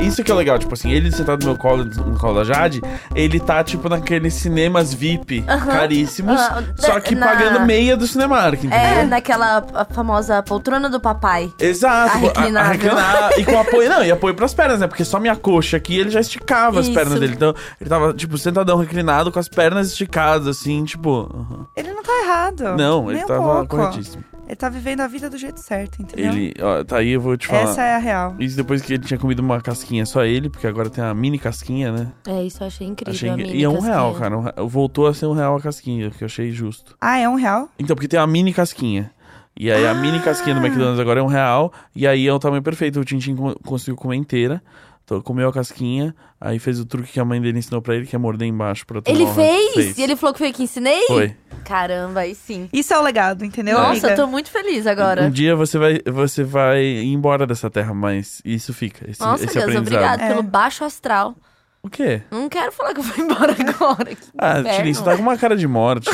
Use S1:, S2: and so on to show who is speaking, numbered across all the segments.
S1: Isso que é legal, tipo assim, ele sentado no meu colo, no colo da Jade, ele tá, tipo, naqueles cinemas VIP
S2: Aham.
S1: caríssimos,
S2: Ah,
S1: só
S2: da-
S1: que
S2: na-
S1: pagando meia do Cinemark, entendeu?
S2: É, naquela a famosa poltrona do papai.
S1: Exato,
S2: A
S1: pô,
S2: reclinável.
S1: reclinar, e com apoio, não, e apoio pras pernas, né? Porque só minha coxa aqui, ele já esticava as
S2: Isso.
S1: pernas dele. Então, ele tava, tipo, sentadão, reclinado, com as pernas esticadas, assim, tipo. aham.
S3: Ele não tá errado.
S1: Não, ele
S3: Nem um
S1: tava
S3: pouco.
S1: corretíssimo.
S3: Ele tá vivendo a vida do jeito certo, entendeu?
S1: Ele, ó, tá aí, eu vou te falar.
S3: Essa é a real.
S1: Isso depois que ele tinha comido uma casquinha, só ele, porque agora tem uma mini casquinha, né?
S2: É, isso eu achei incrível.
S1: Achei...
S2: a mini
S1: E é um real,
S2: casquinha.
S1: cara. um re- Voltou a ser um real a casquinha, que eu achei justo.
S3: Ah, é um real?
S1: Então, porque tem uma mini casquinha. E aí a mini casquinha do
S3: Ah!
S1: McDonald's agora é um real. E aí é o tamanho perfeito. O Tintin co- conseguiu comer inteira. Então, comeu a casquinha. Aí fez o truque que a mãe dele ensinou pra ele, que é morder embaixo pra tomar
S2: Ele
S1: o-
S2: fez? E ele falou que foi eu que ensinei?
S1: Um Foi.
S2: Caramba, aí sim.
S3: Isso é o legado, entendeu,
S2: Nossa,
S3: amiga?
S2: eu tô muito feliz agora.
S1: Um dia você vai, você vai ir embora dessa terra, mas isso fica. Esse,
S2: Nossa,
S1: esse
S2: Gus,
S1: aprendizado.
S2: obrigado
S3: É.
S2: pelo baixo astral.
S1: O quê?
S2: Não quero falar que eu vou embora agora. que
S1: Ah,
S2: inferno.
S1: Tilly, você tá com uma cara de morte.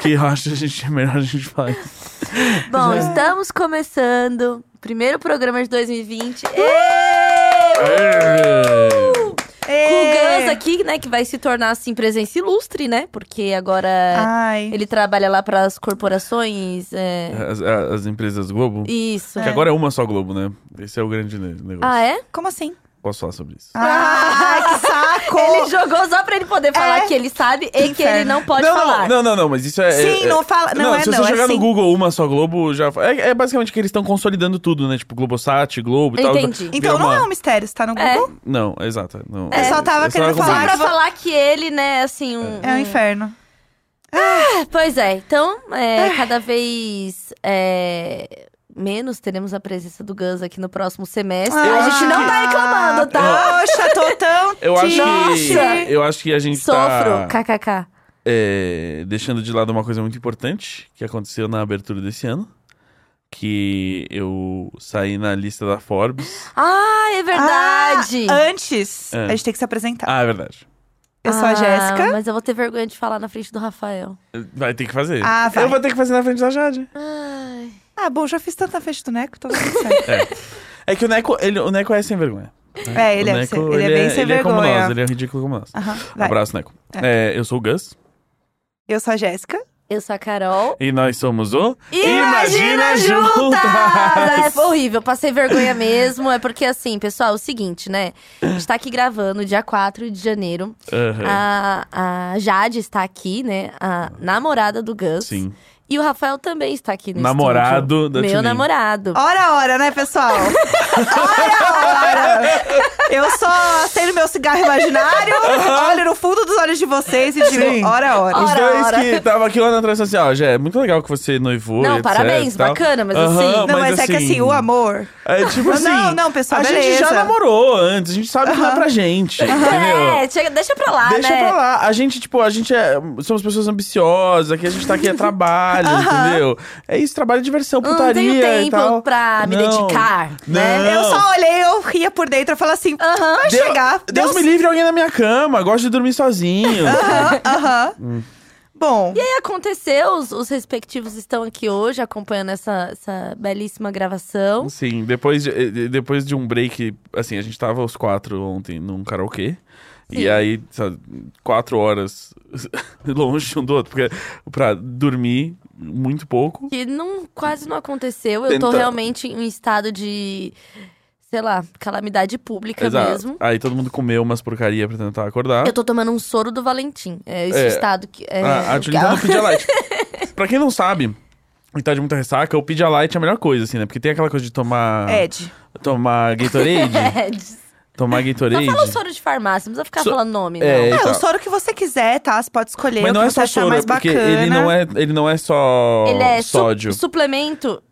S1: que eu acho que a gente, é melhor a gente falar isso.
S2: Bom, estamos começando o primeiro programa de 2020. Com o
S3: Ê!
S2: Gus aqui, né, que vai se tornar, assim, presença ilustre, né? Porque agora
S3: Ai.
S2: ele trabalha lá pras corporações, é...
S1: As, as empresas Globo.
S2: Isso.
S1: Que agora é uma só Globo, né? Esse é o grande ne- negócio.
S2: Ah, é?
S3: Como assim?
S1: Posso falar sobre isso?
S3: Ah, que saco!
S2: Ele jogou só pra ele poder falar que ele sabe e que ele
S3: inferno.
S2: não pode
S1: não,
S2: falar.
S1: Não, não, não, mas isso é.
S3: Sim,
S1: é-
S3: não fala- não, é
S1: se
S3: não,
S1: você
S3: é
S1: jogar
S3: sim.
S1: no Google uma só Globo, já. É, é basicamente que eles estão consolidando tudo, né? Tipo, Globosat, Globo e tal.
S2: Entendi.
S1: Vira
S3: Então não
S1: uma-
S3: é um mistério, você tá no Google?
S1: Não, exato. Não,
S3: É, só tava
S1: eu
S3: querendo
S1: confuso.
S2: Só
S3: falar.
S2: pra
S3: Mas vou-
S2: falar que ele, né, assim, um...
S3: É, um inferno.
S2: Pois é, então, é, cada vez é, menos teremos a presença do Gus aqui no próximo semestre.
S3: Ah,
S2: a gente não tá reclamando, tá?
S3: Poxa, tô tão
S1: Eu acho, que,
S3: triste.
S1: eu acho que a gente tá
S2: Sofro, kkk.
S1: é, deixando de lado uma coisa muito importante que aconteceu na abertura desse ano. Que eu saí na lista da Forbes.
S2: Ah, é verdade!
S3: Ah, antes,
S1: É.
S3: a gente tem que se apresentar.
S1: Ah, é verdade.
S3: Eu sou a
S2: Ah,
S3: Jéssica.
S2: Mas eu vou ter vergonha de falar na frente do Rafael.
S1: Vai ter que fazer.
S3: Ah, vai.
S1: Eu vou ter que fazer na frente da Jade.
S2: Ai.
S3: Ah, bom, já fiz tanta festa do Neco, tô tudo certo.
S1: É que o Neco, ele, o Neco é sem vergonha.
S3: É, ele
S1: O
S3: é,
S1: Neco,
S3: ele é bem sem
S1: ele
S3: vergonha.
S1: É como nós, ele é ridículo como nós.
S3: Aham, vai.
S1: Abraço, Neco. É, eu sou o Gus.
S3: Eu sou a Jéssica.
S2: Eu sou a Carol.
S1: E nós somos o.
S2: Imagina Juntas! É, foi horrível, passei vergonha mesmo. É porque, assim, pessoal, é o seguinte, né? A gente tá aqui gravando dia 4 de janeiro. Ah,
S1: Aham.
S2: A, a Jade está aqui, né? A namorada do Gus.
S1: Sim.
S2: E o Rafael também está aqui no
S1: Namorado
S2: estúdio.
S1: da
S2: Meu
S1: Tilin.
S2: namorado.
S3: Ora, ora, né, pessoal? Ora, ora! Eu só acendo meu cigarro imaginário, olho no fundo dos olhos de vocês e digo,
S1: Sim.
S3: ora, ora.
S1: Os
S2: Ora,
S1: dois
S2: ora.
S1: que estavam aqui lá na atrás assim, ó, Jé, é muito legal que você noivou.
S2: Não,
S1: etc,
S2: parabéns,
S1: e tal.
S2: bacana, mas
S1: Aham,
S2: assim- Não,
S3: Não, mas, é que assim, o amor.
S1: É tipo
S3: Não,
S1: assim.
S3: não, não, pessoal,
S1: A gente
S3: beleza.
S1: já namorou antes, a gente sabe que dá pra gente. Entendeu?
S2: É, chega- deixa pra lá,
S1: Deixa
S2: né?
S1: pra lá. A gente, tipo, a gente é. Somos pessoas ambiciosas, que a gente tá aqui é trabalho, entendeu? É isso, trabalho, diversão,
S2: Não
S1: putaria
S2: tenho
S1: e
S2: tempo
S1: tal.
S2: pra me
S1: Não.
S2: dedicar, né?
S1: Não.
S3: Eu só olhei, eu ria por dentro, eu falo assim, vai
S1: Deu-
S3: chegar.
S1: Deus, me
S3: Deus-
S1: livre alguém na minha cama, gosto de dormir sozinho.
S3: Aham, aham.
S1: Hum.
S3: Bom,
S2: E aí aconteceu, os, os respectivos estão aqui hoje acompanhando essa, essa belíssima gravação.
S1: Sim, depois de, eh, depois de um break, assim, a gente tava os quatro ontem num karaokê.
S2: Sim.
S1: E aí, sabe, quatro horas longe um do outro, porque pra dormir muito pouco.
S2: Que não, quase não aconteceu. Eu tô
S1: Tenta-
S2: realmente em um estado de, sei lá, calamidade pública mesmo.
S1: Aí todo mundo comeu umas porcaria pra tentar acordar.
S2: Eu tô tomando um soro do Valentim. É esse
S1: Ah. É.
S2: estado que. É,
S1: Ah, a Julinha tá no Pedialyte. pra quem não sabe, e tá de muita ressaca, o Pedialyte é a melhor coisa, assim, né? Porque tem aquela coisa de tomar.
S3: Ed.
S1: Tomar Gatorade.
S2: É, de-
S1: tomar Gatorade.
S2: Só É, fala o soro de farmácia, não precisa ficar
S1: So-
S2: falando nome, não.
S1: É,
S3: É,
S1: então.
S3: o soro que você quiser, tá? Você pode escolher
S1: Mas
S3: o
S1: não
S3: que
S1: é
S3: você
S1: só
S3: achar
S1: soro,
S3: mais
S1: porque
S3: bacana.
S1: ele não é, ele não é só
S2: Ele é su-
S1: sódio.
S2: suplemento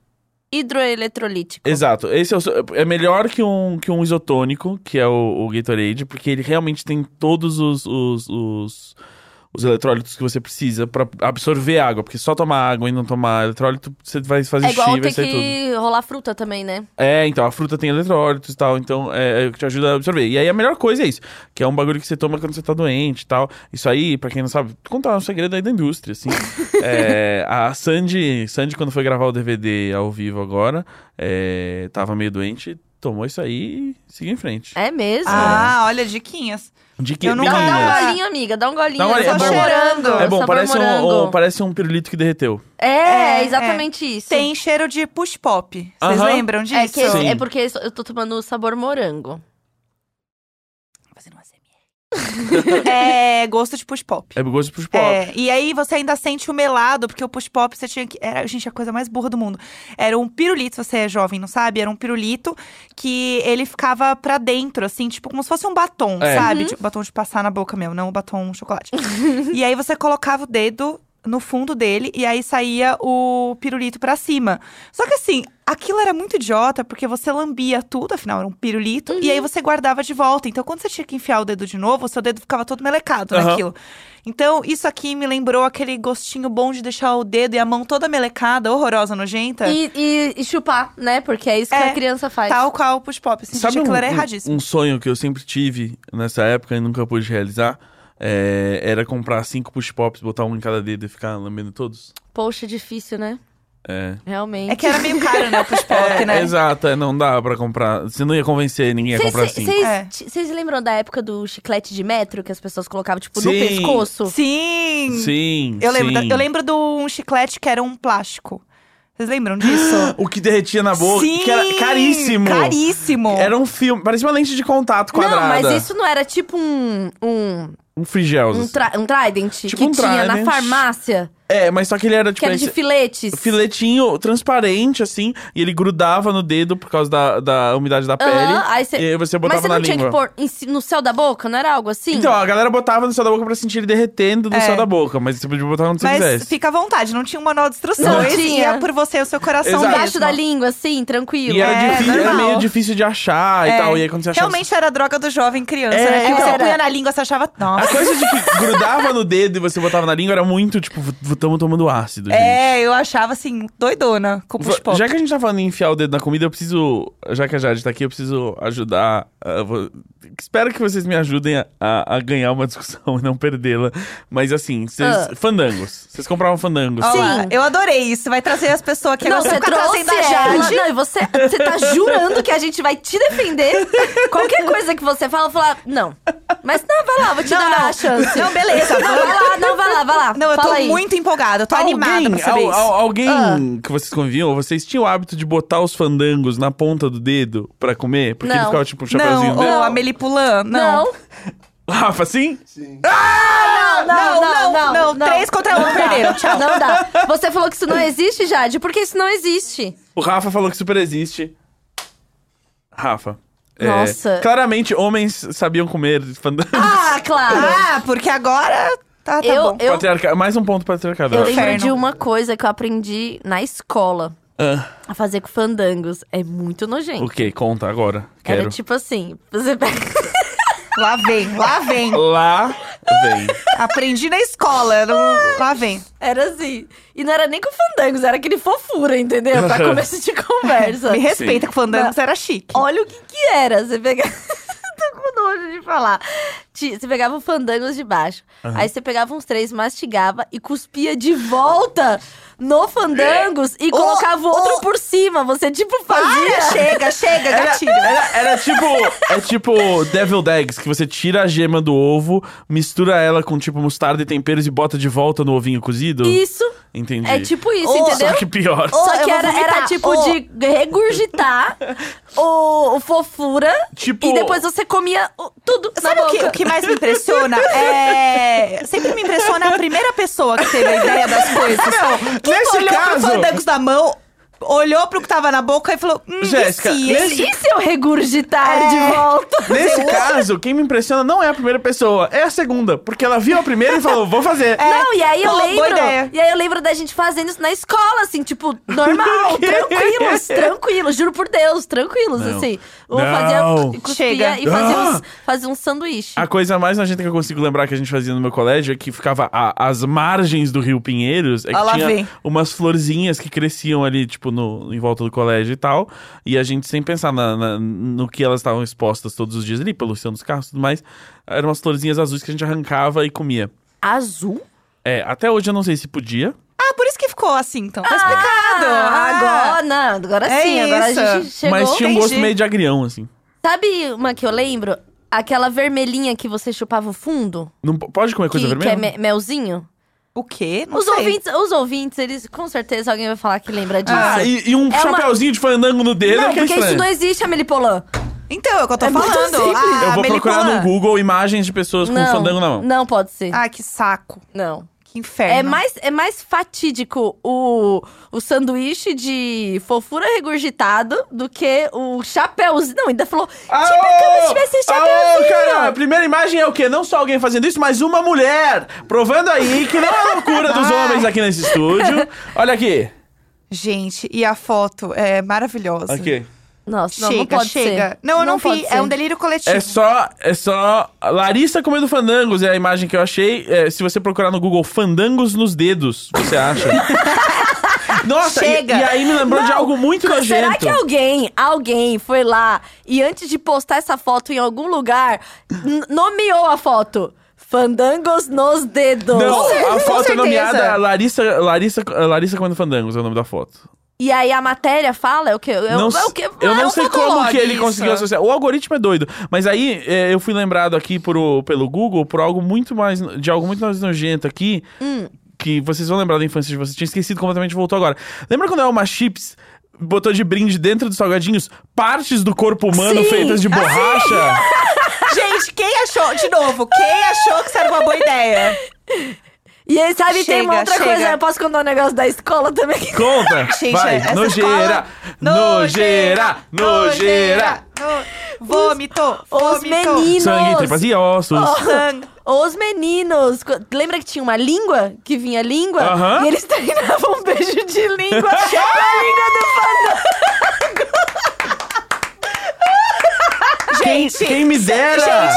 S2: hidroeletrolítico.
S1: Exato. Esse é, o so- é melhor que um, que um isotônico, que é o, o Gatorade, porque ele realmente tem todos os, os, os, os eletrólitos que você precisa pra absorver água. Porque só tomar água e não tomar eletrólito, você vai fazer
S2: É
S1: xixi
S2: igual
S1: e vai
S2: ter
S1: sair tudo.
S2: que rolar fruta também, né?
S1: É, então, a fruta tem eletrólitos e tal, então é, é o que te ajuda a absorver. E aí a melhor coisa é isso, que é um bagulho que você toma quando você tá doente e tal. Isso aí, pra quem não sabe, contar um segredo aí da indústria, assim. É, a Sandy, Sandy, quando foi gravar o DVD ao vivo agora, é, tava meio doente, tomou isso aí e seguiu em frente.
S2: É mesmo.
S3: Ah, olha, diquinhas.
S1: De que
S3: eu nunca-
S2: Dá, dá um
S3: Meninas.
S2: golinho, amiga. Dá um golinho.
S1: Dá um golinho, é
S2: sabor
S1: bom.
S2: morango.
S1: É bom,
S2: sabor
S1: parece
S2: morango.
S1: um, um- parece um pirulito que derreteu.
S2: É,
S3: É,
S2: exatamente isso.
S3: Tem cheiro de push pop. Vocês
S1: Aham.
S3: lembram disso?
S2: É, que
S1: isso. Sim.
S2: é porque eu tô tomando o sabor morango.
S1: um
S3: Fazendo uma ASMR. é gosto de push pop.
S1: É gosto pro pop.
S3: É, e aí você ainda sente o melado, porque o push pop você tinha que. Era, gente, a coisa mais burra do mundo. Era um pirulito, se você é jovem, não sabe? Era um pirulito que ele ficava pra dentro, assim, tipo, como se fosse um batom,
S1: É.
S3: sabe? Tipo, batom de passar na boca mesmo, não o batom chocolate. e aí você colocava o dedo no fundo dele e aí saía o pirulito pra cima. Só que assim, aquilo era muito idiota, porque você lambia tudo, afinal era um pirulito, e aí você guardava de volta. Então quando você tinha que enfiar o dedo de novo, o seu dedo ficava todo melecado
S1: Aham.
S3: naquilo. Então, isso aqui me lembrou aquele gostinho bom de deixar o dedo e a mão toda melecada, horrorosa, nojenta.
S2: E, e- e chupar, né? Porque é isso que
S3: Tá. É,
S2: a criança faz.
S3: Tal qual o push pop. Assim,
S1: Sabe
S3: Sabe
S1: um,
S3: aquilo era
S1: um-
S3: erradíssimo.
S1: um sonho que eu sempre tive nessa época e nunca pude realizar? É, era comprar cinco push pops, botar um em cada dedo e ficar lambendo todos?
S2: Poxa, difícil, né?
S1: É.
S2: Realmente.
S3: É que era meio caro, né, o push pop, né?
S1: Exato, é, não dá pra comprar. Você não ia convencer ninguém a comprar assim. cinco.
S3: É.
S2: Vocês lembram da época do chiclete de metro que as pessoas colocavam, tipo, no
S1: Sim.
S2: pescoço?
S3: Sim!
S1: Sim,
S3: Eu lembro,
S1: sim.
S3: da- eu lembro de um chiclete que era um plástico. Vocês lembram disso?
S1: O que derretia na boca,
S3: Sim!
S1: Tá que era caríssimo.
S3: Caríssimo!
S1: Era um filme, parecia uma lente de contato
S2: Não,
S1: quadrada.
S2: mas isso não era tipo um. um,
S1: Um frigels.
S2: um, tra- um trident
S1: Tipo
S2: que
S1: um
S2: tinha na
S1: trident.
S2: farmácia,
S1: É, mas só que ele era tipo
S2: que era de
S1: esse-
S2: filetes.
S1: filetinho transparente, assim, e ele grudava no dedo por causa da, da umidade da
S2: Aham,
S1: pele.
S2: aí cê-
S1: E aí você botava
S2: Mas você
S1: na
S2: não tinha
S1: língua.
S2: que pôr em ci- no céu da boca, não era algo assim?
S1: Então, a galera botava no céu da boca pra sentir ele derretendo no
S3: É.
S1: céu da boca, mas você podia botar onde você
S3: Mas
S1: quisesse.
S3: fica à vontade, não tinha um manual de
S2: Não
S3: instruções.
S2: tinha.
S3: E é por você e o seu coração
S1: Exato.
S2: Embaixo
S3: mesmo.
S2: da língua, assim, tranquilo.
S1: E era,
S3: É,
S1: difícil- era
S3: normal.
S1: meio difícil de achar e
S3: É.
S1: tal. E aí quando você achava.
S3: Realmente era a droga do jovem criança,
S1: É,
S3: né? Que você
S2: era.
S3: punha na língua, você achava...
S1: A
S3: Nossa,
S1: coisa de que grudava no dedo e você botava na língua era muito, tipo, estamos tomando ácido, gente.
S3: É, eu achava assim, doidona com push pop.
S1: Já que a gente tá falando em enfiar o dedo na comida, eu preciso. Já que a Jade tá aqui, eu preciso ajudar. ah, vo- Espero que vocês me ajudem a, a- a ganhar uma discussão e não perdê-la. Mas assim, vocês.
S2: Ah.
S1: Fandangos. Vocês compravam fandangos.
S3: Olha
S2: Sim.
S3: lá, eu adorei isso. Vai trazer as pessoas aqui.
S2: Não,
S3: Agora
S2: você
S3: fica
S2: trouxe
S3: trazendo a
S2: ela.
S3: Jade.
S2: Não, e você, você tá jurando que a gente vai te defender. Qualquer coisa que você fala, eu vou falar, não. Mas não, vai lá, vou te
S3: Não,
S2: dar
S3: não.
S2: a chance.
S3: Não, beleza.
S2: Não, vai lá, não, vai lá, vai lá.
S3: Não, eu
S2: fala
S3: tô
S2: aí.
S3: muito empolgada. Eu tô animada pra saber
S1: al-
S3: isso.
S1: al- Tá alguém
S2: Ah.
S1: que vocês conviam, vocês tinham o hábito de botar os fandangos na ponta do dedo pra comer? Porque ele
S2: Não.
S1: ficava tipo um
S3: Não,
S1: chapeuzinho
S3: ou
S1: dele.
S3: a Melipulã. Não.
S2: Não,
S1: Rafa, sim?
S2: não,
S3: Ah, não,
S2: não, não,
S3: não,
S2: não,
S3: não. Três contra um,
S2: Não dá.
S3: perderam. Tchau.
S2: Não dá. Você falou que isso não existe, Jade? Porque isso não existe.
S1: O Rafa falou que super existe. Rafa. é,
S2: Nossa.
S1: claramente, homens sabiam comer fandangos.
S2: Ah, claro.
S3: Ah, porque agora tá, tá
S2: eu,
S3: bom.
S2: eu,
S1: Patriarca- Mais um ponto patriarcado.
S2: eu
S1: acho.
S2: lembro de
S3: Inferno.
S2: uma coisa que eu aprendi na escola.
S1: Ah,
S2: A fazer com fandangos. É muito nojento.
S1: ok, conta agora. Quero.
S2: Era tipo assim, você pega...
S3: Lá vem, lá vem.
S1: Lá vem.
S3: Aprendi na escola. não- Lá vem.
S2: Era assim. E não era nem com fandangos, era aquele fofura, entendeu? Pra começo de conversa.
S3: Me respeita que falando você era chique.
S2: Olha o que que era. Você pegava. Tô com nojo de falar. Ti- Você pegava o fandangos de baixo. Aí você pegava uns três, mastigava e cuspia de volta no fandangos e colocava o outro
S3: oh.
S2: por cima. Você tipo fazia.
S3: Para, chega, chega, gatilho.
S1: Era, era tipo. É tipo Deviled Eggs, que você tira a gema do ovo, mistura ela com tipo mostarda e temperos e bota de volta no ovinho cozido.
S2: Isso.
S1: Entendi.
S2: É tipo isso,
S3: Oh.
S2: entendeu?
S1: Só que pior.
S2: Só
S3: Oh, eu
S2: que
S3: vou
S2: era, era
S3: vomitar.
S2: tipo
S3: Oh.
S2: de regurgitar o, o fofura
S1: Tipo-
S2: e depois você comia o- tudo
S3: Sabe
S2: na
S3: o
S2: boca.
S3: que, o que mais me impressiona? É. Sempre me impressiona a primeira pessoa que teve a ideia das coisas.
S2: é
S1: Não,
S3: que
S1: nesse
S3: olhou pro
S1: caso-
S3: fandangos na mão, olhou pro que tava na boca e falou: hum,
S1: Jéssica,
S3: esse,
S2: E,
S1: nesse-
S3: esse.
S2: e se eu regurgitar
S3: É.
S2: de volta?
S1: Nesse caso, quem me impressiona não é a primeira pessoa, é a segunda. Porque ela viu a primeira e falou, vou fazer.
S2: Não, e aí eu
S3: É boa
S2: lembro.
S3: ideia.
S2: E aí eu lembro da gente fazendo isso na escola, assim, tipo, normal, tranquilos, tranquilos, juro por Deus, tranquilos,
S1: Não.
S2: assim. Ou
S1: Não.
S2: fazer cuspia
S3: Chega.
S2: e fazer,
S1: Ah!
S2: uns, fazer um sanduíche.
S1: A coisa mais nojenta que eu consigo lembrar que a gente fazia no meu colégio é que ficava a- as margens do Rio Pinheiros, é que
S3: Ah, lá
S1: tinha
S3: vem.
S1: umas florzinhas que cresciam ali, tipo, no, em volta do colégio e tal. E a gente, sem pensar na- na- no que elas estavam expostas todos os dias ali, pelo Luciano dos Carros e tudo mais, eram umas florzinhas azuis que a gente arrancava e comia.
S2: Azul?
S1: É, até hoje eu não sei se podia.
S3: Ah, por isso que ficou assim, então. Tá explicado.
S2: Ah, agora, não, agora
S3: É
S2: sim, agora a
S3: isso.
S2: gente chegou.
S1: mas tinha um gosto
S3: entendi.
S1: meio de agrião, assim.
S2: Sabe uma que eu lembro? Aquela vermelhinha que você chupava o fundo?
S1: Não po- pode comer coisa
S2: que, que
S1: vermelha?
S2: é me- melzinho?
S3: O quê? Não
S2: Os
S3: sei.
S2: ouvintes, os ouvintes, eles com certeza alguém vai falar que lembra disso.
S1: Ah, e, e um
S2: É uma-
S1: chapeuzinho de fandango no dedo
S2: não,
S1: é que é
S2: porque
S1: estranho.
S2: isso não existe, Amelie Polan.
S3: Então, é o que eu tô
S2: É muito
S3: falando.
S2: simples.
S3: Ah,
S1: Eu vou procurar
S3: melicola.
S1: no Google imagens de pessoas com
S2: não,
S1: fandango na mão.
S2: Não pode ser.
S3: Ah, que saco.
S2: Não.
S3: Que inferno.
S2: É mais, é mais fatídico o, o sanduíche de fofura regurgitado do que o chapéuzinho. Não, ainda falou.
S1: Ah,
S2: tipo como se
S1: ô,
S2: tivesse
S1: ah, ô,
S2: chapéuzinho.
S1: cara, a primeira imagem é o quê? Não só alguém fazendo isso, mas uma mulher. Provando aí que não é loucura dos
S2: Ah.
S1: homens aqui nesse estúdio. Olha aqui.
S3: Gente, e a foto é maravilhosa.
S1: Aqui.
S2: Nossa, não,
S3: Chega,
S2: não pode
S3: chega.
S2: ser.
S3: Não, eu não,
S2: pode
S3: vi.
S2: ser.
S3: É um delírio coletivo.
S1: É só, é só. Larissa comendo fandangos é a imagem que eu achei. É, se você procurar no Google fandangos nos dedos, você acha. Nossa, e-
S3: Chega.
S1: E, aí me lembrou de
S2: Não,
S1: algo muito
S2: será
S1: nojento.
S2: que é alguém, alguém foi lá e antes de postar essa foto em algum lugar, n- nomeou a foto? Fandangos nos dedos.
S1: Não, a
S3: com
S1: foto é
S3: certeza.
S1: nomeada Larissa, Larissa, Larissa comendo fandangos é o nome da foto.
S2: E aí a matéria fala é o que? É,
S1: não,
S2: o- é o
S1: se-
S2: que?
S1: eu
S2: é
S1: não
S2: um
S1: sei
S2: fotolog.
S1: como que ele
S3: isso.
S1: conseguiu associar. O algoritmo é doido. Mas aí é, eu fui lembrado aqui por, o- pelo Google por algo muito mais. de algo muito mais nojento aqui.
S2: Hum.
S1: Que vocês vão lembrar da infância de vocês. Tinha esquecido completamente, voltou agora. Lembra quando a Elma Chips botou de brinde dentro dos salgadinhos partes do corpo humano
S2: Sim.
S1: feitas de borracha?
S3: Gente, quem achou? De novo, quem achou que isso era uma boa ideia?
S2: E aí, sabe, tem uma
S3: Chega,
S2: outra
S3: chega.
S2: coisa. Eu posso contar um negócio da escola também.
S1: Conta!
S3: Gente,
S1: Vai,
S3: essa
S1: nojeira,
S3: escola- é
S1: nojeira, nojeira!
S3: No- Vômito!
S2: Os
S3: vômito.
S2: meninos.
S1: Sangue, tripas e ossos.
S3: Sangue.
S2: Os meninos. Co- Lembra que tinha uma língua? Que vinha língua?
S1: Aham.
S2: E eles treinavam um beijo de língua. com a língua do fandango.
S3: Gente,
S1: Quem me dera!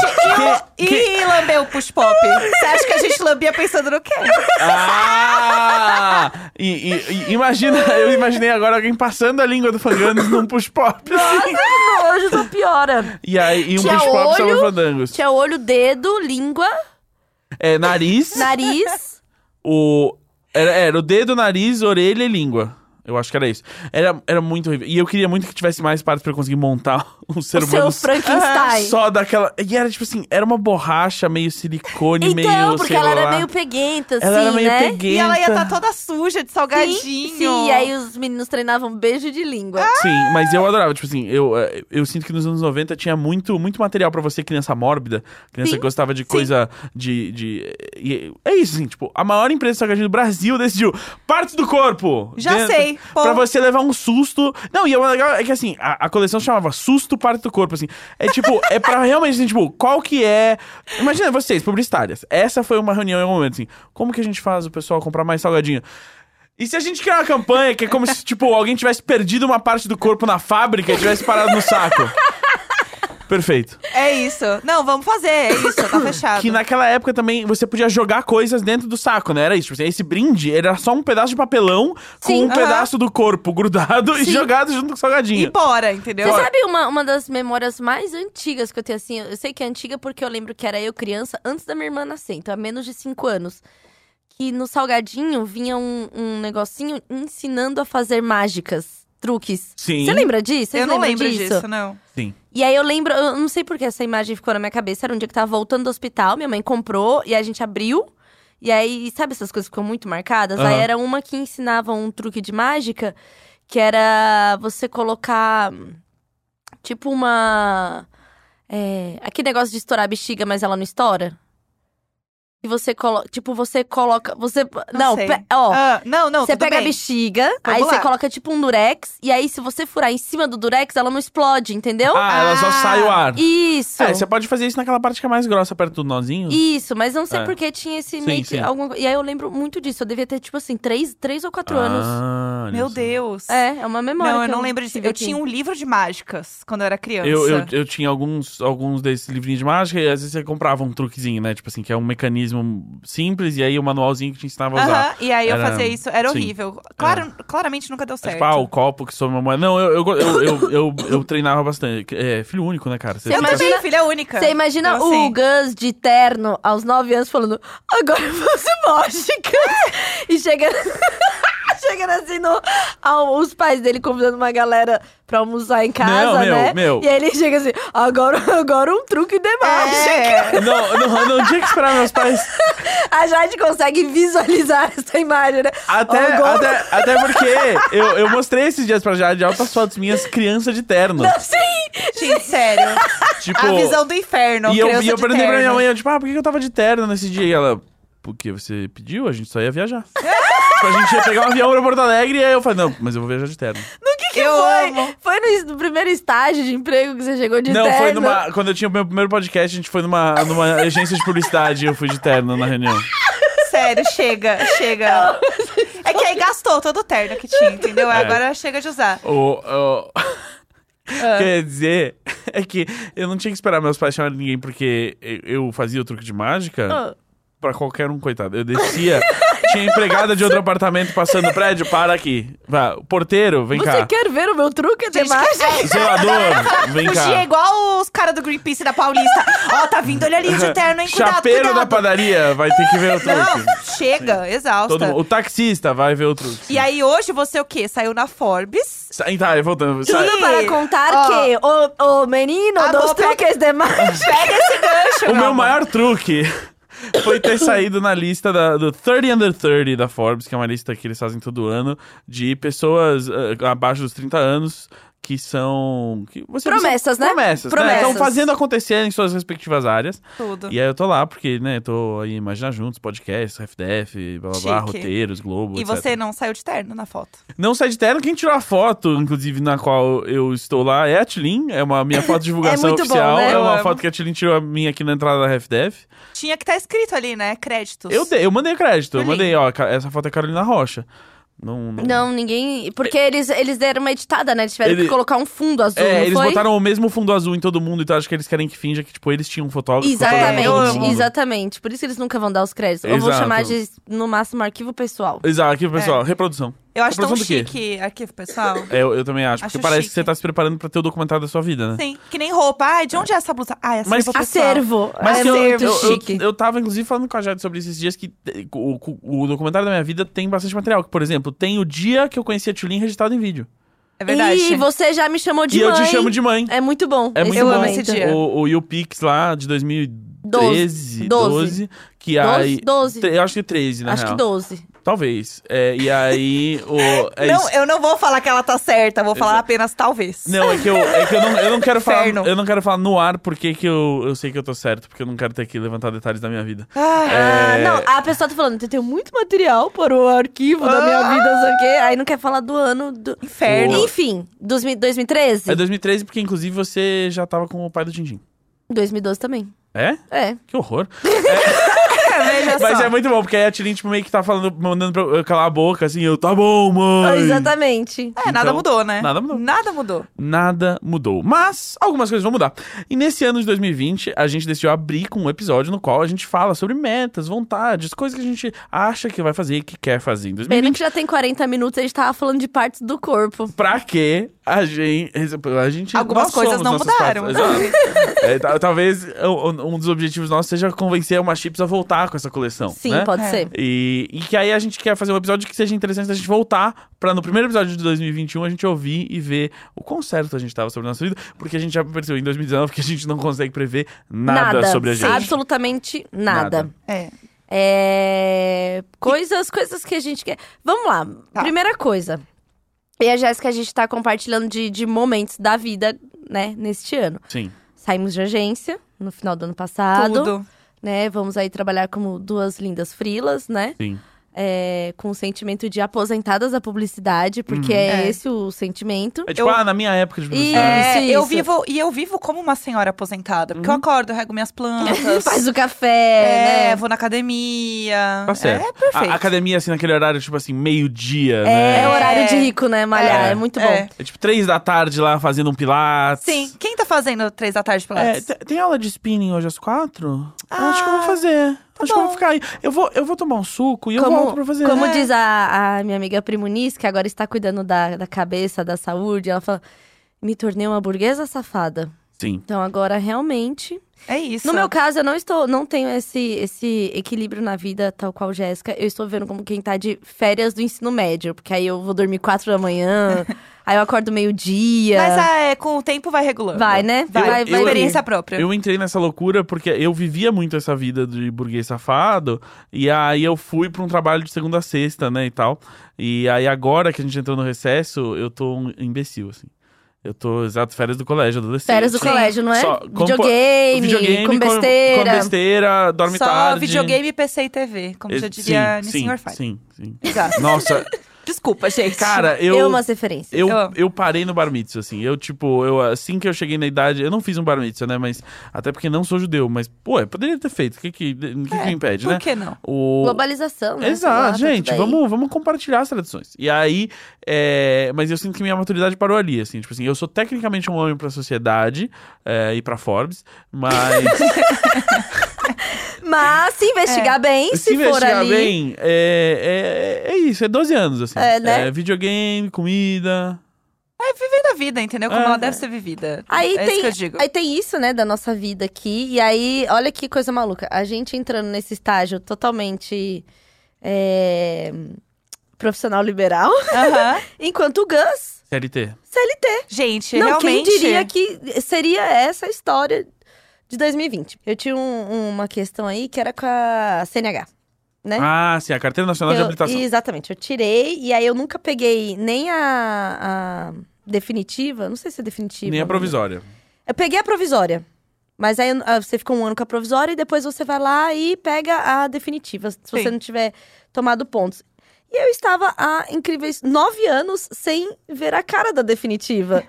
S1: Que-
S3: e,
S1: que-
S3: lambeu o push pop? Você acha que a gente lambia pensando no quê?
S1: Ah! E, e- e- imagina, eu imaginei agora alguém passando a língua do Fangangos num push-pop. assim.
S2: Nossa, que nojo, só piora.
S1: E aí, e um
S2: Tinha
S1: push-pop sobre
S2: olho.
S1: Fandangos.
S2: Tinha olho, dedo, língua,
S1: É, nariz,
S2: nariz.
S1: o... Era, era o dedo, nariz, orelha e língua. Eu acho que era isso. Era, era muito horrível. E eu queria muito que tivesse mais partes pra eu conseguir montar um ser
S2: o seu
S1: humano
S2: Frankenstein.
S1: só daquela... E era tipo assim, era uma borracha meio silicone,
S2: então,
S1: meio...
S2: porque
S1: sei
S2: ela era
S1: lá.
S2: meio peguenta, assim,
S1: Ela era meio
S2: né?
S1: peguenta.
S3: E ela ia estar toda suja de salgadinho.
S2: Sim, sim, e aí os meninos treinavam beijo de língua.
S1: Sim, mas eu adorava. Tipo assim, eu, eh, eu sinto que nos anos 90 tinha muito, muito material pra você, criança mórbida. Criança
S2: Sim,
S1: que gostava de coisa de. de e- é isso, assim, tipo, a maior empresa de salgadinho do Brasil decidiu. Parte do corpo!
S3: Já sei, pô.
S1: Pra você levar um susto. Não, e o legal é que assim, a, a coleção chamava Susto Parte do Corpo, assim. É tipo, é pra realmente, assim, tipo, qual que é. Imagina vocês, publicitárias. Essa foi uma reunião em um momento, assim. Como que a gente faz o pessoal comprar mais salgadinho? E se a gente criar uma campanha que é como se, tipo, alguém tivesse perdido uma parte do corpo na fábrica e tivesse parado no saco? Perfeito.
S3: É isso. Não, vamos fazer. É isso, tá fechado.
S1: Que naquela época também você podia jogar coisas dentro do saco, né? Era isso. Tipo assim, esse brinde era só um pedaço de papelão
S2: Sim.
S1: com um
S2: Aham.
S1: pedaço do corpo grudado e jogado junto com o
S3: E
S1: salgadinho.
S3: bora, entendeu?
S2: Você sabe uma, uma das memórias mais antigas que eu tenho, assim? Eu sei que é antiga porque eu lembro que era eu criança, antes da minha irmã nascer, então há menos de 5 anos. Que no salgadinho vinha um, um negocinho ensinando a fazer mágicas, truques.
S1: Sim.
S2: Você lembra disso? Vocês
S3: Eu não
S2: lembram
S3: lembro disso, não.
S1: Sim.
S2: E aí eu lembro, eu não sei porque essa imagem ficou na minha cabeça. Era um dia que eu tava voltando do hospital, minha mãe comprou e a gente abriu. E aí, sabe essas coisas que ficam muito marcadas? Aí
S1: Aham.
S2: era uma que ensinava um truque de mágica, que era você colocar tipo uma. É, aquele negócio de estourar a bexiga, mas ela não estoura. E você coloca. Tipo, você coloca. Você.
S3: Não,
S2: Não,
S3: sei.
S2: pe- ó.
S3: Ah, não, não,
S2: você
S3: tudo
S2: pega a
S3: bem.
S2: bexiga, aí
S3: Vamos
S2: você
S3: lá.
S2: coloca tipo um durex, e aí se você furar em cima do durex, ela não explode, entendeu?
S1: Ah, ela só
S3: Ah,
S1: sai o ar.
S2: Então, Isso.
S1: É, você pode fazer isso naquela parte que é mais grossa, perto do nozinho.
S2: Isso, mas não sei
S1: É.
S2: porque tinha esse
S1: Sim,
S2: meio que
S1: sim.
S2: alguma coisa. E aí eu lembro muito disso. Eu devia ter, tipo assim, três, três ou quatro anos.
S1: Ah, olha
S3: Meu
S1: só.
S3: Deus.
S2: É, é uma memória.
S3: Não,
S2: que
S3: eu não lembro disso.
S2: tive
S3: Eu
S2: aqui.
S3: tinha um livro de mágicas quando eu era criança.
S1: Eu, eu, eu tinha alguns, alguns desses livrinhos de mágica e às vezes você comprava um truquezinho, né? Tipo assim, que é um mecanismo simples e aí o manualzinho que te ensinava a usar.
S3: Aham, e aí eu
S1: Era-
S3: fazia isso, era
S1: sim.
S3: horrível. Claro, Claramente nunca deu
S1: É
S3: certo.
S1: Tipo, ah, o copo que soma uma moeda. Não, eu, eu, eu, eu, eu- eu treinava bastante. É, filho único, né, cara? Você
S2: Eu
S3: Eu
S1: fica-
S2: imagino-
S3: também, filha única.
S2: Você imagina
S3: Então,
S2: o
S3: assim,
S2: Gus de terno aos 9 anos falando, agora eu faço mágica. e chegando, chegando assim, no, ao- os pais dele convidando uma galera pra almoçar em casa,
S1: Não, meu,
S2: né?
S1: meu.
S2: E aí ele chega assim, agora, agora um truque de mágica.
S3: É,
S1: Não, não, não tinha que esperar meus pais.
S2: A Jade consegue visualizar essa imagem, né?
S1: Até,
S2: Agora-
S1: até, até porque eu, eu mostrei esses dias pra Jade altas fotos minhas criança de terno.
S2: Sim!
S3: gente, sério.
S1: Tipo,
S3: a visão do inferno.
S1: e eu,
S3: criança
S1: e eu
S3: de
S1: perguntei pra minha
S3: terno.
S1: mãe, eu, tipo, ah, por que que eu tava de terno nesse dia? E ela, porque você pediu, a gente só ia viajar. Tipo, a gente ia pegar um avião pra Porto Alegre e aí eu falei, não, mas eu vou viajar de terno.
S2: No que que
S3: Eu
S2: foi?
S3: amo.
S2: Foi no, no primeiro estágio de emprego que você chegou de
S1: não,
S2: terno?
S1: foi numa. Quando eu tinha o meu primeiro podcast, a gente foi numa, numa agência de publicidade e eu fui de terno na reunião.
S3: Sério, chega, chega. É que aí gastou todo o terno que tinha, entendeu? Aí
S1: É.
S3: Agora chega de usar.
S1: O, o- Quer dizer, é que eu não tinha que esperar meus pais chamarem ninguém porque eu eu fazia o truque de mágica
S2: Ah.
S1: pra qualquer um, coitado. Eu descia, tinha empregada de outro apartamento passando o prédio, para aqui. Vá, porteiro, vem
S2: Você
S1: cá.
S2: quer ver o meu truque de
S3: Gente,
S2: mágica?
S1: Zelador, vem
S3: Fugir é
S1: cá.
S3: igual os caras do Greenpeace da Paulista. Ó, tá vindo, olha ali de terno, hein? Cuidado,
S1: Chapeiro da
S3: cuidado.
S1: padaria, vai ter que ver o truque.
S3: Não, chega, exausta.
S1: Todo mundo- o taxista vai ver o truque.
S3: E aí hoje você o quê? Saiu na Forbes.
S1: Sa- Tá, voltando. Sa-
S2: Tudo
S3: Sim.
S2: para contar
S3: Ó.
S2: que o, o menino
S3: Ah,
S2: dos
S3: bom, pega-
S2: truques de mágica.
S3: Pega esse gancho,
S1: O
S3: meu
S1: meu
S3: amor.
S1: maior truque foi ter saído na lista da, do 30 Under 30 da Forbes, que é uma lista que eles fazem todo ano, de pessoas eh, abaixo dos 30 anos que são. Que você
S2: Promessas,
S1: são
S2: né?
S1: Promessas.
S2: Promessas.
S1: Estão fazendo acontecer em suas respectivas áreas.
S3: Tudo.
S1: E aí eu tô lá, porque, né, tô aí Imagina Juntos, podcast, FDF, blá blá blá,
S3: Chique.
S1: roteiros, Globo.
S3: E
S1: etc.
S3: você não saiu de terno na foto.
S1: Não sai de terno. Quem tirou a foto, inclusive, na qual eu estou lá, é a Tilin. É uma minha foto de divulgação
S2: muito bom,
S1: oficial.
S2: né?
S1: É
S3: Eu
S1: uma
S3: amo.
S1: foto que a Tilin tirou a minha aqui na entrada da FDF.
S3: Tinha que estar escrito ali, né? Créditos.
S1: Eu, dei- eu mandei crédito, eu
S3: Olha aí.
S1: mandei, ó, ca- essa foto é Carolina Rocha. Não, não.
S2: Não, ninguém. Porque eles, eles deram uma editada, né? Eles tiveram
S1: Ele-
S2: que colocar um fundo azul.
S1: É,
S2: não
S1: eles
S2: foi?
S1: botaram o mesmo fundo azul em todo mundo, então acho que eles querem que finja que, tipo, eles tinham um fotógrafo.
S2: Exatamente,
S1: fotografou todo mundo.
S2: exatamente. Por isso que eles nunca vão dar os créditos. Eu vou
S1: Exato.
S2: chamar de, no máximo, arquivo pessoal.
S1: Exato, aqui,
S2: É.
S1: pessoal, reprodução.
S3: Eu acho tão
S1: Reprodução do Tá quê?
S3: chique arquivo pessoal.
S1: É, eu, eu também acho,
S3: Acho
S1: porque parece
S3: chique.
S1: que você tá se preparando pra ter o documentário da sua vida, né?
S3: Sim, que nem roupa. Ai, de onde é essa blusa? Ah, é
S1: Mas-
S3: acervo pessoal.
S2: Acervo.
S1: Mas
S2: é
S1: que eu,
S2: muito
S1: eu, eu-
S2: chique.
S1: Eu, tava, inclusive, falando com a Jade sobre esses dias que eh, o, o- o documentário da minha vida tem bastante material. Por exemplo, tem o dia que eu conheci a Tulin registrado em vídeo.
S3: É verdade.
S2: E você já me chamou de
S1: e
S2: mãe.
S1: eu te chamo de mãe.
S2: É muito bom.
S1: É muito
S3: Eu
S1: bom.
S3: amo esse dia.
S1: O, o YouPix lá de 2013, 12.
S2: Doze.
S1: que aí...
S2: 12.
S1: Tre- eu acho que 13, na
S2: Acho
S1: real.
S2: que 12. Talvez.
S1: É, e aí... O, é
S3: Não,
S1: isso.
S3: eu não vou falar que ela tá certa, vou falar apenas talvez.
S1: Não, é que eu, é que eu, não, eu não quero falar...
S3: Inferno.
S1: Eu não quero falar no ar porque que eu, eu sei que eu tô certo. Porque eu não quero ter que levantar detalhes da minha vida.
S3: Ai,
S2: Ah,
S1: É.
S2: não, a pessoa tá falando, eu tenho muito material para o arquivo da minha vida, não sei o quê. Aí não quer falar do ano do.
S3: inferno.
S1: Ah. Boa.
S2: Enfim, 2000 2013?
S1: É 2013 porque, inclusive, você já tava com o pai do Dindim.
S2: 2012 também.
S1: É?
S2: É.
S1: Que horror.
S3: É, veja
S1: Mas
S3: só.
S1: é muito bom, porque aí a Tilin, tipo, meio que tá falando, mandando pra eu calar a boca, assim, eu, tá bom,
S3: Ah,
S1: mãe.
S2: Exatamente.
S3: É, nada
S1: Então,
S3: mudou, né?
S1: nada mudou.
S3: Nada mudou.
S1: nada mudou. Mas algumas coisas vão mudar. E nesse ano de 2020, a gente decidiu abrir com um episódio no qual a gente fala sobre metas, vontades, coisas que a gente acha que vai fazer e que quer fazer em
S2: Pena
S1: 2020.
S2: que já tem 40 minutos, a gente tava falando de partes do corpo.
S1: Pra que a gente. A gente
S3: Algumas
S1: nós
S3: coisas
S1: somos
S3: não
S1: nossas
S3: mudaram.
S1: partes, exato. É, ta- talvez um, um dos objetivos nossos seja convencer uma Chips a voltar com essa coleção.
S2: Sim,
S1: né?
S2: pode
S3: É.
S2: ser.
S1: E, e que aí a gente quer fazer um episódio que seja interessante a gente voltar pra no primeiro episódio de 2021 a gente ouvir e ver o quão certo a gente tava sobre a nossa vida, porque a gente já percebeu em 2019 que a gente não consegue prever nada, sobre a gente.
S2: Absolutamente nada.
S1: Nada.
S3: É.
S2: É... Coisas, coisas que a gente quer. Vamos lá.
S3: Tá.
S2: Primeira coisa. Eu E a Jéssica, a gente tá compartilhando de, de momentos da vida, né, neste ano.
S1: Sim.
S2: Saímos de agência no final do ano passado.
S3: Tudo.
S2: né? Vamos aí trabalhar como duas lindas frilas, né?
S1: Sim.
S2: É, com o sentimento de aposentadas da publicidade, porque é,
S3: É.
S2: esse o sentimento.
S1: Uhum. É tipo,
S3: Eu-
S1: ah, na minha época de publicidade.
S3: É,
S2: Isso,
S3: eu
S2: isso.
S3: vivo e eu vivo como uma senhora aposentada, porque eu
S1: Uhum.
S3: acordo, eu rego minhas plantas,
S2: Faz o café,
S3: é,
S2: né?
S3: vou na academia.
S1: Tá certo.
S3: É perfeito.
S1: A a academia, assim, naquele horário, tipo assim, meio-dia,
S2: É,
S1: né?
S2: horário de rico, né? Malhar, é, muito bom.
S3: É.
S1: É tipo três da tarde lá fazendo um pilates.
S3: Sim, quem tá fazendo três da tarde pra
S1: É, te- tem aula de spinning hoje às quatro? Eu acho que eu vou
S3: Ah,
S1: fazer. acho que eu
S3: bom.
S1: vou ficar aí. Eu vou, eu vou tomar um suco e eu volto pra fazer.
S2: como
S1: É.
S2: diz a, a minha amiga Primuniz, que agora está cuidando da, da cabeça, da saúde, ela fala: me tornei uma burguesa safada.
S1: Sim.
S2: Então agora realmente.
S3: É isso.
S2: No meu caso, eu não estou, não tenho esse, esse equilíbrio na vida, tal qual Jéssica. Eu estou vendo como quem tá de férias do ensino médio, porque aí eu vou dormir quatro da manhã, aí eu acordo meio-dia.
S3: Mas é, com o tempo vai regulando.
S2: Vai, né?
S3: Vai,
S1: Eu-
S2: vai, vai.
S1: eu-
S3: experiência própria.
S1: Eu entrei nessa loucura porque eu vivia muito essa vida de burguês safado. E aí eu fui pra um trabalho de segunda a sexta, né, e tal. E aí agora que a gente entrou no recesso, eu tô um imbecil, assim. Eu tô exato férias do colégio, adolescente.
S2: Férias do
S3: Sim.
S2: colégio, não é?
S1: Só- compo-
S2: videogame, com besteira.
S1: Com besteira, dorme
S3: Só
S1: tarde.
S3: videogame, PC e TV, como
S1: Eh,
S3: já diria
S1: sim,
S3: no
S1: sim,
S3: Sr. Fire.
S1: Sim, sim.
S3: Exato.
S1: Nossa,
S3: Desculpa, gente.
S1: cara, eu...
S2: Eu, amo as referências.
S1: Eu,
S3: Eu amo.
S1: eu parei no bar mitzvah, assim. Eu, tipo, eu, assim que eu cheguei na idade, eu não fiz um bar mitzvah, né? Mas. Até porque não sou judeu, mas, pô, eu poderia ter feito. O que, que, o que, que
S2: É,
S1: me impede,
S3: Por
S1: né?
S3: que não?
S1: O...
S2: Globalização, né?
S1: Exato,
S2: Sei lá, tá
S1: gente,
S2: tudo aí.
S1: vamos, vamos compartilhar as tradições. E aí, é, mas eu sinto que minha maturidade parou ali, assim, tipo assim, eu sou tecnicamente um homem pra sociedade é, e pra Forbes, mas
S2: Mas se investigar
S3: É.
S2: bem, se,
S1: se
S2: for
S1: investigar
S2: ali.
S1: bem, é, é, é isso, é 12 anos, assim.
S2: É, né?
S1: videogame, comida,
S3: Vivendo a vida, entendeu? Como
S1: É.
S3: ela deve ser vivida.
S2: Aí,
S3: é isso
S2: tem,
S3: que eu digo.
S2: aí tem isso, né, da nossa vida aqui. E aí, olha que coisa maluca. A gente entrando nesse estágio totalmente é, profissional liberal,
S3: Aham.
S2: enquanto o Gus.
S1: CLT.
S3: Gente,
S2: não,
S3: realmente...
S2: quem diria que seria essa a história de 2020? Eu tinha um- uma questão aí que era com a CNH, né?
S1: Ah, sim, a Carteira Nacional de
S2: Eu-
S1: Habilitação.
S2: Exatamente, eu tirei e aí eu nunca peguei nem a, a definitiva, não sei se é definitiva.
S1: Nem a
S2: mas-
S1: provisória.
S2: Eu peguei a provisória. Mas aí ah, você fica um ano com a provisória e depois você vai lá e pega a definitiva, se você
S3: Sim.
S2: não tiver tomado pontos. E eu estava há incríveis nove anos sem ver a cara da definitiva.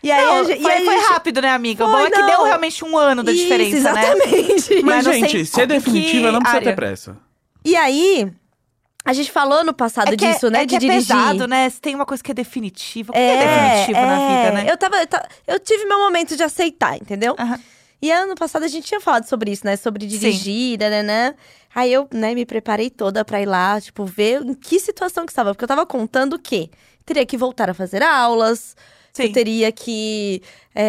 S3: E aí,
S2: Não,
S3: a gente-
S2: e
S3: foi,
S2: aí
S3: foi
S2: a gente-
S3: rápido, né, amiga? o
S2: Foi,
S3: bom é que
S2: não.
S3: deu realmente um ano da
S2: Isso,
S3: diferença, né?
S2: exatamente.
S1: Mas,
S3: Mas não sei
S1: gente, se é
S3: como-
S1: definitiva,
S3: que
S1: não precisa ter
S3: área.
S1: pressa.
S2: E aí, a gente falou no passado
S3: É que,
S2: disso, né?
S3: é,
S2: de
S3: que é
S2: dirigir.
S3: pesado, né? Se tem uma coisa que é definitiva, o que é, definitivo na
S2: é.
S3: vida, né?
S2: Eu, tava, eu, tava- eu tive meu momento de aceitar, entendeu?
S3: Aham.
S2: E ano passado a gente tinha falado sobre isso, né? Sobre dirigir, né, né, né? Aí eu, né, me preparei toda pra ir lá, tipo, ver em que situação que estava. Porque eu tava contando que teria que voltar a fazer aulas, que eu
S3: Sim.
S2: teria que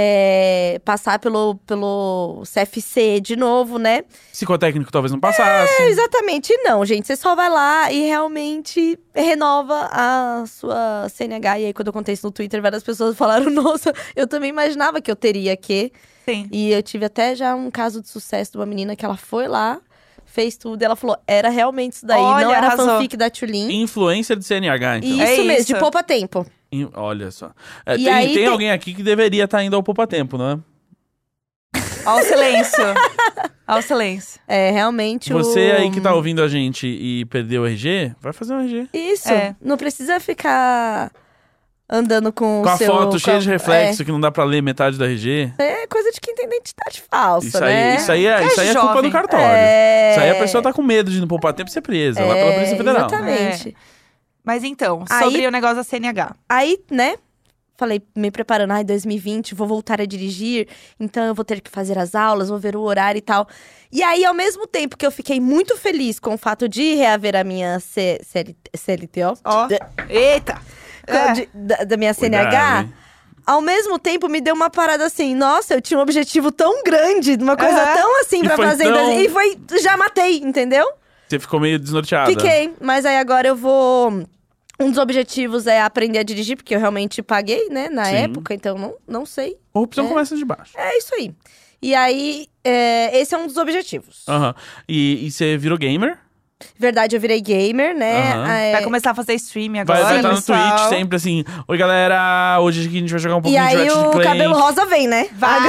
S2: é, passar pelo, pelo CFC de novo, né?
S1: Psicotécnico talvez não passasse.
S2: É, Exatamente, não, gente. Você só vai lá e realmente renova a sua CNH. E aí, quando eu contei isso no Twitter, várias pessoas falaram: Nossa, eu também imaginava que eu teria que.
S3: Sim.
S2: E eu tive até já um caso de sucesso de uma menina que ela foi lá, fez tudo. E ela falou: Era realmente isso daí, não
S3: Olha,
S2: era
S3: arrasou.
S2: fanfic da Tulin.
S1: Influencer de CNH, então.
S2: E
S3: É
S2: isso mesmo,
S3: isso.
S2: de poupa tempo.
S1: Em- Olha só. É,
S2: E
S1: tem,
S2: aí
S1: tem
S2: tem-
S1: alguém aqui que deveria estar indo ao Poupa Tempo, né?
S3: Olha o silêncio. Olha o silêncio.
S2: É, realmente o.
S1: Você aí que tá ouvindo a gente e perdeu o RG, vai fazer um RG.
S2: Isso.
S3: É.
S2: Não precisa ficar andando com, o
S1: Com a
S2: seu. é.
S1: foto cheia
S2: a-
S1: de reflexo que não dá pra ler metade do RG.
S2: É, é coisa de quem tem identidade falsa,
S1: Isso aí,
S2: né?
S1: isso aí, é,
S3: É
S1: isso aí é culpa do
S3: jovem.
S1: cartório.
S2: É.
S1: Isso aí a pessoa tá com medo de não poupar tempo e ser presa. Vai pela Polícia Federal.
S2: Exatamente.
S3: É. Mas então,
S2: Aí-
S3: sobre o negócio da CNH.
S2: Aí, né? Falei, me preparando, ai, 2020, vou voltar a dirigir, então eu vou ter que fazer as aulas, vou ver o horário e tal. E aí, ao mesmo tempo que eu fiquei muito feliz com o fato de reaver a minha C- CL- CLT, ó,
S3: Ó.
S2: de-
S3: Eita! É.
S2: de- da, da minha
S1: Cuidado,
S2: CNH,
S1: hein?
S2: ao mesmo tempo me deu uma parada assim, nossa, eu tinha um objetivo tão grande, uma coisa
S3: Aham.
S2: tão assim
S1: E
S2: pra
S1: foi
S2: fazer. em
S1: tão-
S2: 2000, E foi, já matei, entendeu?
S1: Você ficou meio desnorteada.
S2: Fiquei, mas aí agora eu vou. Um dos objetivos é aprender a dirigir, porque eu realmente paguei, né, na
S1: Sim.
S2: época, então não, não sei.
S1: Corrupção começa de baixo.
S2: É isso aí. E aí, é, esse é um dos objetivos.
S1: Ah. Aham. E, e você virou gamer?
S2: Verdade, eu virei gamer, né?
S1: Aham.
S2: Ah, é,
S3: Vai começar a fazer stream
S1: Vai
S3: agora.
S1: vai estar no
S3: pessoal.
S1: Twitch sempre assim: Oi galera, hoje aqui a gente vai jogar um
S2: E
S1: pouquinho de
S2: aí
S1: Ratchet
S2: o
S1: Clank.
S2: cabelo rosa vem, né?
S3: Vai.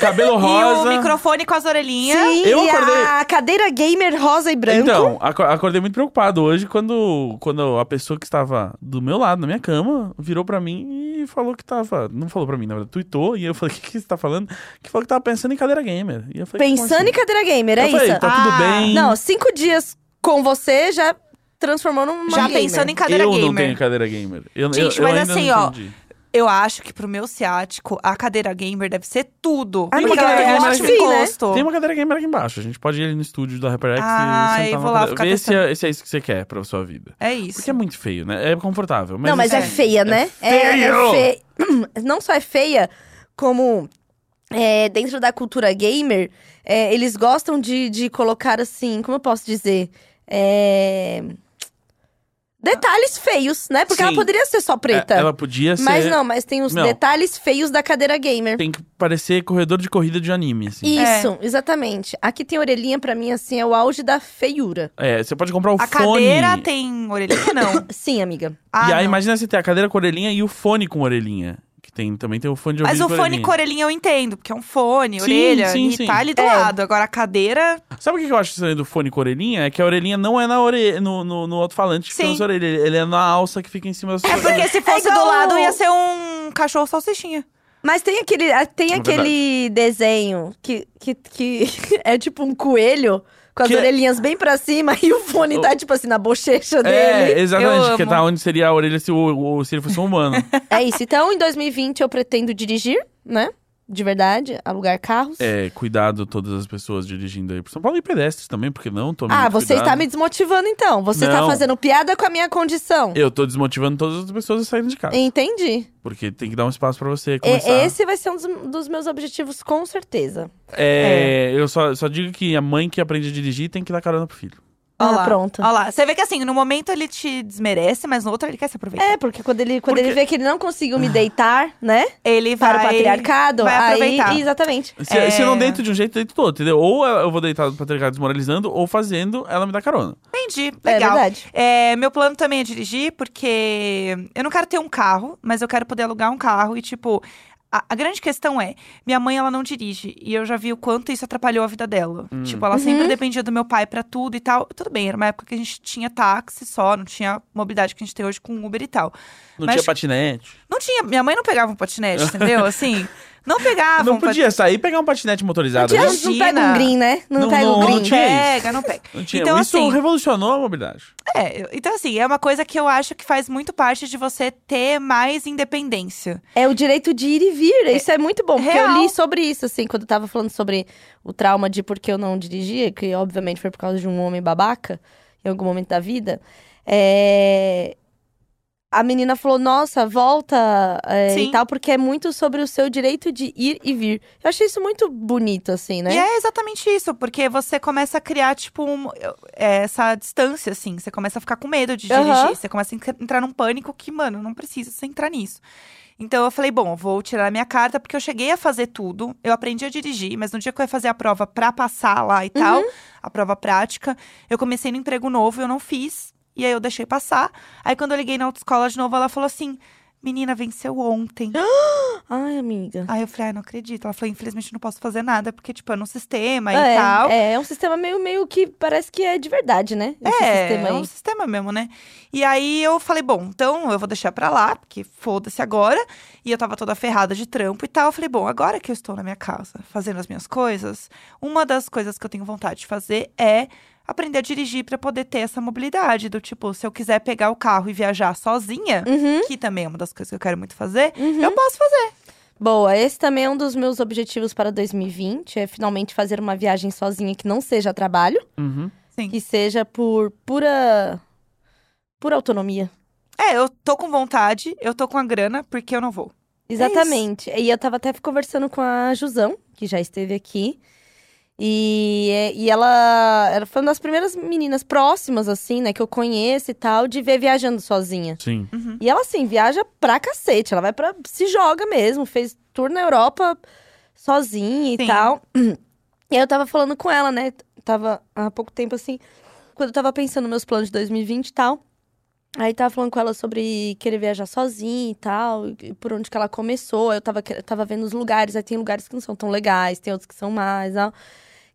S1: Cabelo rosa.
S3: E o microfone com as orelhinhas.
S2: Sim,
S1: Eu
S2: e
S1: acordei-
S2: a cadeira gamer rosa e branco.
S1: Então, aco- acordei muito preocupado hoje quando, quando a pessoa que estava do meu lado, na minha cama, virou pra mim e falou que tava. Não falou pra mim, na verdade, tweetou. E eu falei: O que, que você tá falando? Que falou que tava pensando em cadeira gamer. E eu falei, "Como
S2: Pensando
S1: assim?"
S2: em cadeira gamer, é
S1: Eu falei,
S2: isso.
S1: Tá tudo
S3: Ah,
S1: bem.
S2: Não, cinco dias com você já transformou numa
S3: Já
S2: gamer.
S3: pensando em cadeira
S1: eu
S3: gamer.
S1: não tenho cadeira gamer. Eu,
S3: Gente,
S1: eu, eu
S3: mas
S1: ainda
S3: assim,
S1: não
S3: ó,
S1: entendi.
S3: Eu acho que pro meu ciático, a cadeira gamer deve ser tudo.
S2: Amiga,
S3: porque ela
S1: é,
S3: tem um
S1: mas
S3: ótimo
S2: sim, né?
S3: encosto.
S1: Tem uma cadeira gamer aqui embaixo. A gente pode ir ali no estúdio da HyperX
S3: Ah,
S1: e
S3: eu
S1: sentar
S3: vou
S1: numa
S3: lá
S1: cadeira.
S3: ficar
S1: Vê se é, se é isso que você quer pra sua vida.
S3: É isso.
S1: Porque é muito feio, né? É confortável. Mas
S2: Não, mas é,
S1: assim,
S2: feia, né? É,
S1: feio!
S2: fe- Não só é feia, como é, dentro da cultura gamer, é, eles gostam de, de colocar assim, como eu posso dizer? É, Detalhes feios, né? Porque
S1: Sim.
S2: ela poderia ser só preta.
S1: é- Ela podia ser.
S2: Mas não, mas tem os
S1: Não.
S2: detalhes feios da cadeira gamer.
S1: Tem que parecer corredor de corrida de anime, assim.
S2: Isso, exatamente. Aqui tem orelhinha pra mim, assim, é o auge da feiura.
S1: É, você pode comprar o
S3: A
S1: fone.
S3: cadeira tem orelhinha, não.
S2: Sim, amiga.
S3: Ah,
S1: e aí,
S3: não.
S1: imagina você ter a cadeira com orelhinha e o fone com orelhinha. Que tem, também tem o fone de
S3: Mas
S1: ouvido
S3: o fone
S1: orelhinha.
S3: com orelhinha eu entendo, porque é um fone,
S1: Sim,
S3: orelha,
S1: sim,
S3: e
S1: sim.
S3: tá ali do
S2: É.
S3: lado. Agora a cadeira.
S1: Sabe o que que eu acho estranho do fone com orelhinha? É que a orelhinha não é na ore... no, no, no alto-falante que
S3: Sim.
S1: fica na sua orelha. Ele ele é na alça que fica em cima da sua
S3: É
S1: orelha.
S3: porque se fosse do
S2: igual
S3: lado
S2: o-
S3: ia ser um cachorro salsichinha.
S2: Mas tem aquele, a- tem
S1: É
S2: aquele desenho que, que, que é tipo um coelho com as
S1: Que- é- Oh.
S2: orelhinhas bem pra cima e o fone tá, tipo assim, na bochecha dele.
S1: É, exatamente.
S3: Eu
S1: que
S3: amo.
S1: tá onde seria a orelha se, o, o- se ele fosse um humano.
S2: É isso. Então, em 2020, eu pretendo dirigir, né? De verdade, alugar carros.
S1: é, cuidado todas as pessoas dirigindo aí por São Paulo e pedestres também, porque não? Tome
S2: ah,
S1: muito
S2: você está
S1: cuidado.
S2: me desmotivando então. Você está
S1: Não.
S2: fazendo piada com a minha condição.
S1: Eu tô desmotivando todas as pessoas a saírem de casa.
S2: Entendi.
S1: Porque tem que dar um espaço pra você
S2: E-
S1: começar.
S2: É. esse vai ser um dos, dos meus objetivos, com certeza.
S1: É, Eu só, só digo que a mãe que aprende a dirigir tem que dar carona pro filho.
S2: Ah,
S3: lá.
S2: pronto.
S3: Ó lá. Você vê que assim, no momento ele te desmerece, mas no outro ele quer se aproveitar.
S2: É, porque quando ele, quando
S1: Porque- Ah.
S2: ele vê que ele não conseguiu me deitar, né?
S3: Ele vai.
S2: Para o patriarcado,
S3: vai
S2: aí.
S3: aproveitar.
S2: Exatamente.
S1: Se,
S3: É.
S1: se eu não deito de um jeito, deito do outro, entendeu? Ou eu vou deitar pra ter desmoralizando, ou fazendo, ela me dá carona.
S3: Entendi.
S2: É
S3: Legal.
S2: verdade.
S3: É, meu plano também é dirigir, porque eu não quero ter um carro, mas eu quero poder alugar um carro e, tipo. A, a grande questão é, minha mãe, ela não dirige. E eu já vi o quanto isso atrapalhou a vida dela. Tipo, ela
S2: Uhum.
S3: sempre dependia do meu pai pra tudo e tal. Tudo bem, era uma época que a gente tinha táxi só, não tinha mobilidade que a gente tem hoje com Uber e tal.
S1: Não
S3: Mas-
S1: tinha patinete.
S3: Não tinha. Minha mãe não pegava um patinete, entendeu? Assim, não pegava
S1: não
S3: um patinete.
S1: podia sair e pegar um patinete motorizado.
S2: Não,
S1: né?
S2: tinha- não pega
S3: Imagina.
S2: um green, né? Não,
S1: Não,
S2: pega um
S1: não
S2: green.
S1: tinha.
S3: Pega, não pega.
S1: Não tinha.
S3: Então,
S1: Isso
S3: assim,
S1: revolucionou a mobilidade.
S3: É, eu- então assim, é uma coisa que eu acho que faz muito parte de você ter mais independência.
S2: É o direito de ir e vir. Isso é muito bom. Porque eu
S3: real.
S2: li sobre isso, assim, quando eu tava falando sobre o trauma de por que eu não dirigia, que obviamente foi por causa de um homem babaca em algum momento da vida. É, A menina falou, nossa, volta é, e
S3: Sim.
S2: tal, porque é muito sobre o seu direito de ir e vir. Eu achei isso muito bonito, assim, né?
S3: E é exatamente isso, porque você começa a criar, tipo, um- eu- é, essa distância, assim. Você começa a ficar com medo de dirigir,
S2: Aham.
S3: você começa a entra- entrar num pânico que, mano, não precisa você entrar nisso. Então eu falei, bom, eu vou tirar a minha carta, porque eu cheguei a fazer tudo, eu aprendi a dirigir, mas no dia que eu ia fazer a prova pra passar lá e tal,
S2: Uhum.
S3: a prova prática, eu comecei no emprego novo, eu não fiz, e aí eu deixei passar. Aí quando eu liguei na autoescola de novo, ela falou assim: menina, venceu ontem.
S2: Ai, amiga.
S3: Aí eu falei, ai, não acredito. Ela falou, infelizmente não posso fazer nada, porque, tipo, é no sistema e
S2: é,
S3: tal.
S2: é, é um sistema meio, meio que parece que é de verdade, né? Esse sistema
S3: é
S2: aí.
S3: um sistema mesmo, né? E aí eu falei, bom, então eu vou deixar pra lá, porque foda-se agora. E eu tava toda ferrada de trampo e tal. Eu falei, bom, agora que eu estou na minha casa fazendo as minhas coisas, uma das coisas que eu tenho vontade de fazer é aprender a dirigir pra poder ter essa mobilidade. Do tipo, se eu quiser pegar o carro e viajar sozinha,
S2: Uhum.
S3: que também é uma das coisas que eu quero muito fazer,
S2: Uhum.
S3: eu posso fazer.
S2: Boa, esse também é um dos meus objetivos para 2020, é finalmente fazer uma viagem sozinha que não seja a trabalho,
S1: Uhum.
S3: Sim.
S2: que seja por pura pura autonomia.
S3: É, eu tô com vontade, eu tô com a grana, porque eu não vou.
S2: Exatamente. e eu tava até conversando com a Jusão, que já esteve aqui. E, é, e ela, ela foi uma das primeiras meninas próximas, assim, né, que eu conheço e tal, de ver viajando sozinha.
S1: Sim.
S2: E ela, assim, viaja pra cacete. Ela vai pra. Se joga mesmo. Fez tour na Europa sozinha e
S3: Sim.
S2: tal. E aí eu tava falando com ela, né? Tava há pouco tempo assim. quando eu tava pensando nos meus planos de 2020 e tal, aí tava falando com ela sobre querer viajar sozinha e tal, e por onde que ela começou. Eu tava, que- tava vendo os lugares, aí tem lugares que não são tão legais, tem outros que são mais, tal.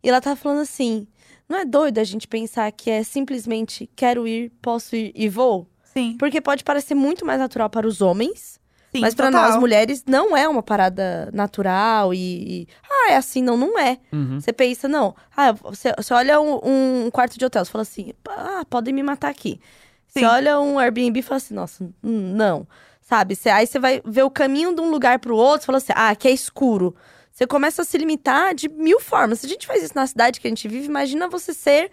S2: E ela tava falando assim: não é doido a gente pensar que é simplesmente quero ir, posso ir e vou?
S3: Sim.
S2: Porque pode parecer muito mais natural para os homens.
S3: Sim,
S2: Mas pra
S3: total.
S2: nós mulheres não é uma parada natural e, e, ah, é assim, não, não é.
S1: Uhum.
S2: Você pensa, não. Ah, você, você olha um, um quarto de hotel, você fala assim, ah, podem me matar aqui. Você
S3: Sim.
S2: olha um Airbnb e fala assim, nossa, hum, não. Sabe? Você, aí você vai ver o caminho de um lugar pro outro, você fala assim, ah, aqui é escuro. Você começa a se limitar de mil formas. Se a gente faz isso na cidade que a gente vive, imagina você ser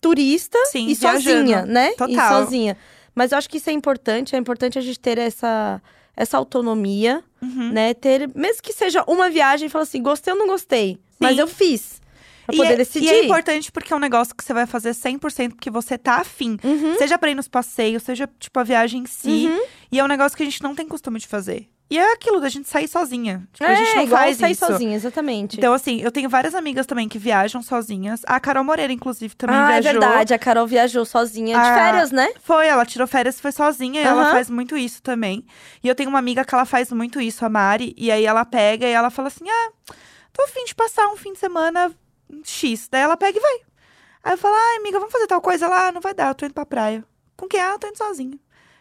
S2: turista
S3: Sim,
S2: e sozinha,
S3: viajando.
S2: né? E
S3: Total.
S2: sozinha. Mas eu acho que isso é importante. É importante a gente ter essa, essa autonomia,
S3: Uhum.
S2: né? Ter, mesmo que seja uma viagem, falar assim, gostei ou não gostei. Mas eu fiz. Pra
S3: E
S2: poder
S3: é-
S2: decidir.
S3: E é importante porque é um negócio que você vai fazer 100% porque você tá afim.
S2: Uhum.
S3: Seja pra ir nos passeios, seja, tipo, a viagem em si. E é um negócio que a gente não tem costume de fazer. E é aquilo da gente sair sozinha. Tipo, a gente
S2: é,
S3: não
S2: igual
S3: faz
S2: sair
S3: isso.
S2: sozinha, exatamente.
S3: Então, assim, eu tenho várias amigas também que viajam sozinhas. A Carol Moreira, inclusive, também
S2: ah,
S3: viajou.
S2: é verdade. A Carol viajou sozinha de
S3: Ah.
S2: férias, né?
S3: Foi, ela tirou férias e foi sozinha. E
S2: Aham.
S3: ela faz muito isso também. E eu tenho uma amiga que ela faz muito isso, a Mari. E aí ela pega e ela fala assim: Ah, tô afim de passar um fim de semana X. Daí ela pega e vai. Aí eu falo, ai, amiga, vamos fazer tal coisa lá? "Ah, Não vai dar, eu tô indo pra praia. Com quem? Ah, eu tô indo sozinha.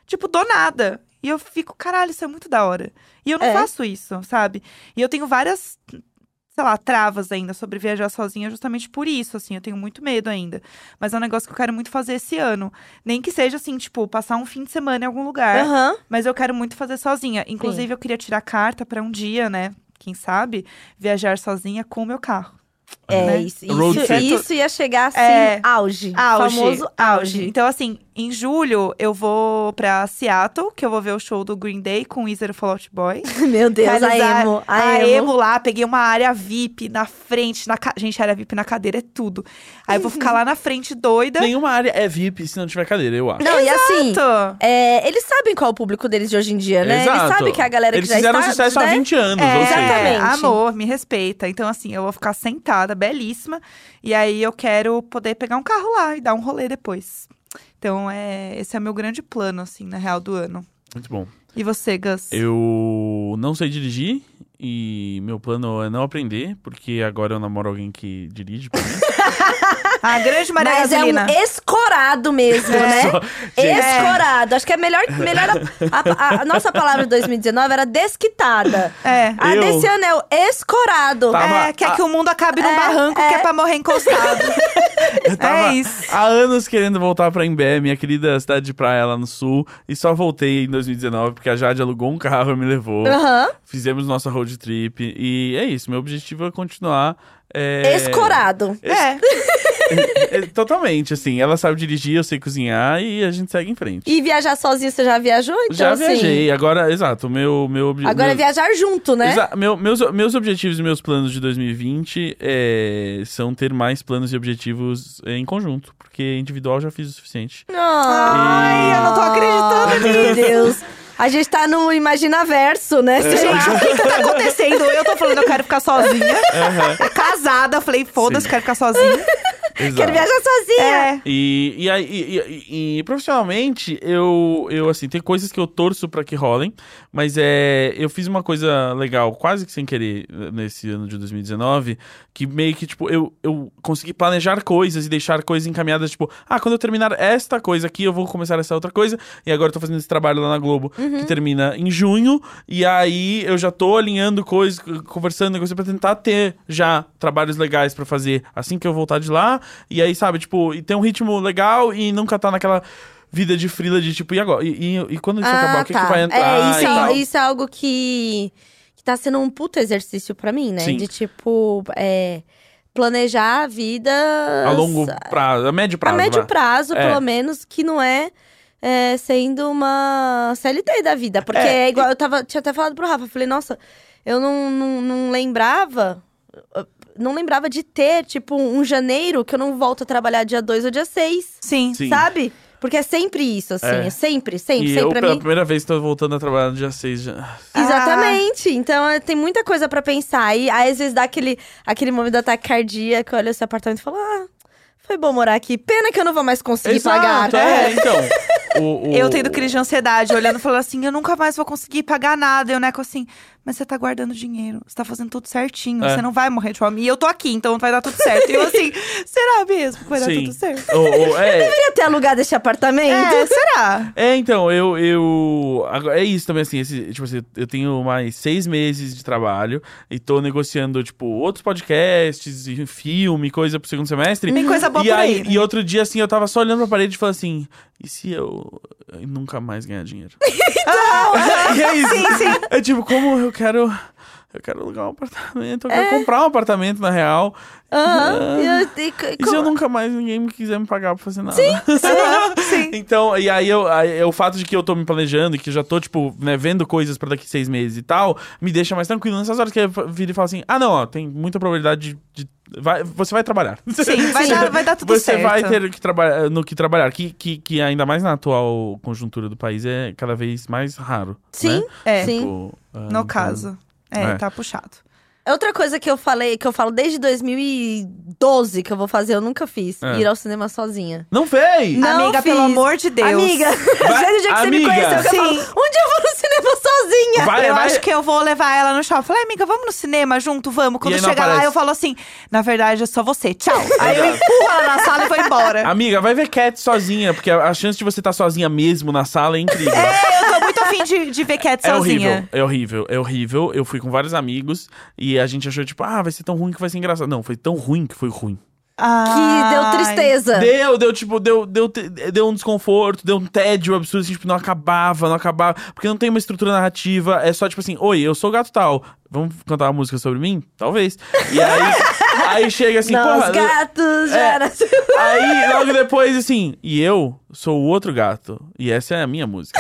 S3: Tipo, do nada. E eu fico, caralho, isso é muito da hora. E eu não
S2: É.
S3: faço isso, sabe? E eu tenho várias, sei lá, travas ainda sobre viajar sozinha justamente por isso, assim. Eu tenho muito medo ainda. Mas é um negócio que eu quero muito fazer esse ano. Nem que seja, assim, tipo, passar um fim de semana em algum lugar.
S2: Aham.
S3: Mas eu quero muito fazer sozinha. Inclusive, eu queria tirar carta pra um dia, né? Quem sabe, viajar sozinha com o meu carro.
S2: É,
S3: Né?
S2: isso.
S1: Road
S2: Isso,
S1: trip.
S2: isso ia chegar assim,
S3: É.
S2: auge.
S3: Auge,
S2: Famoso auge.
S3: Então, assim, em julho eu vou pra Seattle, que eu vou ver o show do Green Day com o Weezer e o Fall Out Boy.
S2: Meu Deus, a
S3: Realizar-
S2: emo. A
S3: A
S2: emo.
S3: emo Ah, lá, peguei uma área VIP na frente, na ca... gente, área VIP na cadeira é tudo. Aí eu vou ficar lá na frente doida.
S1: Nenhuma área é VIP se não tiver cadeira, eu acho.
S2: Não, e assim,
S3: Exato.
S2: É, eles sabem qual é o público deles de hoje em dia, né?
S1: Exato.
S2: Eles sabem que é a galera
S1: Eles
S2: que já
S1: fizeram
S2: está,
S1: sucesso
S2: né?
S1: há 20 anos,
S3: É,
S1: ou seja.
S2: exatamente.
S3: amor, me respeita. Então, assim, eu vou ficar sentada, belíssima. E aí eu quero poder pegar um carro lá e dar um rolê depois. Então, é... esse é o meu grande plano, assim, na real, do ano.
S1: Muito bom.
S3: E você, Gus?
S1: Eu não sei dirigir e meu plano é não aprender, porque agora eu namoro alguém que dirige pra mim.
S3: A grande Maria
S2: Mas é
S3: Gasolina.
S2: um escorado mesmo, né?
S1: É Só- Gente,
S2: Escorado. Acho que é melhor, melhor a, a- a nossa palavra de 2019 era desquitada.
S3: É.
S2: A
S1: Eu-
S2: desse ano é o escorado.
S1: Tá. Tava-
S3: é, quer
S1: a-
S3: que o mundo acabe num
S2: É,
S3: barranco, que é pra morrer encostado.
S1: eu tava
S3: É isso.
S1: há anos querendo voltar pra Embé, minha querida cidade de praia lá no sul, e só voltei em 2019 porque a Jade alugou um carro e me levou.
S2: Aham.
S1: Fizemos nossa road trip e é isso. Meu objetivo é continuar. é,
S2: Escorado.
S3: É.
S1: é, totalmente, assim. Ela sabe dirigir, eu sei cozinhar e a gente segue em frente.
S2: E viajar sozinho, você já viajou? Então,
S1: Já
S2: assim,
S1: viajei, agora, exato, o meu, meu objetivo.
S2: Agora é viajar junto, né?
S1: Exa- meu- meus, meus objetivos e meus planos de 2020 é, são ter mais planos e objetivos é, em conjunto, porque individual já fiz o suficiente.
S3: Ai, eu não tô acreditando
S2: nisso. Ah, Meu Deus. A gente tá no imaginaverso, né?
S1: É.
S3: Gente, o que que tá acontecendo? Eu tô falando, eu quero ficar sozinha. É Casada, eu falei, foda-se,
S1: Sim.
S3: quero ficar sozinha.
S2: Quero
S1: Exato.
S2: viajar sozinha.
S3: É.
S1: E, e, aí- e, e- e profissionalmente, eu, eu, assim, tem coisas que eu torço pra que rolem, mas é, eu fiz uma coisa legal, quase que sem querer, eh, nesse ano de 2019, que meio que, tipo, eu, eu consegui planejar coisas e deixar coisas encaminhadas, tipo, ah, quando eu terminar esta coisa aqui, eu vou começar essa outra coisa, e agora eu tô fazendo esse trabalho lá na Globo,
S2: Uhum.
S1: que termina em junho, e aí eu já tô alinhando coisas, c- conversando, negócio pra tentar ter já trabalhos legais pra fazer assim que eu voltar de lá, e aí, sabe, tipo, e ter um ritmo legal e nunca tá naquela vida de frila de tipo, e agora? E, e- e quando isso acabar, o que, que vai entrar?
S2: Ah,
S1: Ah,
S2: É, isso,
S1: e
S2: é,
S1: tal.
S2: isso é algo que, que tá sendo um puta exercício pra mim, né?
S1: Sim.
S2: De tipo, é, planejar a vida.
S1: A longo prazo, a médio prazo.
S2: a médio
S1: vai.
S2: prazo,
S1: É.
S2: pelo menos, que não é. é, sendo uma CLT da vida. Porque
S1: É,
S2: é, igual. Eu tava, tinha até falado pro Rafa, eu falei, nossa, eu não, não, não lembrava. eu Não lembrava de ter, tipo, um janeiro que eu não volto a trabalhar dia 2 ou dia 6.
S3: Sim.
S1: Sim.
S2: Sabe? Porque é sempre isso, assim.
S1: É.
S2: É sempre, sempre,
S1: E
S2: sempre.
S1: eu,
S2: pra
S1: pela
S2: mim,
S1: primeira vez, tô voltando a trabalhar no dia 6. Já...
S2: Exatamente. Então é, tem muita coisa pra pensar. E aí, às vezes dá aquele, aquele momento do ataque cardíaco, olha o seu apartamento e fala: Ah,
S4: Foi bom morar aqui. Pena que eu não vou mais conseguir pagar.
S2: né?
S1: é, então. O- o-
S3: Eu tendo crise de ansiedade, olhando e falando assim, eu nunca mais vou conseguir pagar nada. E o Neco assim, mas você tá guardando dinheiro, você tá fazendo tudo certinho,
S1: É.
S3: você não vai morrer de fome. E eu tô aqui, então vai dar tudo certo. E eu assim, será mesmo? que Vai dar
S1: Sim.
S3: tudo certo.
S1: o- o- é,
S4: Queria ter alugado esse apartamento.
S3: É, será?
S1: É, então, eu. eu agora- é isso também, assim. esse- tipo assim, eu tenho mais seis meses de trabalho e tô negociando, tipo, outros podcasts, e filme, coisa pro segundo semestre.
S3: Tem coisa boa
S1: e
S3: por aí. né?
S1: E outro dia, assim, eu tava só olhando pra parede e falando assim: e se eu eh, nunca mais ganhar dinheiro? e é isso. É tipo, como eu quero. Eu quero alugar um apartamento, eu quero
S3: É.
S1: comprar um apartamento, na real.
S4: Aham. E eu- e co-
S1: E ah, se eu nunca mais ninguém me quiser me pagar pra fazer nada?
S3: Sim.
S1: Então, e aí, eu, aí é o fato de que eu tô me planejando e que eu já tô, tipo, né, vendo coisas pra daqui seis meses e tal, me deixa mais tranquilo nessas horas que eu viro e falo assim: ah, não, ó, tem muita probabilidade de. de- vai- você vai trabalhar.
S3: Sim, vai, Dar, vai dar tudo
S1: você
S3: certo.
S1: vai ter que trabalhar no que trabalhar, que, que, que ainda mais na atual conjuntura do país é cada vez mais raro.
S4: Sim,
S1: né?
S3: É,
S4: sim.
S1: Tipo, ah, então-
S3: no caso. É,
S1: É.
S3: tá puxado.
S4: é Outra coisa que eu falei, que eu falo desde 2012 que eu vou fazer, eu nunca fiz.
S1: É.
S4: Ir ao cinema sozinha.
S1: Não fez!
S4: Não
S3: Amiga,
S4: fiz.
S3: pelo amor de Deus.
S4: Amiga, desde o dia que você me
S1: amiga.
S4: conheceu, que eu falo,
S3: Sim.
S4: onde eu vou no cinema sozinha?
S1: Vai,
S3: eu
S1: vai.
S3: acho que eu vou levar ela no shopping. Falei, amiga, vamos no cinema junto, vamos. Quando
S1: aí não
S3: chegar lá,
S1: aparece.
S3: eu falo assim, na verdade, é só você, tchau. Aí eu empurro ela na sala e vou embora.
S1: Amiga, vai ver Cat sozinha, porque a a chance de você estar sozinha mesmo na sala é incrível.
S3: É, eu tô muito afim de, de ver Cat
S1: É horrível,
S3: sozinha.
S1: é horrível, é horrível. Eu fui com vários amigos e a gente achou, tipo, ah, vai ser tão ruim que vai ser engraçado. Não, foi tão ruim que foi ruim.
S3: Ai.
S4: Que deu tristeza.
S1: Deu, deu, tipo, deu, deu, te- deu um desconforto, deu um tédio absurdo, assim, tipo, não acabava, não acabava. Porque não tem uma estrutura narrativa, é só, tipo assim, oi, eu sou o gato tal. Vamos cantar uma música sobre mim? Talvez. E aí, aí chega assim,
S4: Não,
S1: porra. é.
S4: os gatos já era...
S1: Aí, logo depois, assim, e eu sou o outro gato. E essa é a minha música.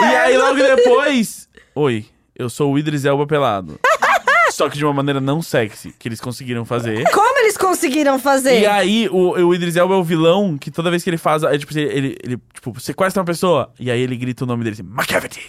S1: e aí, logo depois, oi, eu sou o Idris Elba pelado. Só que de uma maneira não sexy, que eles conseguiram fazer.
S4: Como eles conseguiram fazer?
S1: E aí, o, o Idris Elba é o vilão que toda vez que ele faz. É, tipo, ele, ele, ele, tipo, sequestra uma pessoa. E aí ele grita o nome dele assim: McCavity!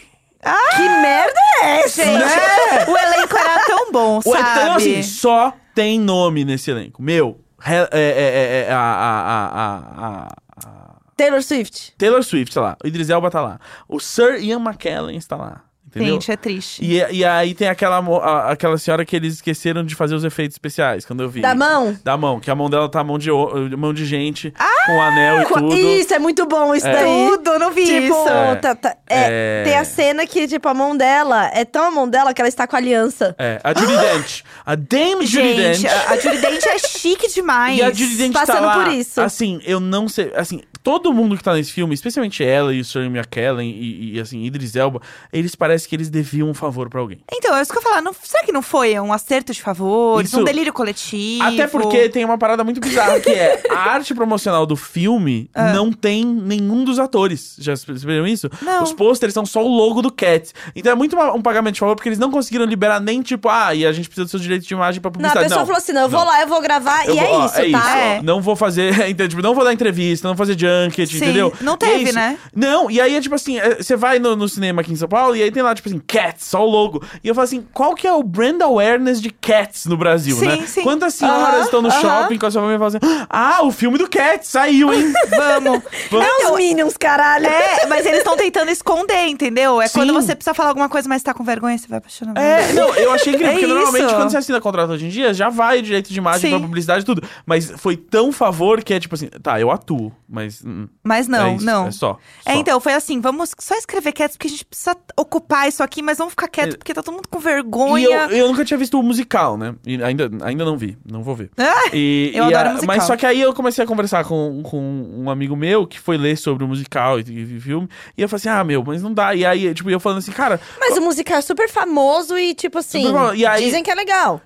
S4: Que merda é essa?
S3: Ah, Gente, o elenco era tão bom,
S1: O
S3: sabe?
S1: então, assim, só tem nome nesse elenco. Meu, re- é, é, é, é, a- a- a- a- a, a
S4: Taylor Swift.
S1: Taylor Swift tá lá, o Idris Elba tá lá, o Sir Ian McKellen está lá, entendeu?
S3: Gente, é triste.
S1: E, e aí tem aquela, mo- a- aquela senhora que eles esqueceram de fazer os efeitos especiais, quando eu vi.
S4: Da mão?
S1: Da mão, que a mão dela tá mão de, o- mão de gente, com anel e
S4: Co-
S1: tudo.
S4: Isso, é muito bom isso daí.
S3: Tudo, eu não vi
S4: Tipo,
S3: isso.
S1: É.
S4: tá- tá- é,
S1: É.
S4: tem a cena que, tipo, a mão dela é tão a mão dela que ela está com a aliança.
S1: É, a Judy Dent. A Dame Judy Dent.
S3: Gente, a a Judy Dent é chique demais.
S1: E a Judy Dent tá
S4: ah, passando
S1: lá,
S4: por isso.
S1: Assim, eu não sei. Assim, todo mundo que tá nesse filme, especialmente ela e o Sir Ian McKellen e, e, assim, Idris Elba, eles parecem que eles deviam um favor pra alguém.
S3: Então, é isso que eu ia falar. Não, será que não foi um acerto de favores,
S1: Isso.
S3: um delírio coletivo?
S1: Até porque tem uma parada muito bizarra que é a arte promocional do filme
S4: Ah.
S1: não tem nenhum dos atores. Já perceberam isso?
S3: Não.
S1: Os pôsteres são só o logo do Cats. Então é muito uma- um pagamento de favor porque eles não conseguiram liberar nem tipo, ah, e a gente precisa dos seus direitos de imagem pra
S4: Não, a
S1: publicidade.
S4: pessoa falou assim: não, eu vou lá, eu vou gravar,
S1: Eu
S4: e
S1: vou-
S4: é
S1: ó,
S4: isso, tá?
S1: ó. Não vou fazer, entendeu? Tipo, não vou dar entrevista, não vou fazer junket,
S3: Sim,
S1: entendeu?
S3: não
S1: E é
S3: teve,
S1: isso.
S3: né?
S1: Não, e aí é tipo assim, é, você vai no, no cinema aqui em São Paulo e aí tem lá, tipo assim, Cats, só o logo. E eu falo assim, qual que é o brand awareness de Cats no Brasil,
S3: Sim,
S1: né?
S3: sim.
S1: Quantas senhoras
S4: Aham,
S1: estão no
S4: aham.
S1: shopping com a sua família e falam assim, ah, o filme do Cats saiu, hein?
S3: Vamos.
S1: Vamos.
S4: É os Minions, caralho.
S3: É, mas eles estão tentando esconder, entendeu? É
S1: Sim.
S3: quando você precisa falar alguma coisa, mas tá com vergonha, você vai apaixonar.
S1: É, não, eu achei incrível,
S3: É
S1: porque normalmente
S3: isso.
S1: quando você assina contrato hoje em dia, já vai direito de imagem
S3: Sim.
S1: pra publicidade e tudo. Mas foi tão favor que é tipo assim, tá, eu atuo, mas. hum,
S3: Mas não,
S1: é isso,
S3: não.
S1: É só.
S3: É,
S1: só.
S3: então, foi assim, vamos só escrever quietos, porque a gente precisa ocupar isso aqui, mas vamos ficar quieto, porque tá todo mundo com
S1: É. E
S3: vergonha.
S1: eu, eu nunca tinha visto o musical, né? E ainda, ainda não vi, não vou ver.
S3: Ah,
S1: E-
S3: eu
S1: e
S3: adoro
S1: a-
S3: musical.
S1: Mas só que aí eu comecei a conversar com, com um amigo meu que foi ler sobre o musical e, e filme. E eu falei assim, ah, meu, mas não dá. E aí, tipo, eu falando assim, cara,
S4: Mas o musical é super famoso e, tipo assim,
S1: Super famoso. E aí-
S4: dizem que é legal.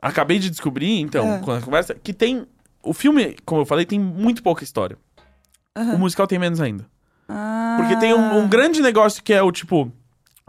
S1: acabei de descobrir, então,
S3: Ah.
S1: quando a conversa, que tem. O filme, como eu falei, tem muito pouca história. O musical tem menos ainda.
S3: Ah.
S1: Porque tem um, um grande negócio que é o tipo.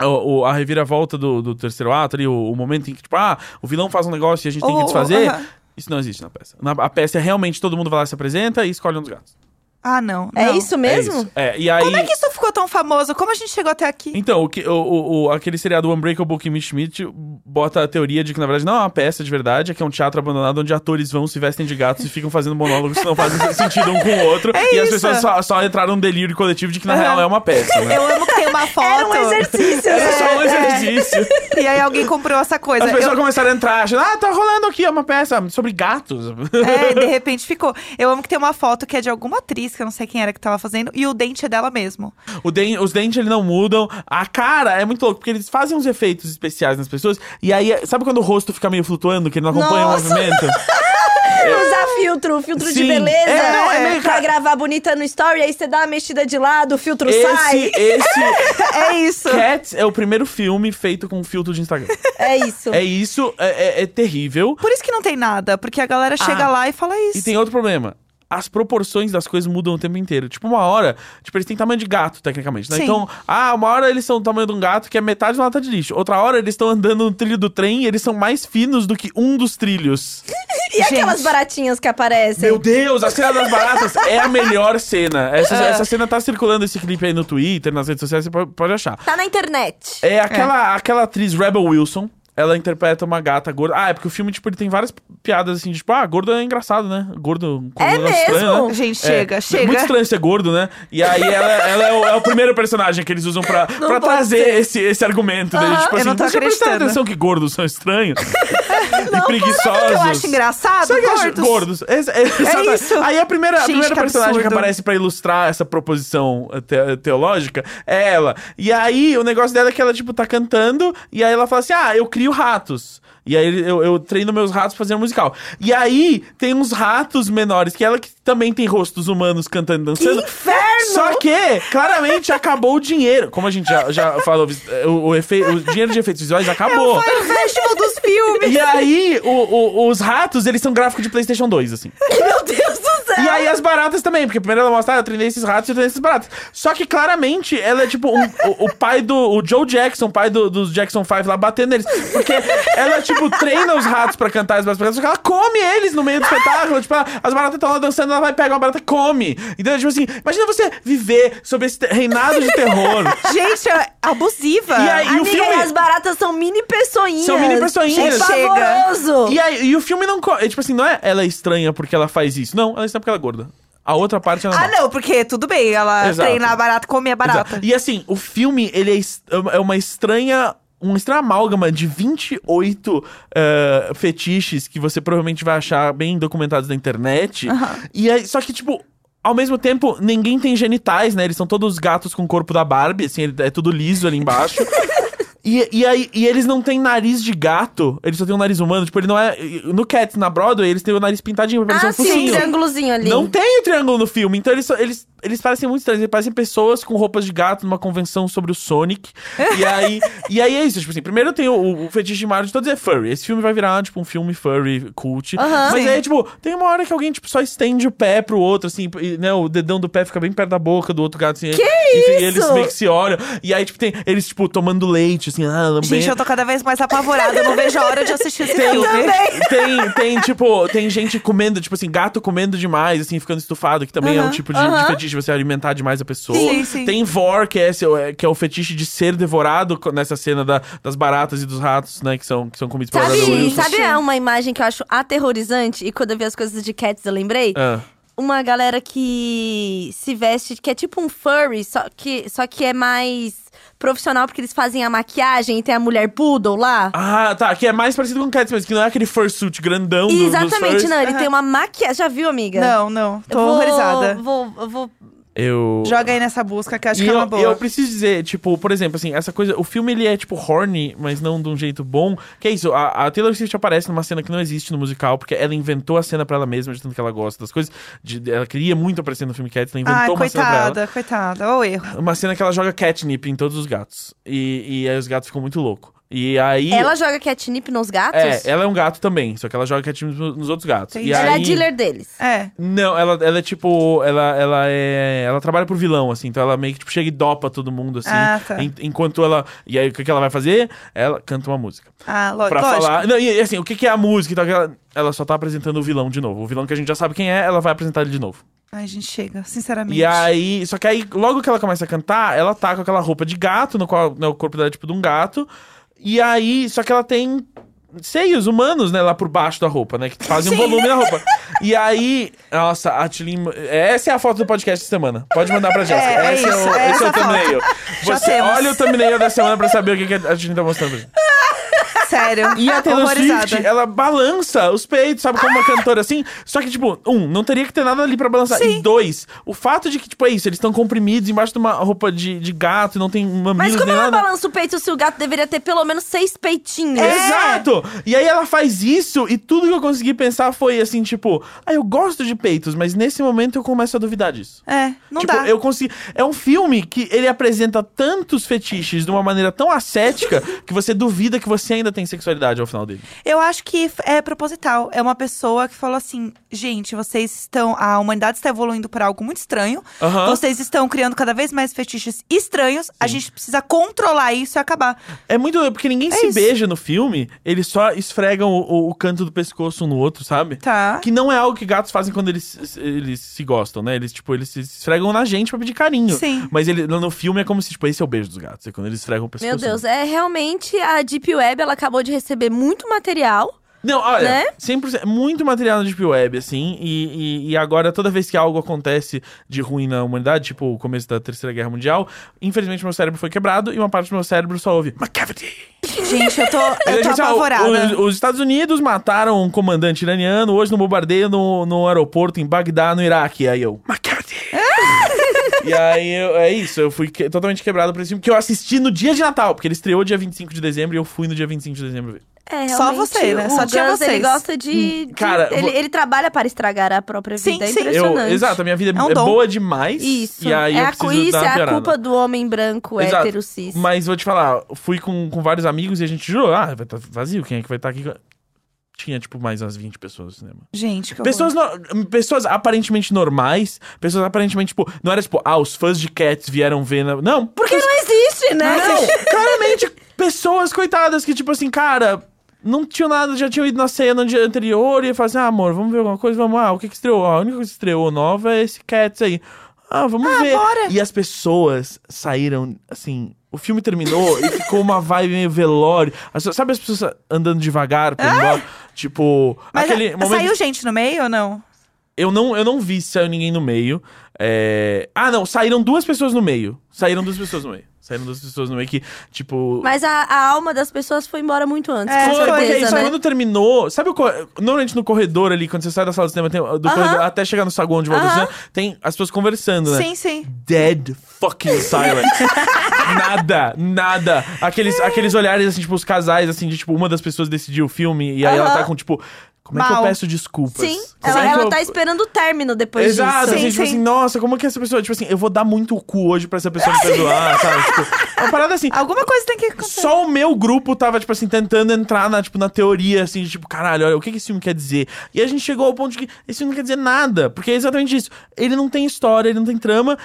S1: o- o- a reviravolta do, do terceiro ato ali, o, o momento em que, tipo, ah, o vilão faz um negócio e a gente tem
S3: Oh,
S1: que
S3: oh,
S1: desfazer.
S3: aham.
S1: Isso não existe na peça. Na, a peça é realmente todo mundo vai lá se apresenta e escolhe um dos gatos.
S3: Ah, não.
S4: É
S3: não.
S4: isso
S1: É
S4: mesmo?
S1: isso. É, e aí.
S3: Como é que isso ficou tão famoso? Como a gente chegou até aqui?
S1: Então, o que, o, o- o- aquele seriado Unbreakable Kimmy Schmidt bota a teoria de que, na verdade, não é uma peça de verdade, é que é um teatro abandonado onde atores vão, se vestem de gatos e ficam fazendo monólogos que não fazem sentido um com o outro.
S3: É
S1: e as
S3: isso.
S1: pessoas só, só entraram num delírio coletivo de que, na real, é uma peça, né?
S3: Eu amo que tem uma foto.
S4: Era um exercício.
S1: É só um
S3: É, é.
S1: exercício.
S3: E aí alguém comprou essa coisa.
S4: é,
S1: As pessoas
S3: Eu-
S1: começaram a entrar, achando, ah, tá rolando aqui, é uma peça sobre gatos.
S3: É, de repente ficou. Eu amo que tem uma foto que é de alguma atriz, que eu não sei quem era que tava fazendo, e o dente é dela mesmo.
S1: O den- os dentes eles não mudam. A cara é muito louco, porque eles fazem uns efeitos especiais nas pessoas. E aí, é- sabe quando o rosto fica meio flutuando, que ele não acompanha
S4: Nossa!
S1: o movimento?
S4: Usar filtro, filtro de
S1: Sim.
S4: beleza.
S1: É, não, é meio
S4: pra
S1: ca-
S4: gravar bonita no story, aí você dá uma mexida de lado, o filtro sai.
S1: Esse, esse
S3: É isso.
S1: Cats é o primeiro filme feito com um filtro de Instagram.
S4: É isso.
S1: É isso, é, é- é terrível.
S3: Por isso que não tem nada, porque a galera chega lá e fala
S1: Ah,
S3: isso.
S1: E tem outro problema. As proporções das coisas mudam o tempo inteiro. Tipo, uma hora, tipo, eles têm tamanho de gato, tecnicamente, né?
S3: Sim.
S1: Então, ah, uma hora eles são do tamanho de um gato, que é metade de uma lata de lixo. Outra hora eles estão andando no trilho do trem e eles são mais finos do que um dos trilhos.
S4: E aquelas
S3: Gente.
S4: baratinhas que aparecem?
S1: Meu Deus, a cena das baratas é a melhor cena. Essa, essa cena tá circulando esse clipe aí no Twitter, nas redes sociais, você pode- pode achar.
S4: Tá na internet.
S1: É aquela, aquela atriz Rebel Wilson. Ela interpreta uma gata gorda. Ah, é porque o filme, tipo, ele tem várias piadas assim, de, tipo, ah, gordo é engraçado, né? Gordo com
S4: É
S1: um negócio
S4: mesmo?
S1: né?
S3: Gente,
S1: É,
S3: chega, chega.
S1: Muito estranho ser gordo, né? E aí ela, ela é, o, é o primeiro personagem que eles usam pra, pra
S4: pode
S1: trazer esse, esse argumento. dele, tipo
S3: eu
S1: assim,
S3: não tô
S1: "Vocês já prestaram
S3: acreditando."
S1: atenção que gordos são estranhos e
S3: Sabe o que eu
S1: preguiçosos.
S3: acho engraçado?
S1: Sabe o que eu acho?
S3: Gordos.
S1: Gordos. É, é- exatamente.
S3: isso.
S1: Aí a primeira, a
S3: Gente,
S1: primeira
S3: que
S1: personagem que
S3: absurdo.
S1: aparece pra ilustrar essa proposição eh, te- teológica é ela. E aí o negócio dela é que ela, tipo, tá cantando e aí ela fala assim: ah, eu crio ratos. E aí eu, eu treino meus ratos fazendo musical. E aí tem uns ratos menores, que ela que também tem rostos humanos cantando e dançando.
S4: inferno!
S1: Só que, claramente, acabou o dinheiro. Como a gente já, já falou, vis- eh, o, o, efe- o dinheiro de efeitos visuais acabou.
S3: Foi o festival dos filmes.
S1: E aí, o- o- os ratos, eles são gráfico de PlayStation 2, assim.
S4: Meu Deus do céu!
S1: E aí, as baratas também, porque primeiro ela mostra, ah, eu treinei esses ratos e eu treinei esses baratas. Só que claramente, ela é tipo um- o, o pai do. O Joe Jackson, pai do- dos Jackson 5 lá, batendo neles. Porque ela, tipo, treina os ratos pra cantar as baratas, só que ela come eles no meio do espetáculo. Tipo, ela- as baratas estão lá dançando, ela vai pegar uma barata e come. Então, tipo assim, imagina você viver sobre esse te- reinado de terror.
S3: Gente, é abusiva.
S1: E aí- o
S4: Amiga,
S1: filme-
S4: e as baratas são mini pessoinhas.
S1: São mini pessoinhas.
S4: É
S3: Chega.
S4: pavoroso.
S1: E, aí, e o filme não. co- É, tipo assim, não é ela é estranha porque ela faz isso. Não, ela é estranha porque ela é gorda. A outra parte ela
S3: Ah, não, porque tudo bem, ela
S1: Exato.
S3: treinar barata, comer barata.
S1: Exato. E assim, o filme, ele é, es- é uma estranha. Uma estranha amálgama de 28 eh, fetiches que você provavelmente vai achar bem documentados na internet. E aí, só que, tipo, ao mesmo tempo, ninguém tem genitais, né? Eles são todos gatos com o corpo da Barbie, assim, ele- é tudo liso ali embaixo. E, e aí, e eles não têm nariz de gato, eles só têm um nariz humano. Tipo, ele não é. No Cats, na Broadway, eles têm o nariz pintadinho pra parecer
S4: Ah,
S1: um
S4: sim, um
S1: focinho.
S4: triângulozinho ali.
S1: Não tem o triângulo no filme, então eles, só- eles, eles parecem muito estranhos. Eles parecem pessoas com roupas de gato numa convenção sobre o Sonic. E aí, e aí é isso, tipo assim, primeiro tem o, o fetiche de Mario de todos é furry. Esse filme vai virar, tipo, um filme furry cult. Mas
S3: Sim.
S1: aí, tipo, tem uma hora que alguém, tipo, só estende o pé pro outro, assim, e, né, o dedão do pé fica bem perto da boca do outro gato, assim. Que enfim,
S4: isso?
S1: eles meio que se olham. E aí, tipo, tem eles, tipo, tomando leite, assim, ah, lambendo.
S3: Gente, eu tô cada vez mais apavorada. Eu não vejo a hora de assistir esse
S1: um
S3: filme.
S1: Tem, tem, tipo, tem gente comendo, tipo assim, gato comendo demais, assim, ficando estufado, que também é um
S3: Aham,
S1: tipo de, de fetiche, você alimentar demais a pessoa.
S3: Sim, sim.
S1: Tem vor, que é, esse, que é o fetiche de ser devorado co- nessa cena da- das baratas e dos ratos, né, que são, que são comidos pela Rebel
S4: Sabe,
S1: Wilson.
S4: sabe é uma imagem que eu acho aterrorizante? E quando eu vi as coisas de Cats, eu lembrei?
S1: Ah,
S4: Uma galera que se veste, que é tipo um furry, só que, só que é mais profissional, porque eles fazem a maquiagem e tem a mulher poodle lá.
S1: Ah, tá, que é mais parecido com Cats mesmo, que não é aquele fursuit grandão do, dos
S4: Exatamente,
S1: furs.
S3: né?
S4: não. Ele tem uma maquiagem. Já viu, amiga?
S3: É. Não, não.
S4: Eu
S3: Tô
S4: vou-
S3: horrorizada.
S4: Vou, eu vou...
S1: Eu...
S3: Joga aí nessa busca que eu acho
S1: E
S3: que é uma
S1: eu,
S3: boa.
S1: eu preciso dizer, tipo, por exemplo, assim, essa coisa. O filme ele é, tipo, horny, mas não de um jeito bom. Que é isso, a, a Taylor Swift aparece numa cena que não existe no musical, porque ela inventou a cena pra ela mesma, de tanto que ela gosta das coisas. de- ela queria muito aparecer no filme Cats, ela inventou
S3: Ai,
S1: uma cena pra ela.
S3: coitada, coitada. Olha o erro.
S1: Uma cena que ela joga catnip em todos os gatos. E, e aí os gatos ficam muito loucos. E aí.
S4: Ela joga catnip nos gatos?
S1: É, ela é um gato também, só que ela joga catnip nos nos outros gatos.
S3: Entendi.
S1: E
S4: ela
S1: aí...
S4: é dealer deles.
S3: É.
S1: Não, ela, ela é tipo. Ela, ela é. Ela trabalha por vilão, assim. Então ela meio que tipo, chega e dopa todo mundo, assim.
S3: Ah, tá.
S1: en- enquanto ela. E aí o que, que ela vai fazer? Ela canta uma música.
S3: Ah, lo-
S1: Pra
S3: lógico.
S1: falar. Não, e assim, o que, que é a música e tal? que Ela, ela só tá apresentando o vilão de novo. O vilão que a gente já sabe quem é, ela vai apresentar ele de novo.
S3: Ai, gente, chega, sinceramente.
S1: E aí, só que aí, logo que ela começa a cantar, ela tá com aquela roupa de gato, no qual né, o corpo dela é tipo de um gato. E aí, só que ela tem seios humanos, né, lá por baixo da roupa, né, que fazem um volume na roupa. E aí, nossa, a Tilin, essa é a foto do podcast dessa semana. Pode mandar pra Jéssica.
S3: É, é
S1: Esse
S3: isso,
S1: o,
S3: é
S1: esse é o
S3: essa foto.
S1: thumbnail.
S3: Já
S1: Você
S3: temos.
S1: olha o thumbnail da semana pra saber o que, que a Tilin tá mostrando pra gente.
S3: Sério.
S1: E a Taylor
S3: horrorizada.
S1: Swift, ela balança os peitos, sabe? Como uma cantora assim. Só que, tipo, um, não teria que ter nada ali pra balançar. E
S3: Sim.
S1: dois, o fato de que, tipo, é isso, eles estão comprimidos embaixo de uma roupa de, de gato e né? não tem
S4: Mas
S1: mamilos
S4: como
S1: nem
S4: ela
S1: nada.
S4: balança o peito se o gato deveria ter pelo menos seis peitinhos?
S2: É.
S1: Exato! E aí ela faz isso e tudo que eu consegui pensar foi assim, tipo, ah, eu gosto de peitos, mas nesse momento eu começo a duvidar disso.
S3: É, não
S1: tipo,
S3: dá.
S1: eu consegui. É um filme que ele apresenta tantos fetiches de uma maneira tão ascética que você duvida que você ainda tem sexualidade ao final dele.
S3: Eu acho que f- é proposital. É uma pessoa que falou assim: gente, vocês estão. A humanidade está evoluindo para algo muito estranho.
S1: Aham.
S3: Vocês estão criando cada vez mais fetiches estranhos. A gente precisa controlar isso e acabar.
S1: É muito doido, porque ninguém
S3: É
S1: se
S3: isso.
S1: beija no filme, eles só esfregam o, o- o canto do pescoço um no outro, sabe?
S3: Tá.
S1: Que não é algo que gatos fazem quando eles, se- eles se gostam, né? Eles, tipo, eles se esfregam na gente pra pedir carinho.
S3: Sim.
S1: Mas ele, no no filme é como se, tipo, esse é o beijo dos gatos. É quando eles esfregam o pescoço.
S4: Meu Deus, é realmente a Deep Web, ela acabou de receber muito material.
S1: Não, olha,
S4: Né?
S1: 100%, é muito material na Deep Web, assim, e, e- e agora toda vez que algo acontece de ruim na humanidade, tipo o começo da Terceira Guerra Mundial, infelizmente meu cérebro foi quebrado e uma parte do meu cérebro só ouve McCavity!
S3: Gente, eu tô, eu
S1: Ele
S3: tô
S1: disse, ah, o-
S3: apavorada.
S1: Os, os Estados Unidos mataram um comandante iraniano hoje no bombardeio no, no aeroporto em Bagdá, no Iraque. Aí eu. "McCarthy!" e aí eu- é isso, eu fui que- totalmente quebrado por esse filme, que eu assisti no dia de Natal, porque ele estreou dia 25 de dezembro e eu fui no dia 25 de dezembro ver.
S4: É,
S3: Só
S4: realmente,
S3: você, né?
S4: o
S3: Só tinha
S4: Gus, ele
S3: vocês.
S4: gosta de... de-
S1: Hum, Cara,
S4: ele,
S1: vo-
S4: ele trabalha para estragar a própria vida,
S3: Sim,
S4: é
S3: sim. Eu-
S1: Eu,
S4: impressionante.
S1: exato, a minha vida é,
S3: É um dom.
S1: boa demais.
S4: Isso,
S1: E aí
S4: é
S1: eu
S4: a,
S1: preciso
S4: cu- isso
S1: dar uma
S4: é a
S1: piorada.
S4: culpa do homem branco,
S1: Exato.
S4: hétero, cis.
S1: Mas vou te falar, fui com, com vários amigos e a gente jurou, ah, vai estar vazio, quem é que vai estar aqui? Tinha, tipo, mais umas 20 pessoas no cinema.
S3: Gente, que
S1: Pessoas, no- pessoas aparentemente normais, pessoas aparentemente, tipo, não era tipo, ah, os fãs de Cats vieram ver. Na... Não,
S4: Porque não existe, né?
S1: não, claramente, pessoas coitadas que, tipo assim, cara, não tinham nada, já tinham ido na ceia no dia anterior e ia falar assim, ah, amor, vamos ver alguma coisa, vamos lá, o que que estreou? Ah, a única coisa que estreou nova é esse Cats aí. Ah, vamos ver.
S3: bora.
S1: E as pessoas saíram, assim, o filme terminou e ficou uma vibe meio velório. As- Sabe as pessoas andando devagar, pra ir embora? tipo,
S3: Ah! Mas
S1: aquele
S3: a-
S1: momento
S3: saiu gente no meio ou não?
S1: eu não, eu não vi se saiu ninguém no meio. É, Ah, não, saíram duas pessoas no meio. Saíram duas pessoas no meio. Saíram duas pessoas no meio que, tipo.
S4: Mas a, a alma das pessoas foi embora muito antes,
S3: É,
S4: com
S1: foi, porque
S4: certeza,
S1: isso,
S4: né?
S1: quando terminou. Sabe o. cor- Normalmente no corredor ali, quando você sai da sala de cinema, tem, do corredor, até chegar no saguão de volta do
S4: Aham.
S1: cinema, tem as pessoas conversando, né?
S3: Sim, sim.
S1: Dead fucking silence. nada, nada. Aqueles, aqueles olhares, assim, tipo, os casais, assim, de tipo, uma das pessoas decidiu o filme e aí ela tá com, tipo, como é que eu
S3: Mal.
S1: peço desculpas?
S4: Sim,
S1: Como
S4: ela,
S1: é que
S4: ela
S1: eu-
S4: tá esperando o término depois
S1: Exato,
S4: disso.
S1: assim,
S3: Sim,
S1: tipo
S3: sim.
S1: assim, nossa, como que essa pessoa, tipo assim, eu vou dar muito o cu hoje pra essa pessoa me perdoar, sabe? Tipo, uma parada assim.
S3: Alguma coisa tem que acontecer.
S1: Só o meu grupo tava, tipo assim, tentando entrar na, tipo, na teoria, assim, de tipo, caralho, olha, o que que esse filme quer dizer? E a gente chegou ao ponto de que esse filme não quer dizer nada, porque é exatamente isso. Ele não tem história, ele não tem trama,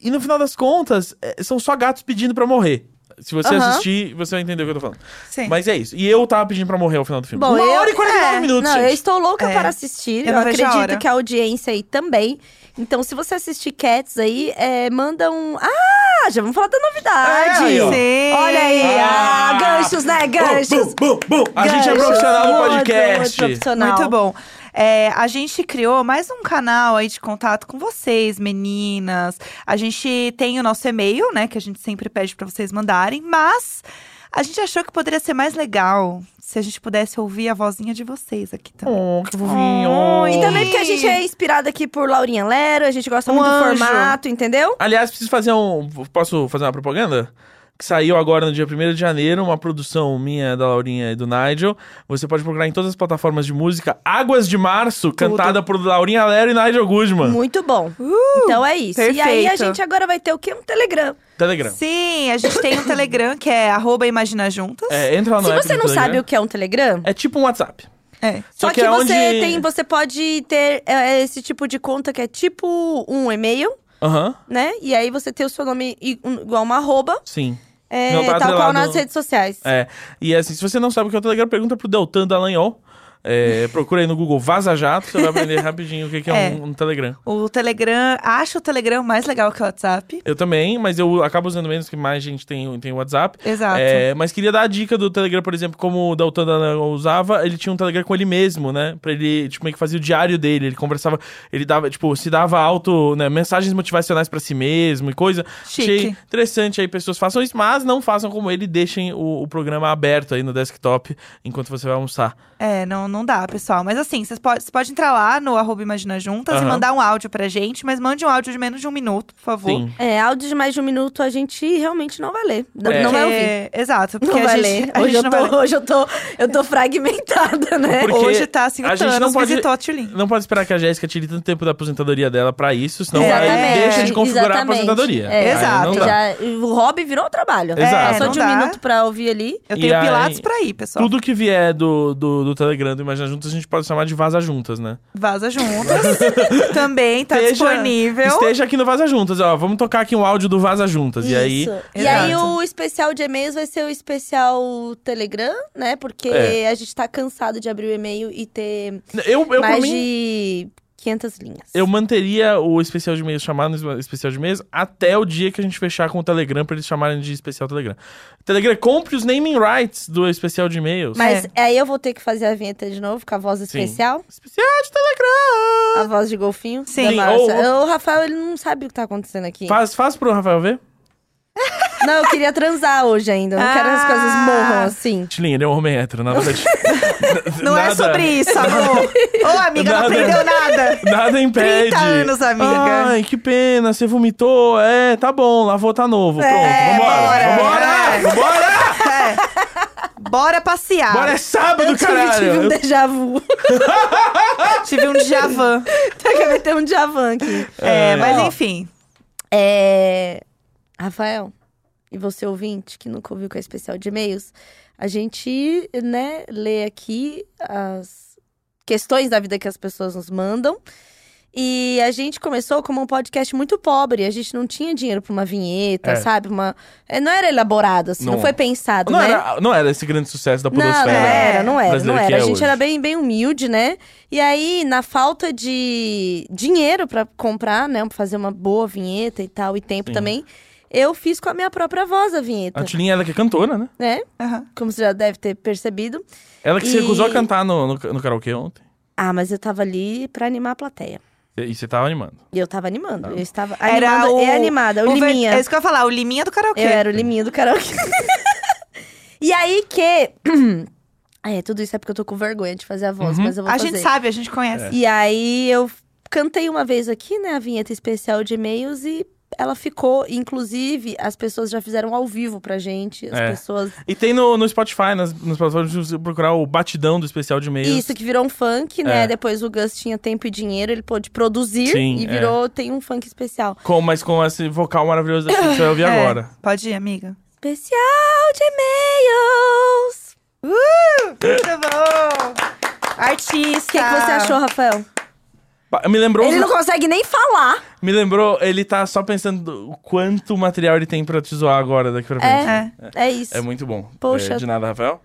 S1: e no final das contas, é, são só gatos pedindo pra morrer. Se você
S4: Aham.
S1: assistir, você vai entender o que eu tô falando.
S3: Sim.
S1: Mas é isso. E eu tava pedindo pra morrer ao final do filme.
S4: Bom,
S1: Uma
S4: eu-
S1: hora e 49
S3: é,
S1: minutos,
S4: Não, eu
S1: gente.
S4: estou louca
S3: É.
S4: para assistir.
S3: Eu
S4: Eu,
S3: não vejo a hora.
S4: acredito que a audiência aí também. Então, se você assistir Cats aí, é, manda um. Ah, já vamos falar da novidade.
S1: É, aí, ó.
S3: Sim.
S4: Olha aí,
S1: Ah.
S4: ah, ganchos, né? Ganchos.
S1: Bom, bom, bom. A gente é
S4: Ganchos.
S1: profissional no
S4: Muito,
S1: podcast.
S4: muito profissional.
S3: Muito bom. É, a gente criou mais um canal aí de contato com vocês, meninas. A gente tem o nosso e-mail, né, que a gente sempre pede pra vocês mandarem, mas a gente achou que poderia ser mais legal se a gente pudesse ouvir a vozinha de vocês aqui também.
S1: Oh, que fofinho.
S4: E
S2: então
S4: também porque a gente é inspirada aqui por Laurinha Lero, a gente gosta
S3: Um
S4: muito
S3: anjo.
S4: do formato, entendeu?
S1: Aliás, preciso fazer um. Posso fazer uma propaganda? que saiu agora no dia 1 de janeiro, uma produção minha, da Laurinha e do Nigel. Você pode procurar em todas as plataformas de música Águas de Março, cantada por Laurinha Lero e Nigel Guzman.
S2: Muito bom. então é isso. E aí a
S3: Uh, perfeito.
S2: gente agora vai ter o quê? Um Telegram.
S1: Telegram.
S3: Sim, a gente tem um Telegram que é arroba Imagina Juntas.
S1: É, entra lá no
S2: Se
S1: app
S2: você
S1: do
S2: não
S1: Telegram.
S2: sabe o que é um Telegram,
S1: É tipo um WhatsApp.
S3: É.
S1: Só
S2: só
S1: que
S2: que,
S1: é
S2: você
S1: onde-
S2: tem, você pode ter é, esse tipo de conta que é tipo um e-mail,
S1: Aham,
S2: né? E aí você tem o seu nome i- um- igual uma arroba,
S1: sim.
S2: é,
S1: Não tá
S2: tal qual
S1: atrelado-
S2: nas redes sociais.
S1: É. E assim, se você não sabe o que é o Telegram, pergunta pro Deltan Dallagnol. É, procura aí no Google Vaza Jato, você vai aprender rapidinho o que que é,
S3: É.
S1: Um, um Telegram.
S3: O Telegram, acho o Telegram mais legal que o WhatsApp.
S1: Eu também, mas eu acabo usando menos que mais gente tem, tem o WhatsApp.
S3: Exato.
S1: É, mas queria dar a dica do Telegram, por exemplo, como o Dalton Dallagnol usava, ele tinha um Telegram com ele mesmo, né? Pra ele, tipo, meio que fazia o diário dele, ele conversava, ele dava, tipo, se dava auto, né, mensagens motivacionais pra si mesmo e coisa.
S3: Chique.
S1: Achei interessante aí, pessoas façam isso, mas não façam como ele, deixem o, o programa aberto aí no desktop enquanto você vai almoçar.
S3: É, não, não dá, pessoal. Mas assim, vocês po- você pode entrar lá no arroba Imagina Juntas e
S1: Aham.
S3: mandar um áudio pra gente, mas mande um áudio de menos de um minuto, por favor.
S1: Sim.
S2: É, áudio de mais de um minuto a gente realmente não vai ler.
S1: É.
S2: Não vai ouvir.
S3: Porque- Exato, porque
S2: Não
S3: a
S2: vai
S3: gente,
S2: ler.
S3: a
S2: Hoje,
S3: gente
S2: eu
S3: não
S2: tô,
S3: vai ler.
S2: hoje eu tô, eu tô fragmentada, né?
S1: Porque
S3: Hoje tá assim, o
S1: a gente
S3: Thanos
S1: não pode-
S3: visitou a Tulin.
S1: Não pode esperar que a Jéssica tire tanto tempo da aposentadoria dela pra isso, senão Então aí
S2: Exatamente,
S1: deixa de configurar a
S2: exatamente.
S1: aposentadoria.
S2: É.
S1: Aí
S3: Exato.
S1: não dá.
S2: Já, o hobby virou um trabalho.
S1: Exato. É,
S2: Passou
S3: não
S2: de um
S3: dá.
S2: minuto pra ouvir ali.
S3: Eu
S1: E
S3: tenho
S1: aí-
S3: pilates pra ir, pessoal.
S1: Tudo que vier do, do, do Telegram do Imagina Juntas, a gente pode chamar de Vaza Juntas, né?
S3: Vaza Juntas. Também tá
S1: Esteja-
S3: disponível.
S1: Esteja aqui no Vaza Juntas, ó. Vamos tocar aqui um áudio do Vaza Juntas. E aí.
S2: Isso. E aí
S3: Exato.
S2: o especial de e-mails vai ser o especial Telegram, né? Porque
S1: É.
S2: a gente tá cansado de abrir o e-mail e ter
S1: Eu, eu pra
S2: mais
S1: mim.
S2: de 500 linhas.
S1: Eu manteria o especial de e-mails chamado no especial de e-mails até o dia que a gente fechar com o Telegram pra eles chamarem de especial Telegram. Telegram, compre os naming rights do especial de e-mails.
S2: Mas aí eu vou ter que fazer a vinheta de novo com a voz
S1: Sim.
S2: especial,
S1: Especial de Telegram!
S2: a voz de golfinho.
S3: Sim.
S2: da
S3: Sim,
S2: Márcia.
S1: ou-
S2: O Rafael, ele não sabe o que tá acontecendo aqui.
S1: Faz, faz pro Rafael ver.
S2: Não, eu queria transar hoje ainda. Eu não quero que as coisas
S3: Ah.
S2: morram assim.
S1: Tilin, ele é um homem hétero, na verdade.
S3: Não é
S1: Nada-
S3: sobre isso, amor. Ô, amiga,
S1: Nada.
S3: não aprendeu nada.
S1: Nada impede.
S3: 30 anos, amiga.
S1: Ai, que pena, você vomitou. É, tá bom, lavou, tá novo.
S2: É,
S1: Pronto, vambora.
S3: bora.
S1: Vambora!
S3: É.
S1: Vambora!
S3: É. Bora passear.
S1: Bora, é sábado,
S2: Ah, Tive um
S1: caralho!
S2: déjà vu.
S3: Tive um Djavan.
S2: Acabei de ter um déjà vu aqui.
S3: É, mas
S2: Ó.
S3: enfim.
S2: É... Rafael, e você ouvinte que nunca ouviu com a especial de e-mails, a gente, né, lê aqui as questões da vida que as pessoas nos mandam. E a gente começou como um podcast muito pobre, a gente não tinha dinheiro pra uma vinheta,
S1: É.
S2: sabe? Uma... é, não era elaborado, assim, não,
S1: Não.
S2: foi pensado,
S1: Não
S2: né?
S1: era, não era esse grande sucesso da
S2: Não,
S1: Podosfera.
S2: não era, não era, não
S1: brasileira que
S2: era.
S1: é
S2: a gente
S1: hoje.
S2: era bem, bem humilde, né? E aí, na falta de dinheiro pra comprar, né? Pra fazer uma boa vinheta e tal, e tempo
S1: Sim.
S2: também, eu fiz com a minha própria voz a vinheta,
S1: A Tilin, ela que é cantora, né?
S2: né?
S3: Aham.
S2: Como você já deve ter percebido.
S1: Ela que se
S2: E-
S1: recusou a cantar no, no, no karaokê ontem.
S2: Ah, mas eu tava ali pra animar a plateia.
S1: E e você tava animando.
S2: E eu tava animando.
S1: Ah.
S2: Eu estava
S3: Era
S2: animada
S3: o-
S2: e animada. O,
S3: ver-
S2: Liminha. É,
S3: É isso que eu ia falar, o Liminha do karaokê.
S2: Eu era o liminho do karaokê. e aí que... É, tudo isso é porque eu tô com vergonha de fazer a voz,
S1: Uhum.
S2: mas eu vou
S3: A
S2: fazer.
S3: gente sabe, a gente
S1: É.
S3: conhece.
S2: E aí eu cantei uma vez aqui, né, a vinheta especial de e-mails e ela ficou, inclusive, as pessoas já fizeram ao vivo pra gente, as
S1: É.
S2: pessoas.
S1: E tem no, no Spotify, nas, nas plataformas, se você procurar o batidão do especial de e-mails.
S2: Isso que virou um funk, né?
S1: É.
S2: Depois o Gus tinha tempo e dinheiro, ele pôde produzir
S1: Sim, é.
S2: e virou tem um funk especial.
S1: Com, mas com esse vocal maravilhoso daqui que você vai ouvir
S3: É,
S1: agora.
S3: Pode ir, amiga.
S2: Especial de e-mails.
S3: Muito Uh, bom! Artista!
S2: O que, que você achou, Rafael?
S1: Pa- Me lembrou.
S2: Ele
S1: um-
S2: Tá. não consegue nem falar.
S1: Me lembrou, ele tá só pensando o quanto material ele tem pra te zoar agora daqui pra frente.
S2: É, é isso.
S1: É muito bom.
S2: Poxa.
S1: É, de nada, Rafael.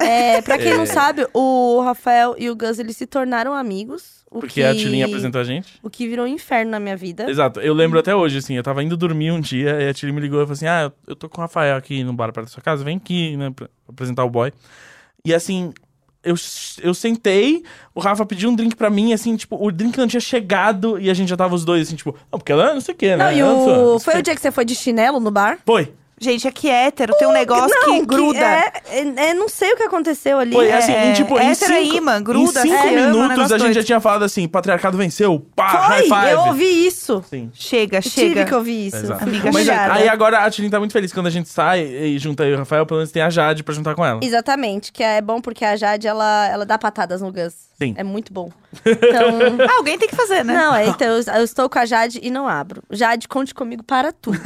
S2: É, pra quem
S1: É.
S2: não sabe, o Rafael e o Gus eles se tornaram amigos. O
S1: Porque
S2: que...
S1: a Tilinha apresentou a gente.
S2: O que virou um inferno na minha vida.
S1: Exato. Eu lembro até hoje, assim, eu tava indo dormir um dia e a Tilly me ligou e falou assim: Ah, eu tô com o Rafael aqui no bar perto da sua casa, vem aqui, né, pra apresentar o boy. E assim, eu, eu sentei, o Rafa pediu um drink pra mim, assim, tipo, o drink não tinha chegado e a gente já tava os dois, assim, tipo, é não, porque ela não sei o que, né?
S2: Não, e
S1: eu
S2: o...
S1: sou-
S2: foi o dia que você foi de chinelo no bar?
S1: Foi.
S3: Gente, é que hétero tem um negócio
S2: Não,
S3: que gruda.
S2: é, é- é- não sei o que aconteceu ali.
S1: Foi,
S2: É,
S1: assim,
S3: é,
S1: em, tipo, em
S3: hétero é
S1: cinco,
S3: imã, gruda,
S1: em cinco
S3: se ama,
S1: minutos
S3: negócio
S1: a gente
S3: doido.
S1: já tinha falado assim, patriarcado venceu, pá, ah, high five.
S2: eu ouvi isso.
S1: Sim.
S3: Chega,
S2: Eu
S3: chega.
S2: Tive que ouvir isso.
S1: Exato.
S3: Amiga,
S1: Mas
S2: Humilhada.
S1: aí agora a Tilin tá muito feliz. Quando a gente sai e junta eu e o Rafael, pelo menos tem a Jade pra juntar com ela.
S2: Exatamente, que é bom porque a Jade, ela, ela dá patadas no Gus.
S1: Sim.
S2: É muito bom. Então,
S3: Ah, alguém tem que fazer, né?
S2: não, é, então eu, eu estou com a Jade e não abro. Jade, conte comigo para tudo.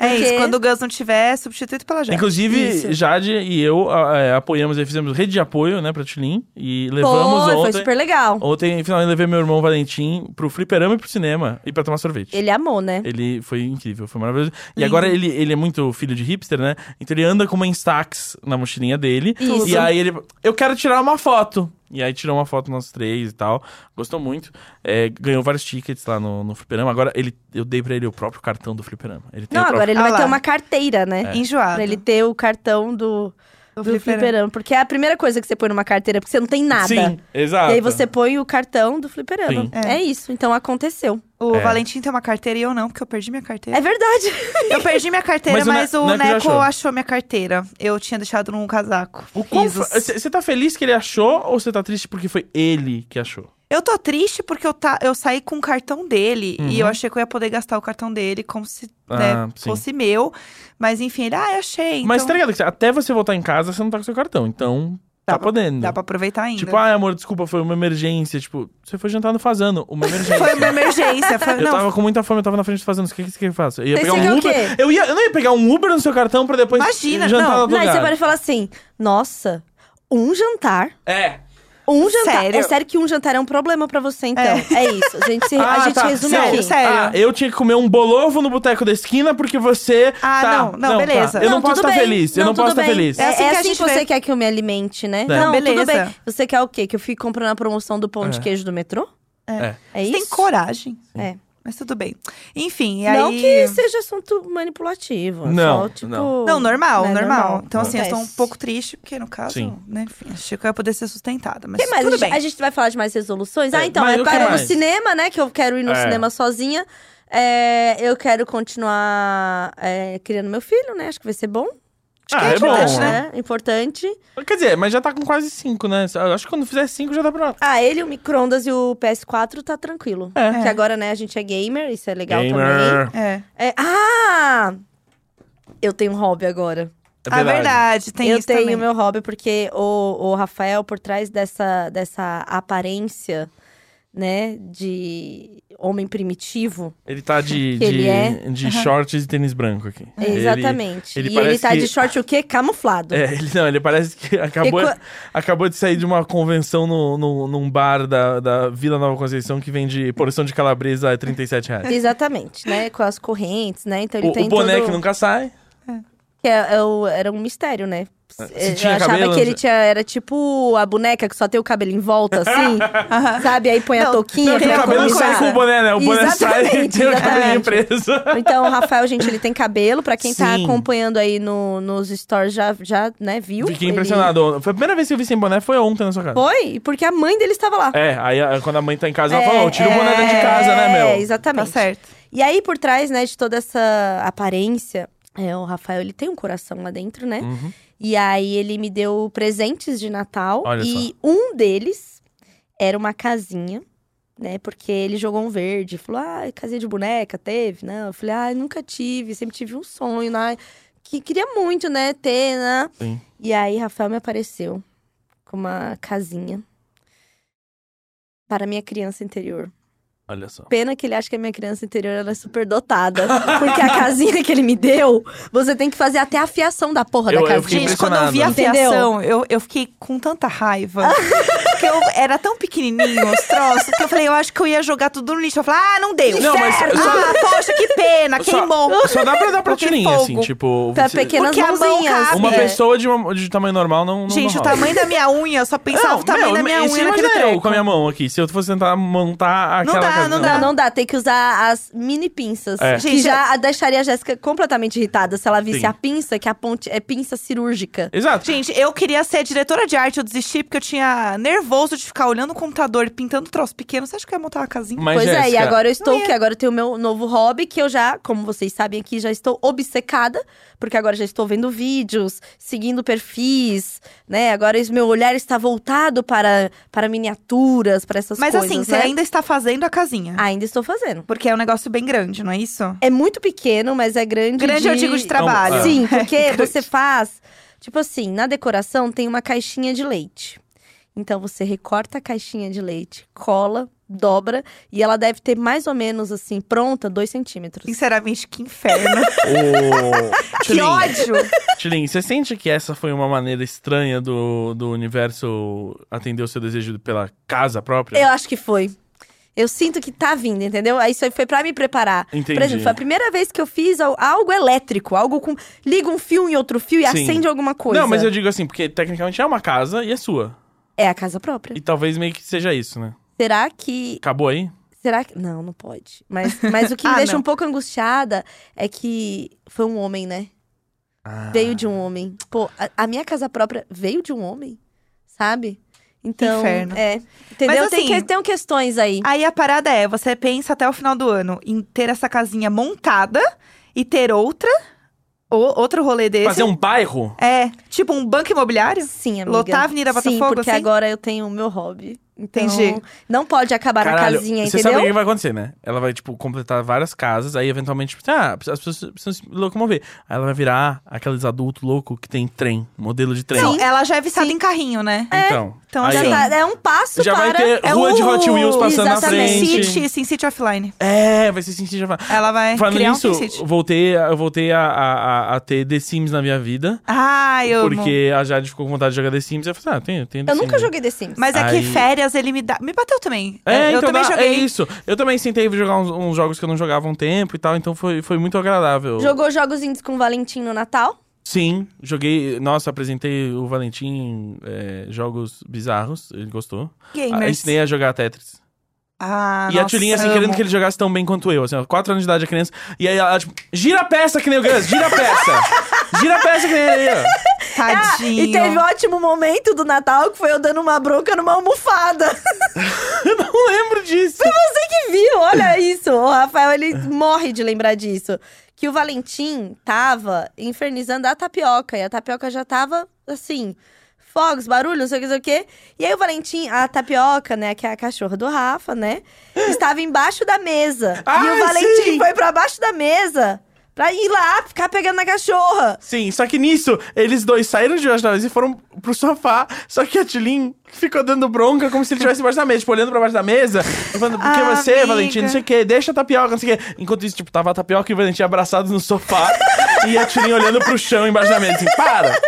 S3: é isso.
S2: porque-
S3: Quando o Gus não tiver, é substituído pela Jade.
S1: Inclusive,
S2: Isso.
S1: Jade e eu a- é, apoiamos e fizemos rede de apoio, né, pra Tilin. E levamos
S2: foi, foi
S1: ontem.
S2: super legal.
S1: Ontem, afinal, eu levei meu irmão Valentim pro fliperama e pro cinema e pra tomar sorvete.
S2: Ele amou, né?
S1: Ele foi incrível, foi maravilhoso. E agora ele, ele é muito filho de hipster, né? Então ele anda com uma Instax na mochilinha dele.
S2: Isso.
S1: E aí ele. Eu quero tirar uma foto. E aí tirou uma foto nós três e tal. Gostou muito. É, ganhou vários tickets lá no, no fliperama. Agora ele, eu dei pra ele o próprio cartão do fliperama. Ele tem
S2: Não,
S1: o próprio...
S2: agora ele
S3: Ah
S2: vai
S3: lá.
S2: ter uma carteira, né?
S1: É.
S3: Enjoado.
S2: Pra ele ter o cartão do,
S3: O
S2: do
S3: fliperama.
S2: fliperama. Porque é a primeira coisa que você põe numa carteira, porque você não tem nada.
S1: Sim, exato.
S2: E aí você põe o cartão do fliperama.
S1: Sim.
S3: É.
S2: É. isso, então aconteceu.
S3: O
S1: É.
S3: Valentim tem uma carteira e eu não, porque eu perdi minha carteira.
S2: É verdade.
S3: Eu perdi minha carteira,
S1: Mas
S3: mas,
S1: o Ne-
S3: o
S1: Neco
S3: Neco,
S1: já achou.
S3: achou. minha carteira. Eu tinha deixado num casaco.
S1: O quão
S3: Risos.
S1: fa- Você você tá feliz que ele achou ou você tá triste porque foi ele que achou?
S3: Eu tô triste porque eu, tá, eu saí com o cartão dele
S1: Uhum.
S3: e eu achei que eu ia poder gastar o cartão dele como se
S1: Ah,
S3: né,
S1: sim.
S3: fosse meu. Mas enfim, ele, ah, eu achei. Então
S1: Mas tá ligado que você- até você voltar em casa, você não tá com seu cartão. Então,
S3: Dá
S1: tá
S3: pra-
S1: podendo.
S3: dá pra aproveitar ainda.
S2: né?
S1: Tipo, ai amor, desculpa, foi uma emergência. Tipo, você foi jantar no Fazano, uma emergência.
S3: Foi uma emergência. Foi,
S1: Eu
S3: não,
S1: tava com muita fome, eu tava na frente do Fazano. O que, que, que eu faço? Eu ia
S2: Daí
S1: pegar
S2: você quer
S1: um
S2: o
S1: Uber.
S2: quê?
S1: Eu, ia, eu não ia pegar um Uber no seu cartão pra depois
S3: Imagina,
S1: jantar
S3: não.
S1: no outro
S2: Não, aí você
S1: lugar.
S2: pode falar assim: nossa, um jantar.
S1: É.
S2: Um jantar.
S3: Sério?
S2: É sério que um jantar é um problema pra você, então. É, isso. A gente, se- a
S1: Ah,
S2: gente
S1: tá.
S2: resume
S1: Não,
S2: aqui.
S3: sério.
S1: Ah, eu tinha que comer um bolovo no boteco da esquina porque você.
S3: Ah,
S1: tá,
S3: não, não, beleza.
S1: tá. Eu não, posso
S2: tudo
S1: estar
S2: bem.
S1: feliz. Eu não
S2: tudo
S1: posso estar
S2: bem.
S1: feliz.
S2: É, é assim,
S3: que a gente
S2: que você
S3: vê.
S2: quer que eu me alimente, né?
S1: Não,
S2: Não,
S3: beleza.
S2: tudo bem. Você quer o quê? Que eu fique comprando a promoção do pão de
S1: É.
S2: queijo do metrô?
S1: É.
S2: É
S3: você
S2: isso?
S3: tem coragem.
S2: É.
S3: Mas tudo bem. Enfim, e
S2: Não
S3: aí...
S2: que seja assunto manipulativo. é
S1: Não,
S2: só, tipo...
S1: não.
S3: Não, normal,
S2: né,
S3: normal.
S2: normal.
S3: Então, assim, eu estou um
S2: Acontece.
S3: pouco triste, porque no caso,
S1: Sim.
S3: né, enfim, achei que eu ia poder ser sustentada. Mas
S2: Que mais?
S3: tudo
S2: a, gente,
S3: bem.
S2: a gente vai falar de mais resoluções?
S1: É,
S2: Ah, então,
S1: mas o
S2: é
S1: que
S2: para no
S1: mais?
S2: cinema, né? Que eu quero ir no
S1: É.
S2: cinema sozinha. É, eu quero continuar é, criando meu filho, né? Acho que vai ser bom.
S1: Ah, é
S3: Acho que
S1: bom.
S3: importante,
S1: né?
S2: né? Importante.
S1: Quer dizer, mas já tá com quase cinco, né? Eu Acho que quando fizer cinco já dá pra.
S2: Ah, ele, o micro-ondas e o PS4 tá tranquilo.
S1: É.
S2: Porque agora, né, a gente é gamer, isso é legal também.
S1: Gamer.
S3: É.
S2: É, ah! Eu tenho um hobby agora.
S1: É
S3: Ah, verdade, tem
S2: eu
S3: isso
S2: tenho
S3: também.
S2: meu hobby, porque o, o Rafael, por trás dessa, dessa aparência, né, de homem primitivo.
S1: Ele tá de,
S2: Que
S1: de,
S2: ele é.
S1: de shorts e tênis branco aqui. Ele-
S2: Exatamente.
S1: ele
S2: e ele
S1: parece
S2: tá
S1: que-
S2: de short o quê? Camuflado.
S1: É, ele não, ele parece que acabou,
S2: E qua-
S1: acabou de sair de uma convenção no, no- num bar da, da Vila Nova Conceição que vende porção de calabresa a 37 reais.
S2: Exatamente, né? Com as correntes, né? Então ele
S1: O,
S2: tem
S1: o boné
S2: todo...
S1: que nunca sai.
S2: Que é- é o- era um mistério, né? Eu
S1: Ah, tinha
S2: achava
S1: cabelo,
S2: que
S1: não
S2: ele tinha. Era tipo a boneca que só tem o cabelo em volta, assim. sabe? Aí põe a
S3: Não,
S2: touquinha.
S1: Não, que
S2: põe
S1: o
S2: a
S1: cabelo
S2: coisa.
S1: sai com o boné, né? O boné sai e
S2: Exatamente,
S1: tem o cabelinho
S2: exatamente.
S1: preso.
S2: Então, o Rafael, gente, ele tem cabelo. Pra quem tá
S1: Sim.
S2: acompanhando aí no- nos stories já, já né, viu.
S1: Fiquei
S2: Ele-
S1: impressionado. Foi a primeira vez que eu vi sem boné foi ontem na sua casa.
S2: Foi, porque a mãe dele estava lá.
S1: É, aí a- quando a mãe tá em casa, ela
S2: É,
S1: fala, "Ô, tira o boné dentro de casa, né,
S2: É,
S1: meu?
S3: Tá
S2: exatamente.
S3: certo.
S2: E aí, por trás, né, de toda essa aparência, é, o Rafael, ele tem um coração lá dentro, né?
S1: Uhum.
S2: E aí ele me deu presentes de Natal.
S1: Olha
S2: e um deles era uma casinha, né? Porque ele jogou um verde. Falou, ah, casinha de boneca, teve? Não, eu falei, ah, nunca tive, sempre tive um sonho, né? Que queria muito, né, ter, né?
S1: Sim.
S2: E aí Rafael me apareceu com uma casinha para minha criança interior.
S1: Olha só.
S2: Pena que ele acha que a minha criança interior ela é super dotada. Porque a casinha que ele me deu, você tem que fazer até a fiação da porra
S1: Eu- eu
S2: da casinha.
S1: fiquei
S3: Gente, quando eu vi a
S2: Entendeu?
S3: fiação, eu, eu fiquei com tanta raiva. porque eu era tão pequenininho os troços, que eu falei, eu acho que eu ia jogar tudo no lixo. Eu falei, ah, não deu.
S1: Não, mas
S3: Certo.
S1: só-
S3: Ah, poxa, que pena, queimou.
S1: Só, só dá pra dar pra
S3: Porque
S1: tirinha, assim,
S3: fogo.
S1: tipo...
S2: Pra
S1: você-
S2: é pequenas
S3: Porque é a mão
S2: mãozinhas.
S3: cabe.
S1: Uma
S3: É.
S1: pessoa de, uma- de tamanho normal não, não
S3: Gente,
S1: não
S3: o
S2: tá
S1: rola.
S3: tamanho da minha unha, eu só pensava o tamanho
S1: meu,
S3: da minha
S1: isso
S3: unha
S1: imagina
S3: naquele
S1: eu
S3: treco.
S1: com a minha mão aqui. Se eu fosse tentar montar
S3: Não
S1: aquela... né?
S3: dá,
S1: casa-
S3: não
S2: Não, não dá. Tem que usar as mini pinças.
S1: É.
S2: Que
S3: Gente,
S2: já deixaria a Jéssica completamente irritada se ela visse
S1: Sim.
S2: a pinça, que a ponte é pinça cirúrgica.
S1: Exato.
S3: Gente, eu queria ser diretora de arte, eu desisti porque eu tinha nervoso de ficar olhando o computador, pintando troço pequeno, você acha que eu ia montar uma casinha?
S1: Mas,
S2: pois é, e
S1: Jéssica,
S2: agora eu estou,
S3: Não ia.
S2: que agora eu tenho o meu novo hobby, que eu já, como vocês sabem aqui, já estou obcecada, porque agora já estou vendo vídeos, seguindo perfis, né? Agora esse meu olhar está voltado para, para miniaturas, para essas
S3: Mas
S2: coisas.
S3: assim, você
S2: né? Ah.
S3: ainda está fazendo a casinha.
S2: Ainda estou fazendo.
S3: Porque é um negócio bem grande, não é isso?
S2: É muito pequeno, mas é grande.
S3: Grande eu digo de trabalho.
S1: Ah.
S2: Sim,
S3: É,
S2: porque
S3: grande.
S2: você faz. Tipo assim, na decoração tem uma caixinha de leite. Então você recorta a caixinha de leite, cola, dobra e ela deve ter mais ou menos assim, pronta, dois centímetros.
S3: Sinceramente, que inferno.
S1: O...
S3: que
S1: Tilin,
S3: ódio!
S1: Tilin, você sente que essa foi uma maneira estranha do, do universo atender o seu desejo pela casa própria?
S2: Eu acho que foi. Eu sinto que tá vindo, entendeu? Aí Isso aí foi pra me preparar.
S1: Entendi.
S2: Por exemplo, foi a primeira vez que eu fiz al- algo elétrico, algo com. Liga um fio em outro fio e
S1: Sim.
S2: acende alguma coisa.
S1: Não, mas eu digo assim, porque tecnicamente é uma casa e é sua.
S2: É a casa própria.
S1: E talvez meio que seja isso, né?
S2: Será que
S1: Acabou aí?
S2: Será que. Não, não pode. Mas, mas o que me
S3: Ah,
S2: deixa
S3: não.
S2: um pouco angustiada é que foi um homem, né?
S3: Tá.
S2: Veio de um homem. Pô, a, a minha casa própria veio de um homem, sabe? Então.
S3: Inferno.
S2: É. Entendeu?
S3: Mas,
S2: tem,
S3: assim,
S2: que- tem questões aí.
S3: Aí a parada é, você pensa até o final do ano em ter essa casinha montada e ter outra, ou outro rolê desse.
S1: Fazer um bairro?
S3: É, tipo um banco imobiliário?
S2: Sim, amiga.
S3: Lotar a Avenida
S2: Sim,
S3: Botafogo,
S2: porque
S3: assim?
S2: agora eu tenho o meu hobby. Então,
S3: Entendi.
S2: Não pode acabar
S1: Caralho,
S2: na casinha,
S1: você
S2: entendeu?
S1: sabe o que vai acontecer, né? Ela vai, tipo, completar várias casas, aí eventualmente, tipo, ah, as pessoas precisam se locomover. Aí ela vai virar aqueles adultos loucos que tem trem, modelo de trem.
S3: Não, ela já é viciada em carrinho, né?
S1: Então,
S3: Então,
S1: aí,
S2: Já
S3: Sim.
S1: ó.
S2: tá- é um passo
S1: Já vai
S2: para.
S1: ter
S2: é
S1: rua de Hot Wheels passando na
S2: Exatamente.
S1: frente.
S3: City, Sim City Offline.
S1: É, vai ser sentido já vai.
S3: Ela vai
S1: Falando
S3: criar
S1: nisso,
S3: um Sim City.
S1: eu voltei, a- eu voltei a, a- a- a ter The Sims na minha vida.
S3: Ah, eu amo.
S1: Porque a Jade ficou com vontade de jogar The Sims. Eu falei, ah, tem, tem The
S2: Eu
S1: Sims.
S2: nunca
S1: né?
S2: joguei The Sims.
S3: Mas é
S1: Aí-
S3: que férias ele me dá. Me bateu também.
S1: É,
S3: eu
S1: então
S3: também
S1: dá- é
S3: joguei.
S1: isso. Eu também sentei pra jogar uns, uns jogos que eu não jogava há um tempo e tal, então foi, foi muito agradável.
S2: Jogou jogos indies com o Valentim no Natal?
S1: Sim, joguei. Nossa, apresentei o Valentim é, jogos bizarros, ele gostou. Ah,
S3: Gamers.
S1: ensinei a jogar Tetris.
S3: Ah,
S1: e a Tulinha, assim,
S3: amo.
S1: querendo que ele jogasse tão bem quanto eu, assim, ó, 4 anos de idade a criança. E aí ela, tipo, gira a peça que nem o Gus, gira a peça! gira a peça que nem ele, ó.
S3: Tadinho.
S2: E teve um ótimo momento do Natal que foi eu dando uma bronca numa almofada.
S1: Eu não lembro disso.
S2: Você que viu, olha isso. O Rafael, ele morre de lembrar disso. Que o Valentim tava infernizando a tapioca. E a tapioca já tava, assim, fogos, barulho, não sei o que, não sei o que. E aí o Valentim, a tapioca, né, que é a cachorra do Rafa, né, estava embaixo da mesa. e
S1: Ah,
S2: o Valentim
S1: sim!
S2: foi pra baixo da mesa pra ir lá ficar pegando a cachorra.
S1: Sim, só que nisso, eles dois saíram de baixo da mesa e foram pro sofá. Só que a Tilin ficou dando bronca como se ele estivesse embaixo da mesa, tipo, olhando pra baixo da mesa. e Falando, porque
S3: Ah,
S1: você,
S3: amiga.
S1: Valentim, não sei o quê, deixa a tapioca, não sei o quê. Enquanto isso, tipo, tava a tapioca e o Valentim abraçados no sofá. e a Tilin olhando pro chão embaixo da mesa, assim, para!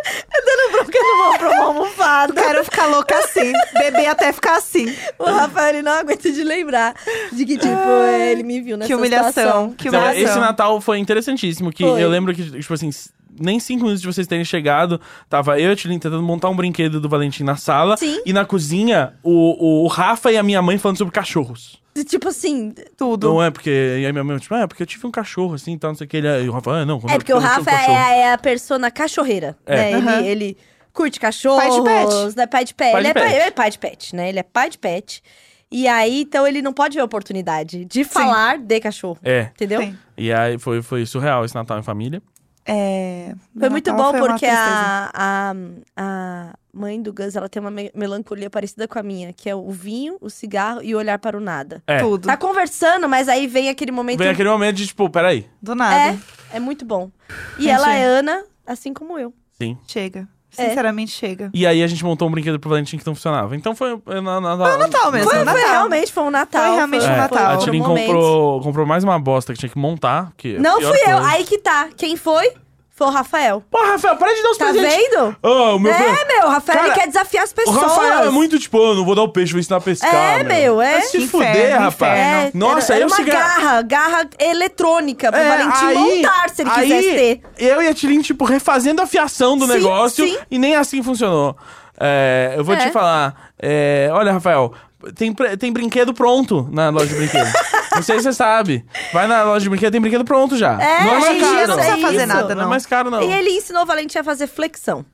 S2: Porque eu não vou pra uma almofada.
S3: Quero ficar louca assim. Beber até ficar assim.
S2: O Rafael, ele não aguenta de lembrar de que, tipo, é, ele me viu nessa
S3: que humilhação.
S2: situação.
S3: Que
S1: Então,
S3: humilhação.
S1: esse Natal foi interessantíssimo, que
S2: Foi.
S1: eu lembro que, tipo assim, s- nem cinco minutos de vocês terem chegado, tava eu e a Tilin tentando montar um brinquedo do Valentim na sala.
S2: Sim.
S1: E na cozinha, o, o Rafa e a minha mãe falando sobre cachorros.
S2: Tipo assim,
S3: Tudo.
S1: Não é porque. E aí minha mãe, tipo, ah, é porque eu tive um cachorro assim, tá, não sei o que. Ele, aí o Rafa, ah, não, quando
S2: é
S1: eu-
S2: porque o
S1: quando eu
S2: Rafa
S1: tinha um cachorro. É.
S2: é, é a persona cachorreira, né? Ele,
S3: Aham.
S2: ele curte cachorros,
S3: Pai de pet.
S2: né? Pai de pet.
S1: Pai
S2: ele,
S1: de
S2: é
S1: pet.
S2: Pai, ele é pai de pet, né? Ele é pai de pet. E aí, então, ele não pode ver a oportunidade de falar de cachorro,
S1: É.
S2: entendeu?
S3: Sim.
S1: E aí foi, foi surreal esse Natal em família.
S3: É,
S2: Foi
S3: meu
S2: muito
S3: Natal
S2: bom
S3: foi uma
S2: porque
S3: tristeza.
S2: a, a, a mãe do Gus, ela tem uma me- melancolia parecida com a minha, que é o vinho, o cigarro e o olhar para o nada.
S1: É.
S3: Tudo.
S2: Tá conversando, mas aí vem aquele momento.
S1: Vem aquele momento de, tipo, peraí.
S3: Do nada.
S2: É, é muito bom. E ela é Ana, assim como eu.
S1: Sim.
S3: Chega.
S2: É.
S3: Sinceramente, chega.
S1: E aí a gente montou um brinquedo pro Valentim que não funcionava. Então foi. é, Na, na, na,
S3: Natal mesmo.
S2: Foi,
S3: um
S2: foi
S3: Natal.
S2: realmente, foi um Natal.
S3: Foi realmente
S1: É,
S3: um Natal.
S1: a
S2: foi
S1: Tilin
S2: um momento.
S1: comprou, comprou mais uma bosta que tinha que montar. Que é a
S2: Não
S1: pior
S2: fui eu,
S1: coisa.
S2: aí que tá. Quem foi? Foi o Rafael.
S1: Pô, Rafael, para de dar os
S2: Tá
S1: presentes.
S2: vendo?
S1: Ah, o meu. pre-
S2: É, meu, o Rafael
S1: Cara,
S2: ele quer desafiar as
S1: O
S2: pessoas.
S1: Rafael é muito tipo, ah, não vou dar o peixe, vou ensinar a pescar.
S2: É, meu, é.
S1: Vai se
S3: Inferno,
S1: fuder, rapaz.
S2: É,
S1: Nossa,
S2: era, era
S1: eu
S2: uma
S1: cheguei. É,
S2: garra, garra eletrônica pro Valentim montar se ele
S1: aí,
S2: quisesse ter.
S1: Eu e a Tilin, tipo, refazendo a fiação do
S2: Sim,
S1: negócio
S2: sim.
S1: e nem assim funcionou. É, eu vou
S2: É.
S1: te falar. é, olha, Rafael, tem, pre- tem brinquedo pronto na loja de brinquedo. não sei se você sabe. Vai na loja de brinquedo, tem brinquedo pronto já.
S2: É,
S1: não é mais
S2: hoje em dia
S1: caro.
S2: não
S1: não.
S2: precisa fazer
S1: Não
S3: nada,
S1: é
S3: não.
S1: mais caro, não.
S2: E ele ensinou o Valentim a fazer flexão.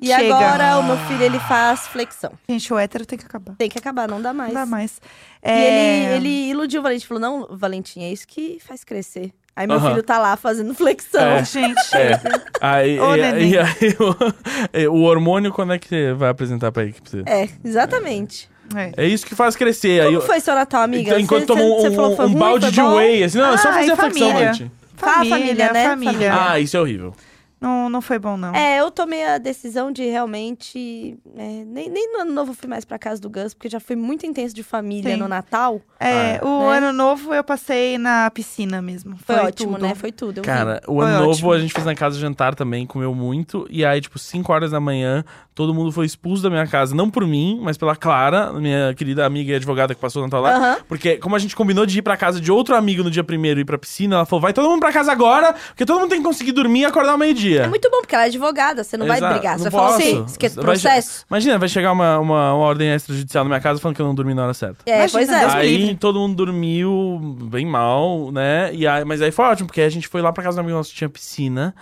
S2: E
S3: Chega.
S2: agora o meu filho, ele faz flexão.
S3: Gente, o hétero tem que acabar.
S2: Tem que acabar, não dá mais.
S3: Não dá mais.
S2: E
S3: É,
S2: ele, ele iludiu o Valentim. Falou, não, Valentim, é isso que faz crescer. Aí meu
S1: Aham.
S2: filho tá lá fazendo flexão.
S1: É.
S3: Gente,
S1: É. Aí,
S3: Ô,
S1: e-
S3: neném.
S1: e aí o- é, o hormônio, quando é que você vai apresentar pra equipe? Você?
S2: É, exatamente.
S3: é.
S1: É isso que faz crescer. aí,
S2: Como foi seu Natal, amiga?
S1: Então, enquanto
S2: Cê- cê-
S1: tomou
S2: cê
S1: um,
S2: falou, foi
S1: um
S2: ruim,
S1: balde
S2: foi
S1: de
S2: bom?
S1: whey, assim, não, é só
S3: Ah, e
S1: fazer a flexão
S3: família.
S1: antes.
S2: Fala, família, né?
S3: Família.
S1: Ah, isso é horrível.
S3: Não, não foi bom, não.
S2: É, eu tomei a decisão de realmente. é, nem, nem no ano novo eu fui mais pra casa do Gus, porque já foi muito intenso de família
S3: Sim.
S2: no Natal.
S3: É,
S1: Ah,
S3: o
S2: Né?
S3: ano novo eu passei na piscina mesmo.
S2: Foi,
S3: Foi,
S2: ótimo,
S3: tudo.
S2: né? Foi tudo. eu
S1: Cara, o
S3: Foi
S1: ano novo
S3: ótimo.
S1: a gente fez na casa jantar também, comeu muito. E aí, tipo, 5 horas da manhã, todo mundo foi expulso da minha casa. Não por mim, mas pela Clara, minha querida amiga e advogada que passou o Natal lá.
S2: Aham.
S1: Porque como a gente combinou de ir pra casa de outro amigo no dia primeiro e ir pra piscina, ela falou, vai todo mundo pra casa agora, porque todo mundo tem que conseguir dormir e acordar ao meio-dia.
S2: vi. É muito bom, porque ela é advogada, você não vai
S1: Exato,
S2: brigar.
S1: não
S2: Você vai falar
S1: posso.
S2: assim, esquece o
S1: Vai che-
S2: processo.
S1: Imagina, vai chegar uma, uma, uma ordem extrajudicial na minha casa falando que eu não dormi na hora certa.
S2: É,
S3: Imagina,
S2: pois é.
S3: Deus me
S1: aí
S3: livre.
S1: todo mundo dormiu bem mal, né? E aí, mas aí foi ótimo, porque a gente foi lá pra casa do amigo nosso que tinha piscina.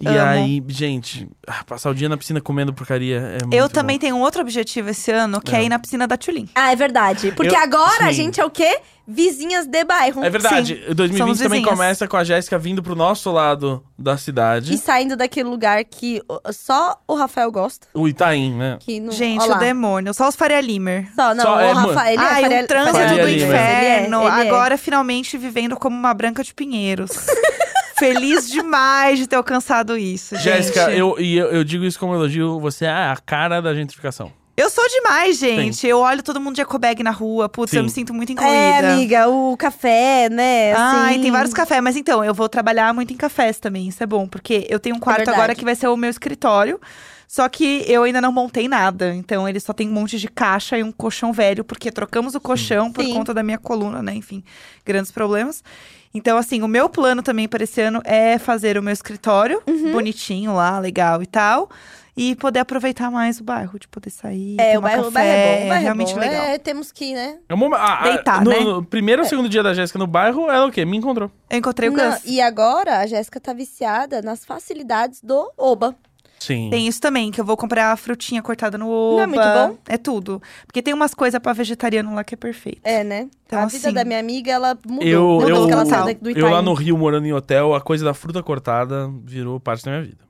S1: E
S3: Amo.
S1: aí, gente, ah, passar o dia na piscina comendo porcaria é muito
S3: Eu
S1: bom.
S3: também tenho um outro objetivo esse ano, que é, ir na piscina da Tulin.
S2: Ah, é verdade. Porque
S1: Eu-
S2: agora a
S1: sim.
S2: gente é o quê? Vizinhas de bairro.
S1: É verdade,
S3: Sim,
S1: 2020
S3: somos
S1: também
S3: vizinhas.
S1: começa com a Jéssica vindo pro nosso lado da cidade.
S2: E saindo daquele lugar que ó, só o Rafael gosta.
S1: O Itaim, né?
S2: Que não...
S3: Gente,
S2: ó Hum, lá.
S3: o demônio. Só os Faria Limer.
S2: Só, não,
S1: Só,
S2: o
S1: é,
S2: Rafael, ele é
S3: Ai,
S2: Faria-
S3: o um Ah, trânsito
S2: Faria
S1: Faria
S3: do
S1: Limer.
S2: Lima.
S3: inferno.
S2: né? Ele é, ele é.
S3: Agora, finalmente, vivendo como uma branca de pinheiros. Feliz demais de ter alcançado isso, gente.
S1: Jéssica, eu, e eu, eu digo isso como elogio, você é a cara da gentrificação.
S3: Eu sou demais, gente. Eu olho todo mundo de ecobag na rua. Putz,
S1: Sim.
S3: eu me sinto muito incluída.
S2: É, amiga, o café, né?
S3: Ah,
S2: assim.
S3: e tem vários cafés. Mas então, eu vou trabalhar muito em cafés também. Isso é bom, porque eu tenho um quarto
S2: verdade.
S3: agora que vai ser o meu escritório. Só que eu ainda não montei nada. Então, ele só tem um monte de caixa e um colchão velho, porque trocamos o colchão por
S2: Sim.
S3: conta da minha coluna, né? Enfim, grandes problemas. Então, assim, o meu plano também para esse ano é fazer o meu escritório
S2: Uhum.
S3: bonitinho lá, legal e tal. E poder aproveitar mais o bairro, de poder sair.
S2: É, o
S3: tomar
S2: bairro, o
S3: café,
S2: bairro é bom, o bairro é
S3: realmente
S2: bom.
S3: legal.
S2: É, temos que, né?
S1: É um momen- ah, ah,
S3: Deitar,
S1: no,
S3: né?
S1: no primeiro ou segundo dia da Jéssica no bairro, ela o quê? Me encontrou.
S3: Eu encontrei o
S2: Não,
S3: Gus.
S2: e agora a Jéssica tá viciada nas facilidades do Oba.
S1: Sim.
S3: Tem isso também, que eu vou comprar a frutinha cortada no ovo.
S2: é muito
S3: É tudo. Porque tem umas coisas pra vegetariano lá que é perfeito.
S2: É, né?
S3: Então,
S2: a vida
S3: assim, Então,
S2: da minha amiga, ela mudou.
S1: Eu-
S2: mudou
S1: eu-
S2: que ela saiu da- do
S1: Eu
S2: Itaim.
S1: lá no Rio, morando em hotel, a coisa da fruta cortada virou parte da minha vida.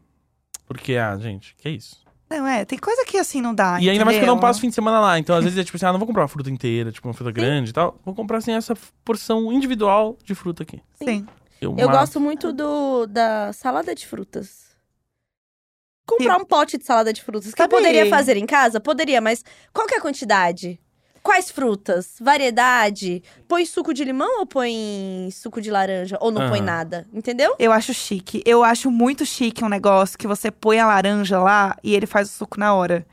S1: Porque, ah, gente, que isso.
S3: Não, é, tem coisa que assim não dá.
S1: e ainda mais que eu não
S3: entendeu?
S1: passo fim de semana lá. Então, às vezes, é tipo assim, ah, não vou comprar uma fruta inteira, tipo uma fruta grande e tal. Vou comprar, assim, essa porção individual de fruta aqui.
S3: Sim.
S2: Eu
S1: mato.
S2: gosto muito do, da salada de frutas. Comprar um pote de salada de frutas. Que eu
S3: Sabe-
S2: poderia fazer em casa? Poderia, mas qual que é a quantidade? Quais frutas? Variedade? Põe suco de limão ou põe suco de laranja? Ou não põe
S1: Aham.
S2: nada? Entendeu?
S3: Eu acho chique. Eu acho muito chique um negócio que você põe a laranja lá e ele faz o suco na hora.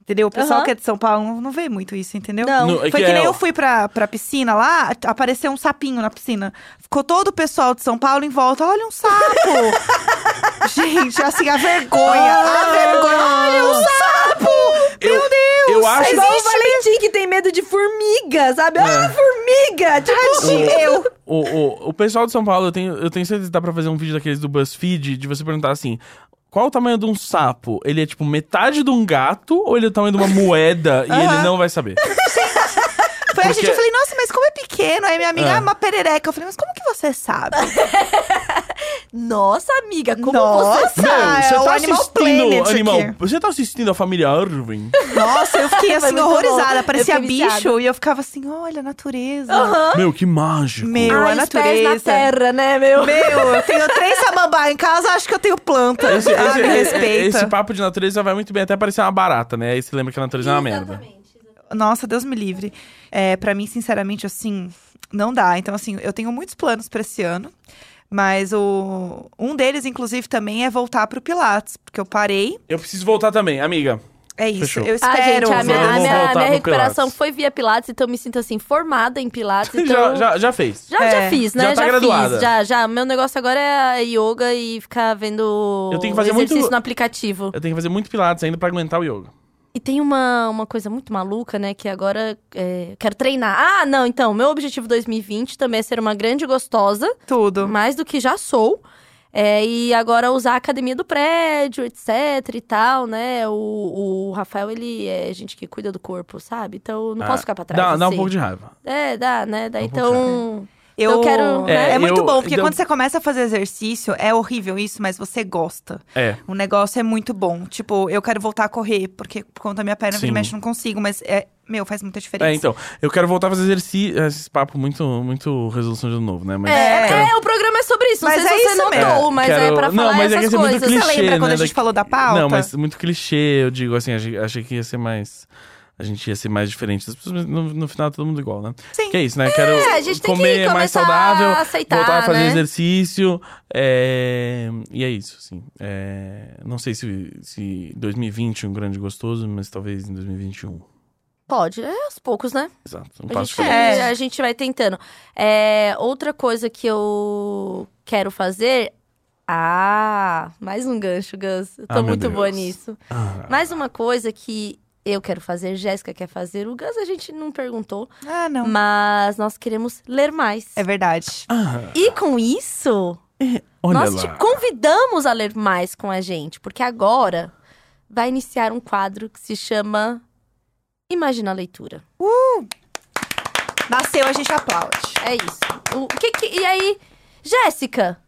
S3: Entendeu? O pessoal
S2: Aham.
S3: que é de São Paulo não- não vê muito isso, entendeu?
S2: Não.
S1: No- é
S3: Foi que,
S1: é-
S3: nem eu fui pra, pra piscina lá, a- apareceu um sapinho na piscina. Ficou todo o pessoal de São Paulo em volta. Olha um sapo! Gente, assim, a vergonha. a vergonha. Olha um sapo! Meu Deus!
S1: Ah, Eu acho...
S2: É igual o Valentim que tem medo de formiga, sabe? Ah, formiga! Tipo,
S3: Tadinho, eu.
S1: O, o, o pessoal de São Paulo, eu tenho, eu tenho certeza que dá pra fazer um vídeo daqueles do BuzzFeed, de você perguntar assim... Qual o tamanho de um sapo? Ele é tipo metade de um gato ou ele é o tamanho de uma moeda e ele
S3: Aham.
S1: não vai saber?
S3: Foi a
S1: Porque-
S3: gente, eu falei, nossa, mas como é pequeno. Aí minha amiga,
S1: É.
S3: é uma perereca. Eu falei, mas como que você sabe?
S2: nossa, amiga, como
S3: nossa,
S2: você...
S1: Meu,
S3: é o
S1: tá
S3: Animal
S1: assistindo,
S3: Planet
S1: animal.
S3: aqui.
S1: Você tá assistindo a família Irving?
S3: Nossa, eu fiquei assim,
S2: muito bom.
S3: horrorizada.
S2: Eu
S3: Parecia
S2: fiquei viciada.
S3: bicho. E eu ficava assim, olha, a natureza.
S2: Aham.
S1: Meu, que mágico.
S3: Meu,
S2: Ah,
S3: a
S2: os pés na
S3: natureza.
S2: terra, né, meu?
S3: Meu, eu tenho três samambaia em casa, acho que eu tenho planta.
S1: Esse,
S3: ah,
S1: esse-
S3: me
S1: esse-
S3: respeita.
S1: esse papo de natureza vai muito bem até parecer uma barata, né? Aí você lembra que a natureza é uma merda.
S3: Nossa, Deus me livre. É, para mim, sinceramente, assim, não dá. Então, assim, eu tenho muitos planos pra esse ano. Mas o... um deles, inclusive, também é voltar pro Pilates. Porque eu parei.
S1: Eu preciso voltar também, amiga.
S3: É isso.
S1: Fechou.
S3: Eu
S2: Ah, gente,
S3: espero.
S2: a minha,
S1: Vamos
S2: a minha-
S1: voltar
S2: minha
S1: pro
S2: recuperação
S1: Pilates.
S2: foi via Pilates, então eu me sinto assim, formada em Pilates.
S1: Já,
S2: Então...
S1: já, já fez.
S2: Já,
S3: É,
S2: já fiz, né?
S1: já tá graduada.
S2: fiz, já, já. Meu negócio agora é yoga e ficar vendo
S1: Eu tenho que fazer muito-
S2: exercício no aplicativo.
S1: Eu tenho que fazer muito pilates ainda pra aguentar o yoga.
S2: E tem uma, uma coisa muito maluca, né? Que agora é, eu quero treinar. Ah, não, então, meu objetivo 2020 também é ser uma grande gostosa,
S3: Tudo.
S2: mais do que já sou. É, e agora usar a academia do prédio, etc e tal, né? O, o Rafael, ele é gente que cuida do corpo, sabe? Então não
S1: Ah,
S2: posso ficar pra trás.
S1: Dá, dá um
S2: assim.
S1: pouco de raiva.
S2: É, dá, né? Daí,
S1: Dá um pouco de
S2: então.
S3: Eu,
S2: Eu quero,
S3: É,
S1: né? É,
S3: muito
S1: eu-
S3: bom, porque
S1: então-
S3: quando você começa a fazer exercício, é horrível isso, mas você gosta.
S1: É.
S3: O negócio é muito bom. Tipo, eu quero voltar a correr, porque por conta da minha perna,
S1: Sim.
S3: eu mexe, não consigo, mas é, meu, faz muita diferença.
S1: É, então, eu quero voltar a fazer exercício. Esse papo muito, muito resolução de ano novo, né? Mas
S2: É, o programa é sobre isso. Não
S3: Mas
S2: sei
S3: é
S2: se você
S3: isso
S2: notou,
S1: mesmo.
S2: mas
S1: Quero-
S2: é pra
S1: Não,
S2: falar
S1: mas é que
S2: essas
S1: esse é muito
S2: coisas.
S3: Você
S1: clichê,
S3: lembra quando
S1: né,
S3: a gente
S1: daqui-
S3: falou da pauta?
S1: Não, mas muito clichê, eu digo assim, achei, achei que ia ser mais. A gente ia ser mais diferente das pessoas, mas no, no final todo mundo igual, né?
S3: Sim.
S1: Que é isso, né? Quero
S2: É, a gente tem que
S1: comer mais
S2: começar a
S1: saudável,
S2: aceitar,
S1: voltar a fazer
S2: né?
S1: exercício. é, E é isso, assim. É, Não sei se, se 2020 é um grande gostoso, mas talvez em 2021.
S2: Pode, é aos poucos, né?
S1: Exato. Um
S2: A
S1: passo
S2: gente,
S1: por
S2: é,
S3: É.
S2: a gente vai tentando. É, outra coisa que eu quero fazer. Ah, mais um gancho, Gus. Eu tô
S1: Ah, meu
S2: muito boa
S1: Deus.
S2: nisso.
S1: Ah,
S2: Mais uma coisa que eu quero fazer, Jéssica quer fazer, o Gus a gente não perguntou,
S3: Ah, não.
S2: mas nós queremos ler mais.
S3: É verdade.
S1: ah,
S2: E com isso,
S1: olha
S2: nós
S1: lá.
S2: te convidamos a ler mais com a gente, porque agora vai iniciar um quadro que se chama Imagina a Leitura.
S3: Nasceu, a gente aplaude.
S2: É isso. O que que- e aí, Jéssica,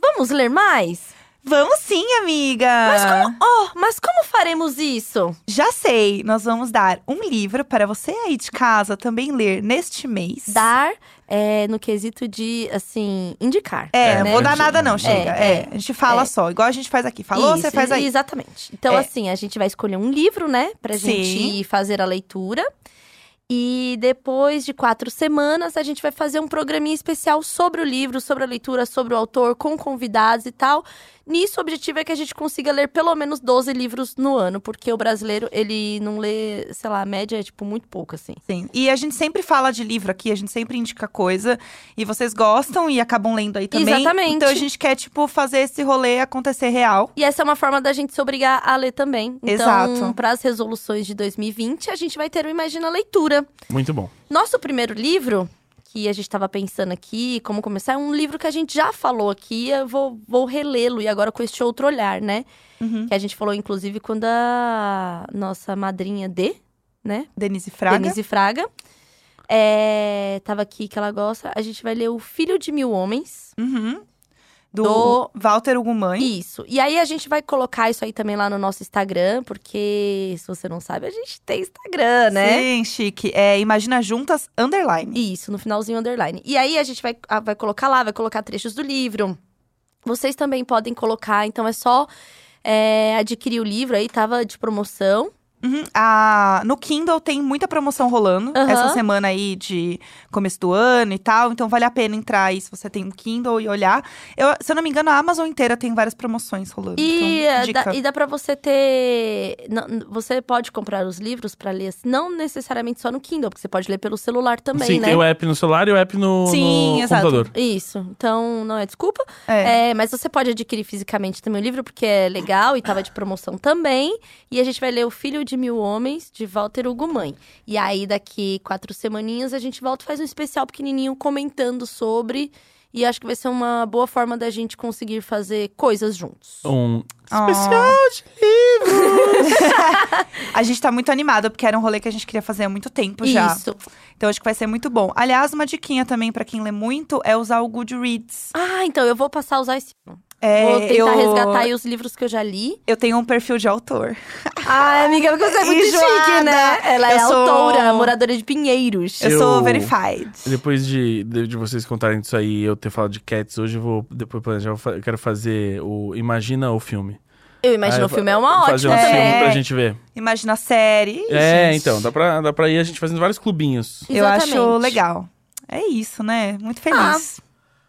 S2: vamos ler mais?
S3: Vamos sim, amiga! Mas como...
S2: Oh, mas como faremos isso?
S3: Já sei, nós vamos dar um livro para você aí de casa também ler neste mês.
S2: Dar é, no quesito de, assim, indicar.
S3: É,
S1: É,
S3: não
S2: né?
S3: vou dar nada não, chega.
S2: É,
S3: É,
S2: é,
S3: a gente fala
S2: é.
S3: só, igual a gente faz aqui. Falou,
S2: Isso,
S3: você faz aí.
S2: Exatamente. Então,
S3: É.
S2: assim, a gente vai escolher um livro, né? Pra
S3: Sim.
S2: gente fazer a leitura. E depois de quatro semanas, a gente vai fazer um programinha especial sobre o livro, sobre a leitura, sobre o autor, com convidados e tal. Nisso, o objetivo é que a gente consiga ler pelo menos 12 livros no ano, porque o brasileiro, ele não lê, sei lá, a média é tipo muito pouco, assim.
S3: Sim. E a gente sempre fala de livro aqui, a gente sempre indica coisa. E vocês gostam e acabam lendo aí também.
S2: Exatamente.
S3: Então a gente quer, tipo, fazer esse rolê acontecer real.
S2: E essa é uma forma da gente se obrigar a ler também. Então,
S3: Exato.
S2: para as resoluções de 2020, a gente vai ter o Imagina Leitura.
S1: Muito bom.
S2: Nosso primeiro livro, que a gente estava pensando aqui, como começar, é um livro que a gente já falou aqui, eu vou, vou relê-lo, e agora com este outro olhar, né?
S3: Uhum.
S2: Que a gente falou, inclusive, quando a nossa madrinha D, né?
S3: Denise Fraga.
S2: Denise Fraga, é, tava aqui, que ela gosta. A gente vai ler O Filho de Mil Homens.
S3: Uhum. Do,
S2: Do-
S3: Walter Ugumãe.
S2: Isso. E aí a gente vai colocar isso aí também lá no nosso Instagram, porque se você não sabe, a gente tem Instagram, né?
S3: Sim, chique. É, Imagina Juntas, underline.
S2: Isso, no finalzinho underline. E aí a gente vai, ah, vai colocar lá, vai colocar trechos do livro. Vocês também podem colocar, então é só é, adquirir o livro aí, tava de promoção.
S3: Uhum. Ah, no Kindle tem muita promoção rolando
S2: Aham.
S3: essa semana aí de começo do ano e tal. Então vale a pena entrar aí se você tem um Kindle e olhar. Eu- se eu não me engano, a Amazon inteira tem várias promoções rolando.
S2: E,
S3: então,
S2: eh,
S3: dica.
S2: dá, e dá pra você ter. não- n- você pode comprar os livros pra ler, assim, não necessariamente só no Kindle, porque você pode ler pelo celular também,
S1: Sim,
S2: né?
S1: tem o app no celular e o app no,
S3: Sim,
S1: no
S3: exato.
S1: computador.
S2: Isso, então não é desculpa.
S3: É.
S2: É, mas você pode adquirir fisicamente também o livro, porque é legal e tava de promoção também. E a gente vai ler O Filho de Mil Homens, de Walter Hugo Mãe. E aí, daqui quatro semaninhas, a gente volta e faz um especial pequenininho comentando sobre. E acho que vai ser uma boa forma da gente conseguir fazer coisas juntos.
S1: Um
S3: Ah.
S1: especial de
S3: A gente tá muito animada, porque era um rolê que a gente queria fazer há muito tempo já.
S2: Isso.
S3: Então acho que vai ser muito bom. Aliás, uma diquinha também pra quem lê muito é usar o Goodreads.
S2: Ah, então eu vou passar a usar esse.
S3: É,
S2: vou tentar
S3: eu,
S2: resgatar aí os livros que eu já li.
S3: Eu tenho um perfil de autor.
S2: Ai, amiga, porque você é
S3: muito chique, né?
S2: Ela é
S3: Eu sou-
S2: autora, moradora de Pinheiros.
S3: Eu,
S1: Eu-
S3: sou verified.
S1: Depois de, de, de vocês contarem disso aí e eu ter falado de Cats hoje, eu vou depois planejar. Eu fa- eu quero fazer o. Imagina o filme.
S2: Eu
S1: Aí
S2: imagino
S1: eu
S2: o
S1: fa-
S2: filme é uma
S1: Fazer um
S2: ótima também.
S1: filme pra gente ver.
S3: Imagina a série. Ih,
S1: é,
S3: gente.
S1: então, dá pra, dá pra ir a gente fazendo vários clubinhos.
S3: Eu acho
S2: Exatamente.
S3: legal. É isso, né? Muito feliz.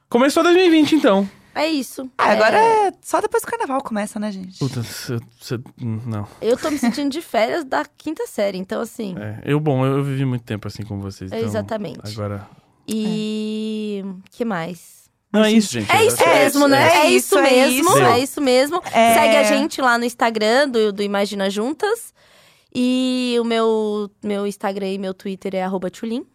S1: Começou 2020, então.
S2: É isso.
S3: Ah, agora
S2: É,
S3: é... só depois que o carnaval começa, né, gente?
S1: Puta, cê- cê- não.
S2: eu tô me sentindo de férias da quinta série, então assim.
S1: É, eu, bom, eu, eu vivi muito tempo assim com vocês. Então,
S2: exatamente.
S1: Agora.
S2: E. que mais?
S1: Não, é isso, gente.
S2: É isso
S1: Acho que
S2: mesmo, né?
S3: é
S2: É, isso
S3: isso, é
S2: mesmo.
S1: isso.
S2: É isso mesmo.
S3: É.
S2: Segue a gente lá no Instagram do, do Imagina Juntas. E o meu, meu Instagram e meu Twitter é arroba tchulin.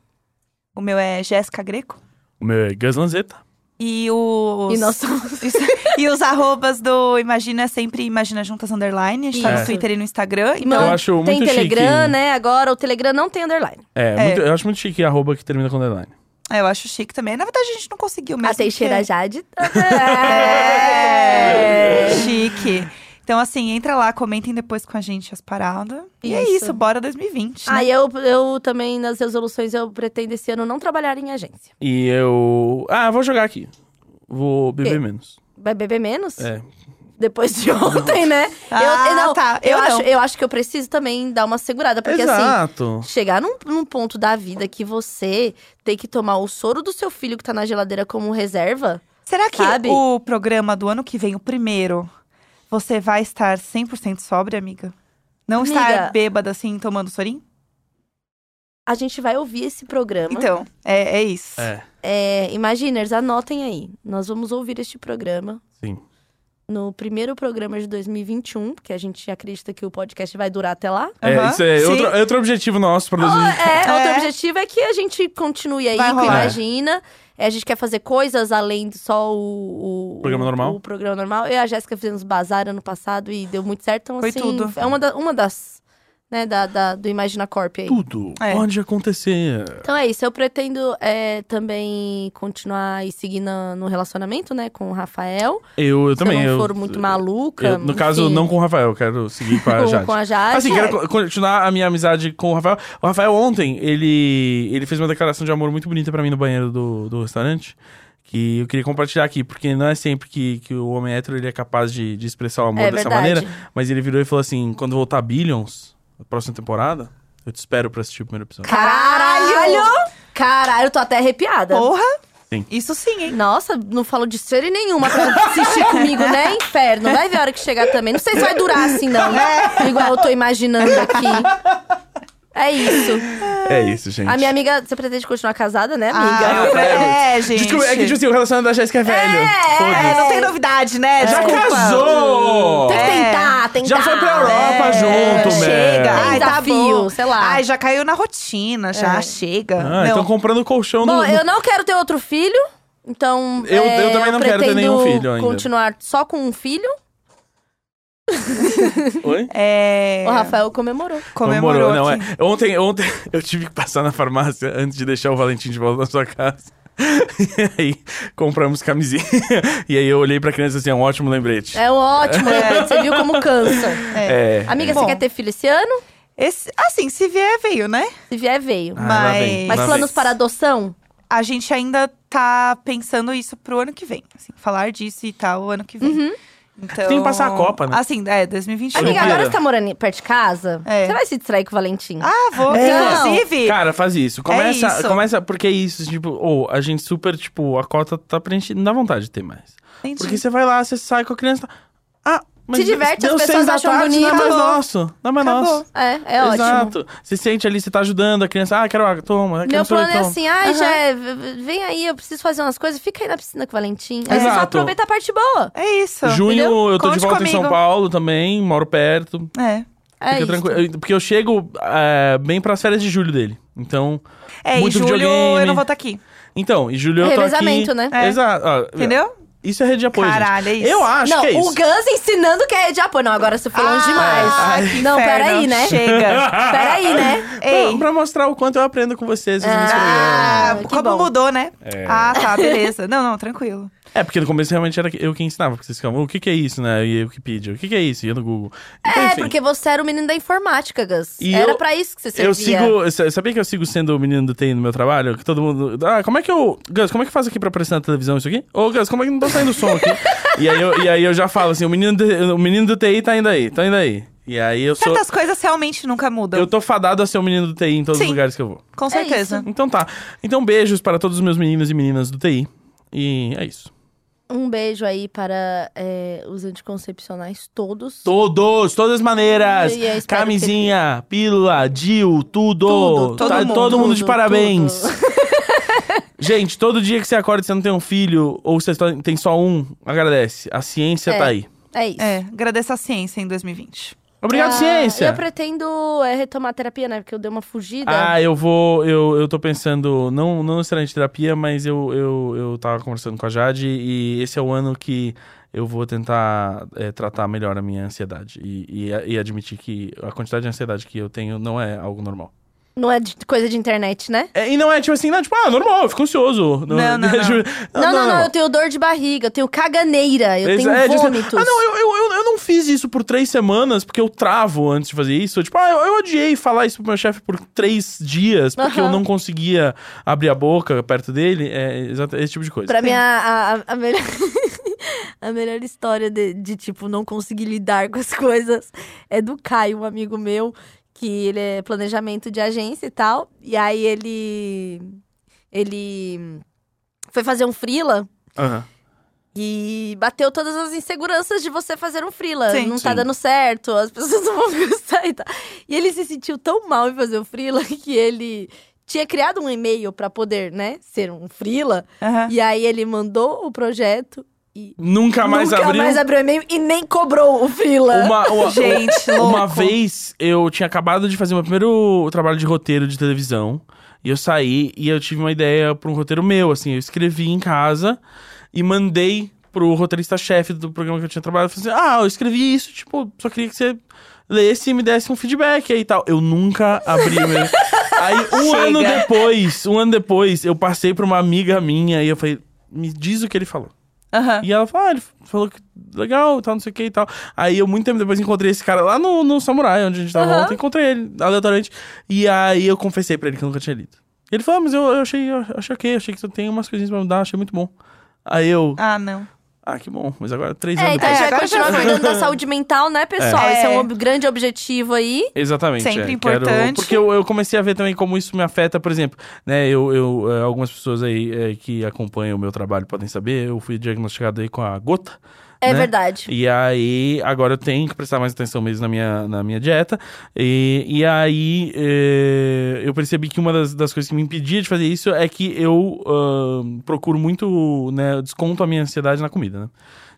S3: O meu é Jéssica Greco.
S1: O meu é Gus Lanzetta.
S3: E os.
S2: E nós somos.
S3: Isso. e os arrobas do Imagina é sempre Imagina Juntas Underline. A gente tá
S1: Isso.
S3: no Twitter e no Instagram. Então,
S2: Não,
S1: eu acho
S2: tem
S1: muito
S2: Telegram,
S1: chique.
S2: né? Agora o Telegram não tem underline.
S1: É, muito- eu acho muito chique arroba que termina com deadline.
S3: É, eu acho chique também. Na verdade, a gente não conseguiu mesmo.
S2: A Teixeira
S3: porque-
S2: Jade.
S3: É, chique. Então, assim, entra lá, comentem depois com a gente as paradas. E é
S2: Isso.
S3: isso, bora 2020. né?
S2: Aí eu, eu também, nas resoluções, eu pretendo esse ano não trabalhar em agência.
S1: E eu. Ah, vou jogar aqui. Vou beber menos.
S2: Vai beber menos?
S1: É.
S2: Depois de ontem, né?
S3: Ah, tá. Eu não.
S2: acho, eu acho que eu preciso também dar uma segurada, porque assim.
S1: Exato.
S2: Chegar num, num ponto da vida que você tem que tomar o soro do seu filho que tá na geladeira como reserva.
S3: Será que
S2: Sabe?
S3: o programa do ano que vem, o primeiro, você vai estar 100% sóbria, amiga? Não
S2: Amiga.
S3: estar bêbada, assim, tomando sorim?
S2: A gente vai ouvir esse programa.
S3: Então, é, é isso.
S1: É,
S2: É, Imaginers, anotem aí. Nós vamos ouvir este programa
S1: sim.
S2: no primeiro programa de 2021, porque a gente acredita que o podcast vai durar até lá.
S1: É,
S3: Aham.
S1: isso é
S3: Sim.
S1: outro, é outro objetivo nosso pra 2020.
S2: É, outro
S3: É.
S2: objetivo é que a gente continue aí
S3: Vai
S2: com
S3: rolar.
S2: Imagina. É, a gente quer fazer coisas além de só o, o-
S1: Programa
S2: o-
S1: normal.
S2: O programa normal. Eu e a Jéssica fizemos bazar ano passado e deu muito certo. Então,
S3: Foi
S2: assim,
S3: tudo.
S2: é uma, da- uma das. Né, da, da- do Imagina Corp aí.
S1: Tudo
S3: É.
S1: pode acontecer.
S2: Então é isso, eu pretendo é, também continuar e seguir na- no relacionamento, né, com o Rafael.
S1: Eu, eu
S2: Se
S1: também.
S2: eu não
S1: eu-
S2: for muito maluca.
S1: eu- no caso,
S2: enfim,
S1: não com o Rafael, eu quero seguir com a
S2: com,
S1: Jade.
S2: com a Jade.
S1: Assim,
S2: é.
S1: quero co- continuar a minha amizade com o Rafael. O Rafael, ontem, ele, ele fez uma declaração de amor muito bonita pra mim no banheiro do, do restaurante. Que eu queria compartilhar aqui, porque não é sempre que, que o homem hétero ele é capaz de, de expressar o amor
S2: É
S1: dessa
S2: verdade.
S1: maneira. Mas ele virou e falou assim: quando voltar Billions, na próxima temporada, eu te espero pra assistir o primeiro episódio.
S2: Caralho! Caralho, eu tô até arrepiada.
S3: Porra!
S1: Sim.
S3: Isso sim, hein?
S2: Nossa, não falou de série nenhuma pra assistir comigo, né? Inferno. Vai ver a hora que chegar também. Não sei se vai durar assim, não. Igual eu tô imaginando aqui. É isso.
S1: É isso, gente.
S2: A minha amiga, você pretende continuar casada, né,
S3: Ah,
S2: amiga?
S1: eu-
S3: é, gente.
S1: Desculpa, é que tipo assim, o relacionamento da Jéssica é velho.
S3: É,
S1: Foda-se.
S3: não tem novidade,
S2: É.
S3: né?
S1: Já
S3: Desculpa.
S1: casou!
S2: Tem que
S3: É.
S2: tentar, tentar.
S1: Já foi pra Europa junto, né?
S3: Chega,
S1: Mel.
S3: ai, tá
S2: Desafio,
S3: bom.
S2: sei lá.
S3: Ai, já caiu na rotina,
S2: É.
S3: já, chega.
S1: Ah,
S3: não,
S1: então comprando colchão
S2: Bom,
S1: no, no
S2: eu não quero ter outro filho. Então,
S1: Eu-
S2: é,
S1: eu também não quero ter
S2: pretendo
S1: nenhum filho ainda.
S2: continuar só com um filho.
S1: Oi?
S3: é...
S2: O Rafael comemorou.
S3: comemorou,
S1: não é.
S3: aqui.
S1: Ontem, ontem eu tive que passar na farmácia antes de deixar o Valentim de volta na sua casa. E aí, compramos camisinha. E aí eu olhei pra criança assim, é um ótimo lembrete.
S2: É um ótimo, né? Você viu como cansa.
S1: É.
S2: Amiga, você
S3: Bom.
S2: quer ter filho esse ano?
S3: Esse, assim, se vier, veio, né?
S2: Se vier, veio.
S1: Ah, lá vem,
S2: Mas
S1: lá
S2: planos para adoção?
S3: a gente ainda tá pensando isso pro ano que vem. Assim, falar disso e tal, o ano que vem. Então,
S1: Tem que passar a Copa, né?
S3: Assim, é, 2021.
S2: Uhum. Amiga,
S1: Olimpíada.
S2: agora você tá morando em- perto de casa?
S3: É.
S2: Você vai se distrair com o Valentim?
S3: Ah, vou.
S2: É.
S3: Inclusive,
S1: Cara, faz isso. Começa,
S3: isso.
S1: começa porque é isso, tipo, ou a gente super, tipo, a cota tá preenchida, não dá vontade de ter mais.
S3: Entendi.
S1: Porque você vai lá, você sai com a criança, tá... ah, mas
S2: Se diverte,
S1: deu
S2: as
S1: seis
S2: pessoas
S1: da
S2: acham
S1: tarde, Não é mais
S3: bonito.
S1: nosso, não é mais
S3: Acabou.
S1: nosso.
S2: É, é ótimo.
S1: Exato. Você sente ali, você tá ajudando a criança, ah, quero água, toma. quero
S2: Meu plano
S1: sorvete,
S2: é
S1: toma.
S2: assim, ai,
S3: Aham.
S2: já é, v- v- vem aí, eu preciso fazer umas coisas, fica aí na piscina com o Valentim. Aí você só
S1: Exato.
S2: aproveita a parte boa.
S3: é isso.
S1: Junho
S3: entendeu?
S1: eu tô
S3: Conte
S1: de volta em São
S3: comigo.
S1: Paulo também, moro perto.
S3: É.
S2: É
S1: fica
S2: isso.
S1: tranquilo. Eu- Porque eu chego é, bem pras férias de julho dele. Então,
S3: É,
S1: Muito
S3: em julho
S1: videogame.
S3: eu não vou estar aqui.
S1: então, em julho eu tô
S2: Revezamento,
S1: aqui.
S2: né?
S3: É.
S1: Exato. ó,
S3: Entendeu?
S1: Isso é rede de apoio, gente.
S3: Caralho, é isso.
S1: Eu acho
S2: não,
S1: que é
S2: o
S1: isso.
S2: Gus ensinando que é de apoio. Não, agora você foi longe
S3: Ah,
S2: demais.
S3: que
S2: não,
S3: inferno.
S2: peraí, né?
S3: Chega.
S2: Peraí, né?
S3: Ei.
S1: Não, pra mostrar o quanto eu aprendo com vocês. vocês me escreveram.
S3: Ah,
S2: que
S3: como
S2: bom.
S3: mudou, né? Ah, tá, beleza. Não, não, tranquilo.
S1: É, porque no começo realmente era eu quem ensinava. Porque vocês ficavam, o que que é isso, né? E eu que pedia, o que que é isso? E eu no Google. Então,
S2: É,
S1: enfim.
S2: porque você era o menino da informática, Gus.
S1: E
S2: era
S1: eu-
S2: pra isso que você servia.
S1: Eu sigo. sa- Sabia que eu sigo sendo o menino do TI no meu trabalho? Que todo mundo. Ah, como é que eu. Gus, como é que faz aqui pra aparecer na televisão isso aqui? Ô, Gus, como é que não tá saindo som aqui? e, aí eu, e aí eu já falo assim: o menino, do- o menino do TI tá indo aí, tá indo aí. E aí eu sou.
S3: Certas coisas realmente nunca mudam.
S1: Eu tô fadado a ser o menino do TI em todos os
S3: Sim.
S1: lugares que eu vou.
S2: É
S3: Com certeza.
S1: Então tá. Então beijos para todos os meus meninos e meninas do TI. E é isso.
S2: Um beijo aí para é, os anticoncepcionais todos.
S1: Todos, todas as maneiras.
S2: Ah, E eu espero
S1: Camisinha, pílula, Dil, tudo.
S2: Tudo, todo
S1: Tá-
S2: mundo.
S1: todo mundo de
S2: Tudo,
S1: parabéns. Gente, todo dia que você acorda e você não tem um filho, ou você só- tem só um, agradece. A ciência
S2: É.
S1: tá aí.
S2: É isso.
S3: É, agradeço a ciência em 2020.
S1: Obrigado,
S2: Ah,
S1: ciência!
S2: Eu pretendo é, retomar a terapia, né? Porque eu dei uma fugida.
S1: Ah, eu vou. Eu, eu tô pensando, não, não necessariamente terapia, mas eu, eu, eu tava conversando com a Jade e esse é o ano que eu vou tentar é, tratar melhor a minha ansiedade e, e, e admitir que a quantidade de ansiedade que eu tenho não é algo normal.
S2: Não é de- coisa de internet, né?
S1: É, e não é tipo assim, não, tipo, ah, normal, eu fico ansioso. é tipo,
S3: Não, não, não.
S2: Não, não, não, eu tenho dor de barriga, eu tenho caganeira, eu
S1: Eles-
S2: tenho
S1: é, diz assim,
S2: vômitos.
S1: ah, não, eu, eu, eu, eu não fiz isso por três semanas, porque eu travo antes de fazer isso. Tipo, ah, eu, eu odiei falar isso pro meu chefe por três dias, porque eu
S2: Aham.
S1: não conseguia abrir a boca perto dele. É, exato, esse tipo de coisa.
S2: Pra mim, a, a, a melhor... a melhor história de, de, tipo, não conseguir lidar com as coisas é do Caio, um amigo meu, que ele é planejamento de agência e tal. E aí ele... Ele foi fazer um freela
S1: Aham.
S2: e bateu todas as inseguranças de você fazer um freela.
S3: Sim.
S2: não tá
S1: Sim.
S2: dando certo, as pessoas não vão gostar e tal. E ele se sentiu tão mal em fazer o freela que ele tinha criado um e-mail pra poder, né, ser um freela.
S3: Aham.
S2: E aí ele mandou o projeto,
S1: Nunca mais
S2: nunca
S1: abriu.
S2: mais abriu e-mail e nem cobrou o freela.
S1: Ah, Uma, uma-
S3: Gente, louco.
S1: uma vez eu tinha acabado de fazer meu primeiro trabalho de roteiro de televisão. E eu saí e eu tive uma ideia pra um roteiro meu, assim. Eu escrevi em casa e mandei pro roteirista-chefe do programa que eu tinha trabalhado. Falei assim, ah, eu escrevi isso, tipo, só queria que você lesse e me desse um feedback aí e tal. Eu nunca abri o meu... Aí, um
S3: Chega.
S1: ano depois, um ano depois, eu passei pra uma amiga minha e eu falei, me diz o que ele falou.
S3: Aham.
S1: E ela falou, ah, ele falou que legal, tal, não sei o que e tal. Aí eu, muito tempo depois, encontrei esse cara lá no, no Samurai, onde a gente tava
S2: Aham.
S1: ontem, encontrei ele aleatoriamente. E aí eu confessei pra ele que eu nunca tinha lido. Ele falou, ah, mas eu, eu achei, eu achei ok, achei que você tem umas coisinhas pra mudar, achei muito bom. Aí eu,
S3: Ah, não.
S1: ah, que bom, mas agora três
S2: É,
S1: anos
S2: então a
S1: depois.
S2: gente vai
S3: É, agora já
S2: continuar
S3: foi.
S2: cuidando da saúde mental, né, pessoal?
S3: É.
S2: Esse é um ob- grande objetivo aí.
S1: Exatamente.
S3: Sempre
S1: é. Quero-
S3: importante.
S1: porque eu, eu comecei a ver também como isso me afeta, por exemplo, né? Eu, eu, eh, algumas pessoas aí eh, que acompanham o meu trabalho podem saber, eu fui diagnosticado aí com a gota.
S2: É
S1: né?
S2: verdade.
S1: E aí, agora eu tenho que prestar mais atenção mesmo na minha, na minha dieta. E, e aí, eh, eu percebi que uma das, das coisas que me impedia de fazer isso é que eu ahn, procuro muito, né, eu desconto a minha ansiedade na comida, né?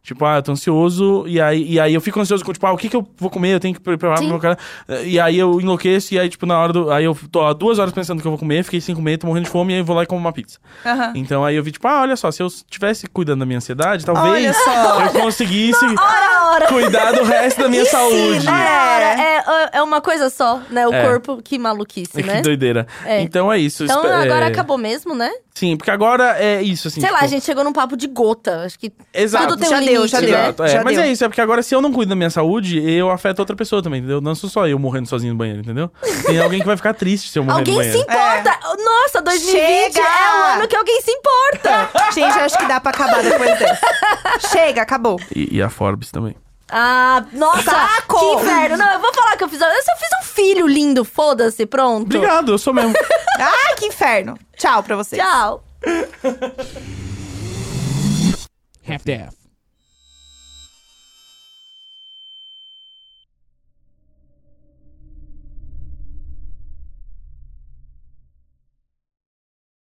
S1: Tipo, ah, eu tô ansioso, e aí, e aí eu fico ansioso com, tipo, ah, o que que eu vou comer? Eu tenho que pre- preparar pro
S2: Sim.
S1: meu cara. E aí eu enlouqueço, e aí, tipo, na hora do. Aí eu tô há duas horas pensando que eu vou comer, fiquei sem comer, tô morrendo de fome, e aí eu vou lá e como uma pizza.
S3: Aham.
S1: Então aí eu vi, tipo, ah, olha só, se eu estivesse cuidando da minha ansiedade, talvez
S3: Olha só.
S1: eu conseguisse
S2: Ora, ora!
S1: cuidar do resto da minha saúde.
S2: Ora, é, é uma coisa só, né? O
S1: É.
S2: corpo, que maluquice,
S1: É,
S2: né?
S1: Que doideira.
S2: É.
S1: Então é isso.
S2: Então
S1: Espe-
S2: agora
S1: é,
S2: acabou mesmo, né?
S1: Sim, porque agora é isso, assim.
S2: Sei lá,
S1: tipo,
S2: a gente chegou num papo de gota. Acho que
S1: Exato.
S2: tudo tem
S3: Já
S2: um
S3: deu,
S2: limite,
S3: já
S2: né?
S3: deu.
S1: Exato, é.
S3: Já
S1: Mas
S3: deu.
S1: é isso, é porque agora se eu não cuido da minha saúde, eu afeto outra pessoa também, entendeu? Não sou só eu morrendo sozinho no banheiro, entendeu? Tem alguém que vai ficar triste se eu morrer no
S2: Alguém
S1: banheiro.
S2: se importa! Nossa, 2020
S3: Chega!
S2: é o ano que alguém se importa!
S3: Gente, acho que dá pra acabar depois dessa. Chega, acabou.
S1: E, e a Forbes também.
S2: ah, nossa!
S3: Saco!
S2: Que inferno! Não, eu vou falar que eu fiz. Eu só fiz um filho lindo, foda-se, pronto.
S1: Obrigado, eu sou mesmo.
S3: Ai, que inferno. Tchau pra vocês.
S2: Tchau.
S5: half-daff.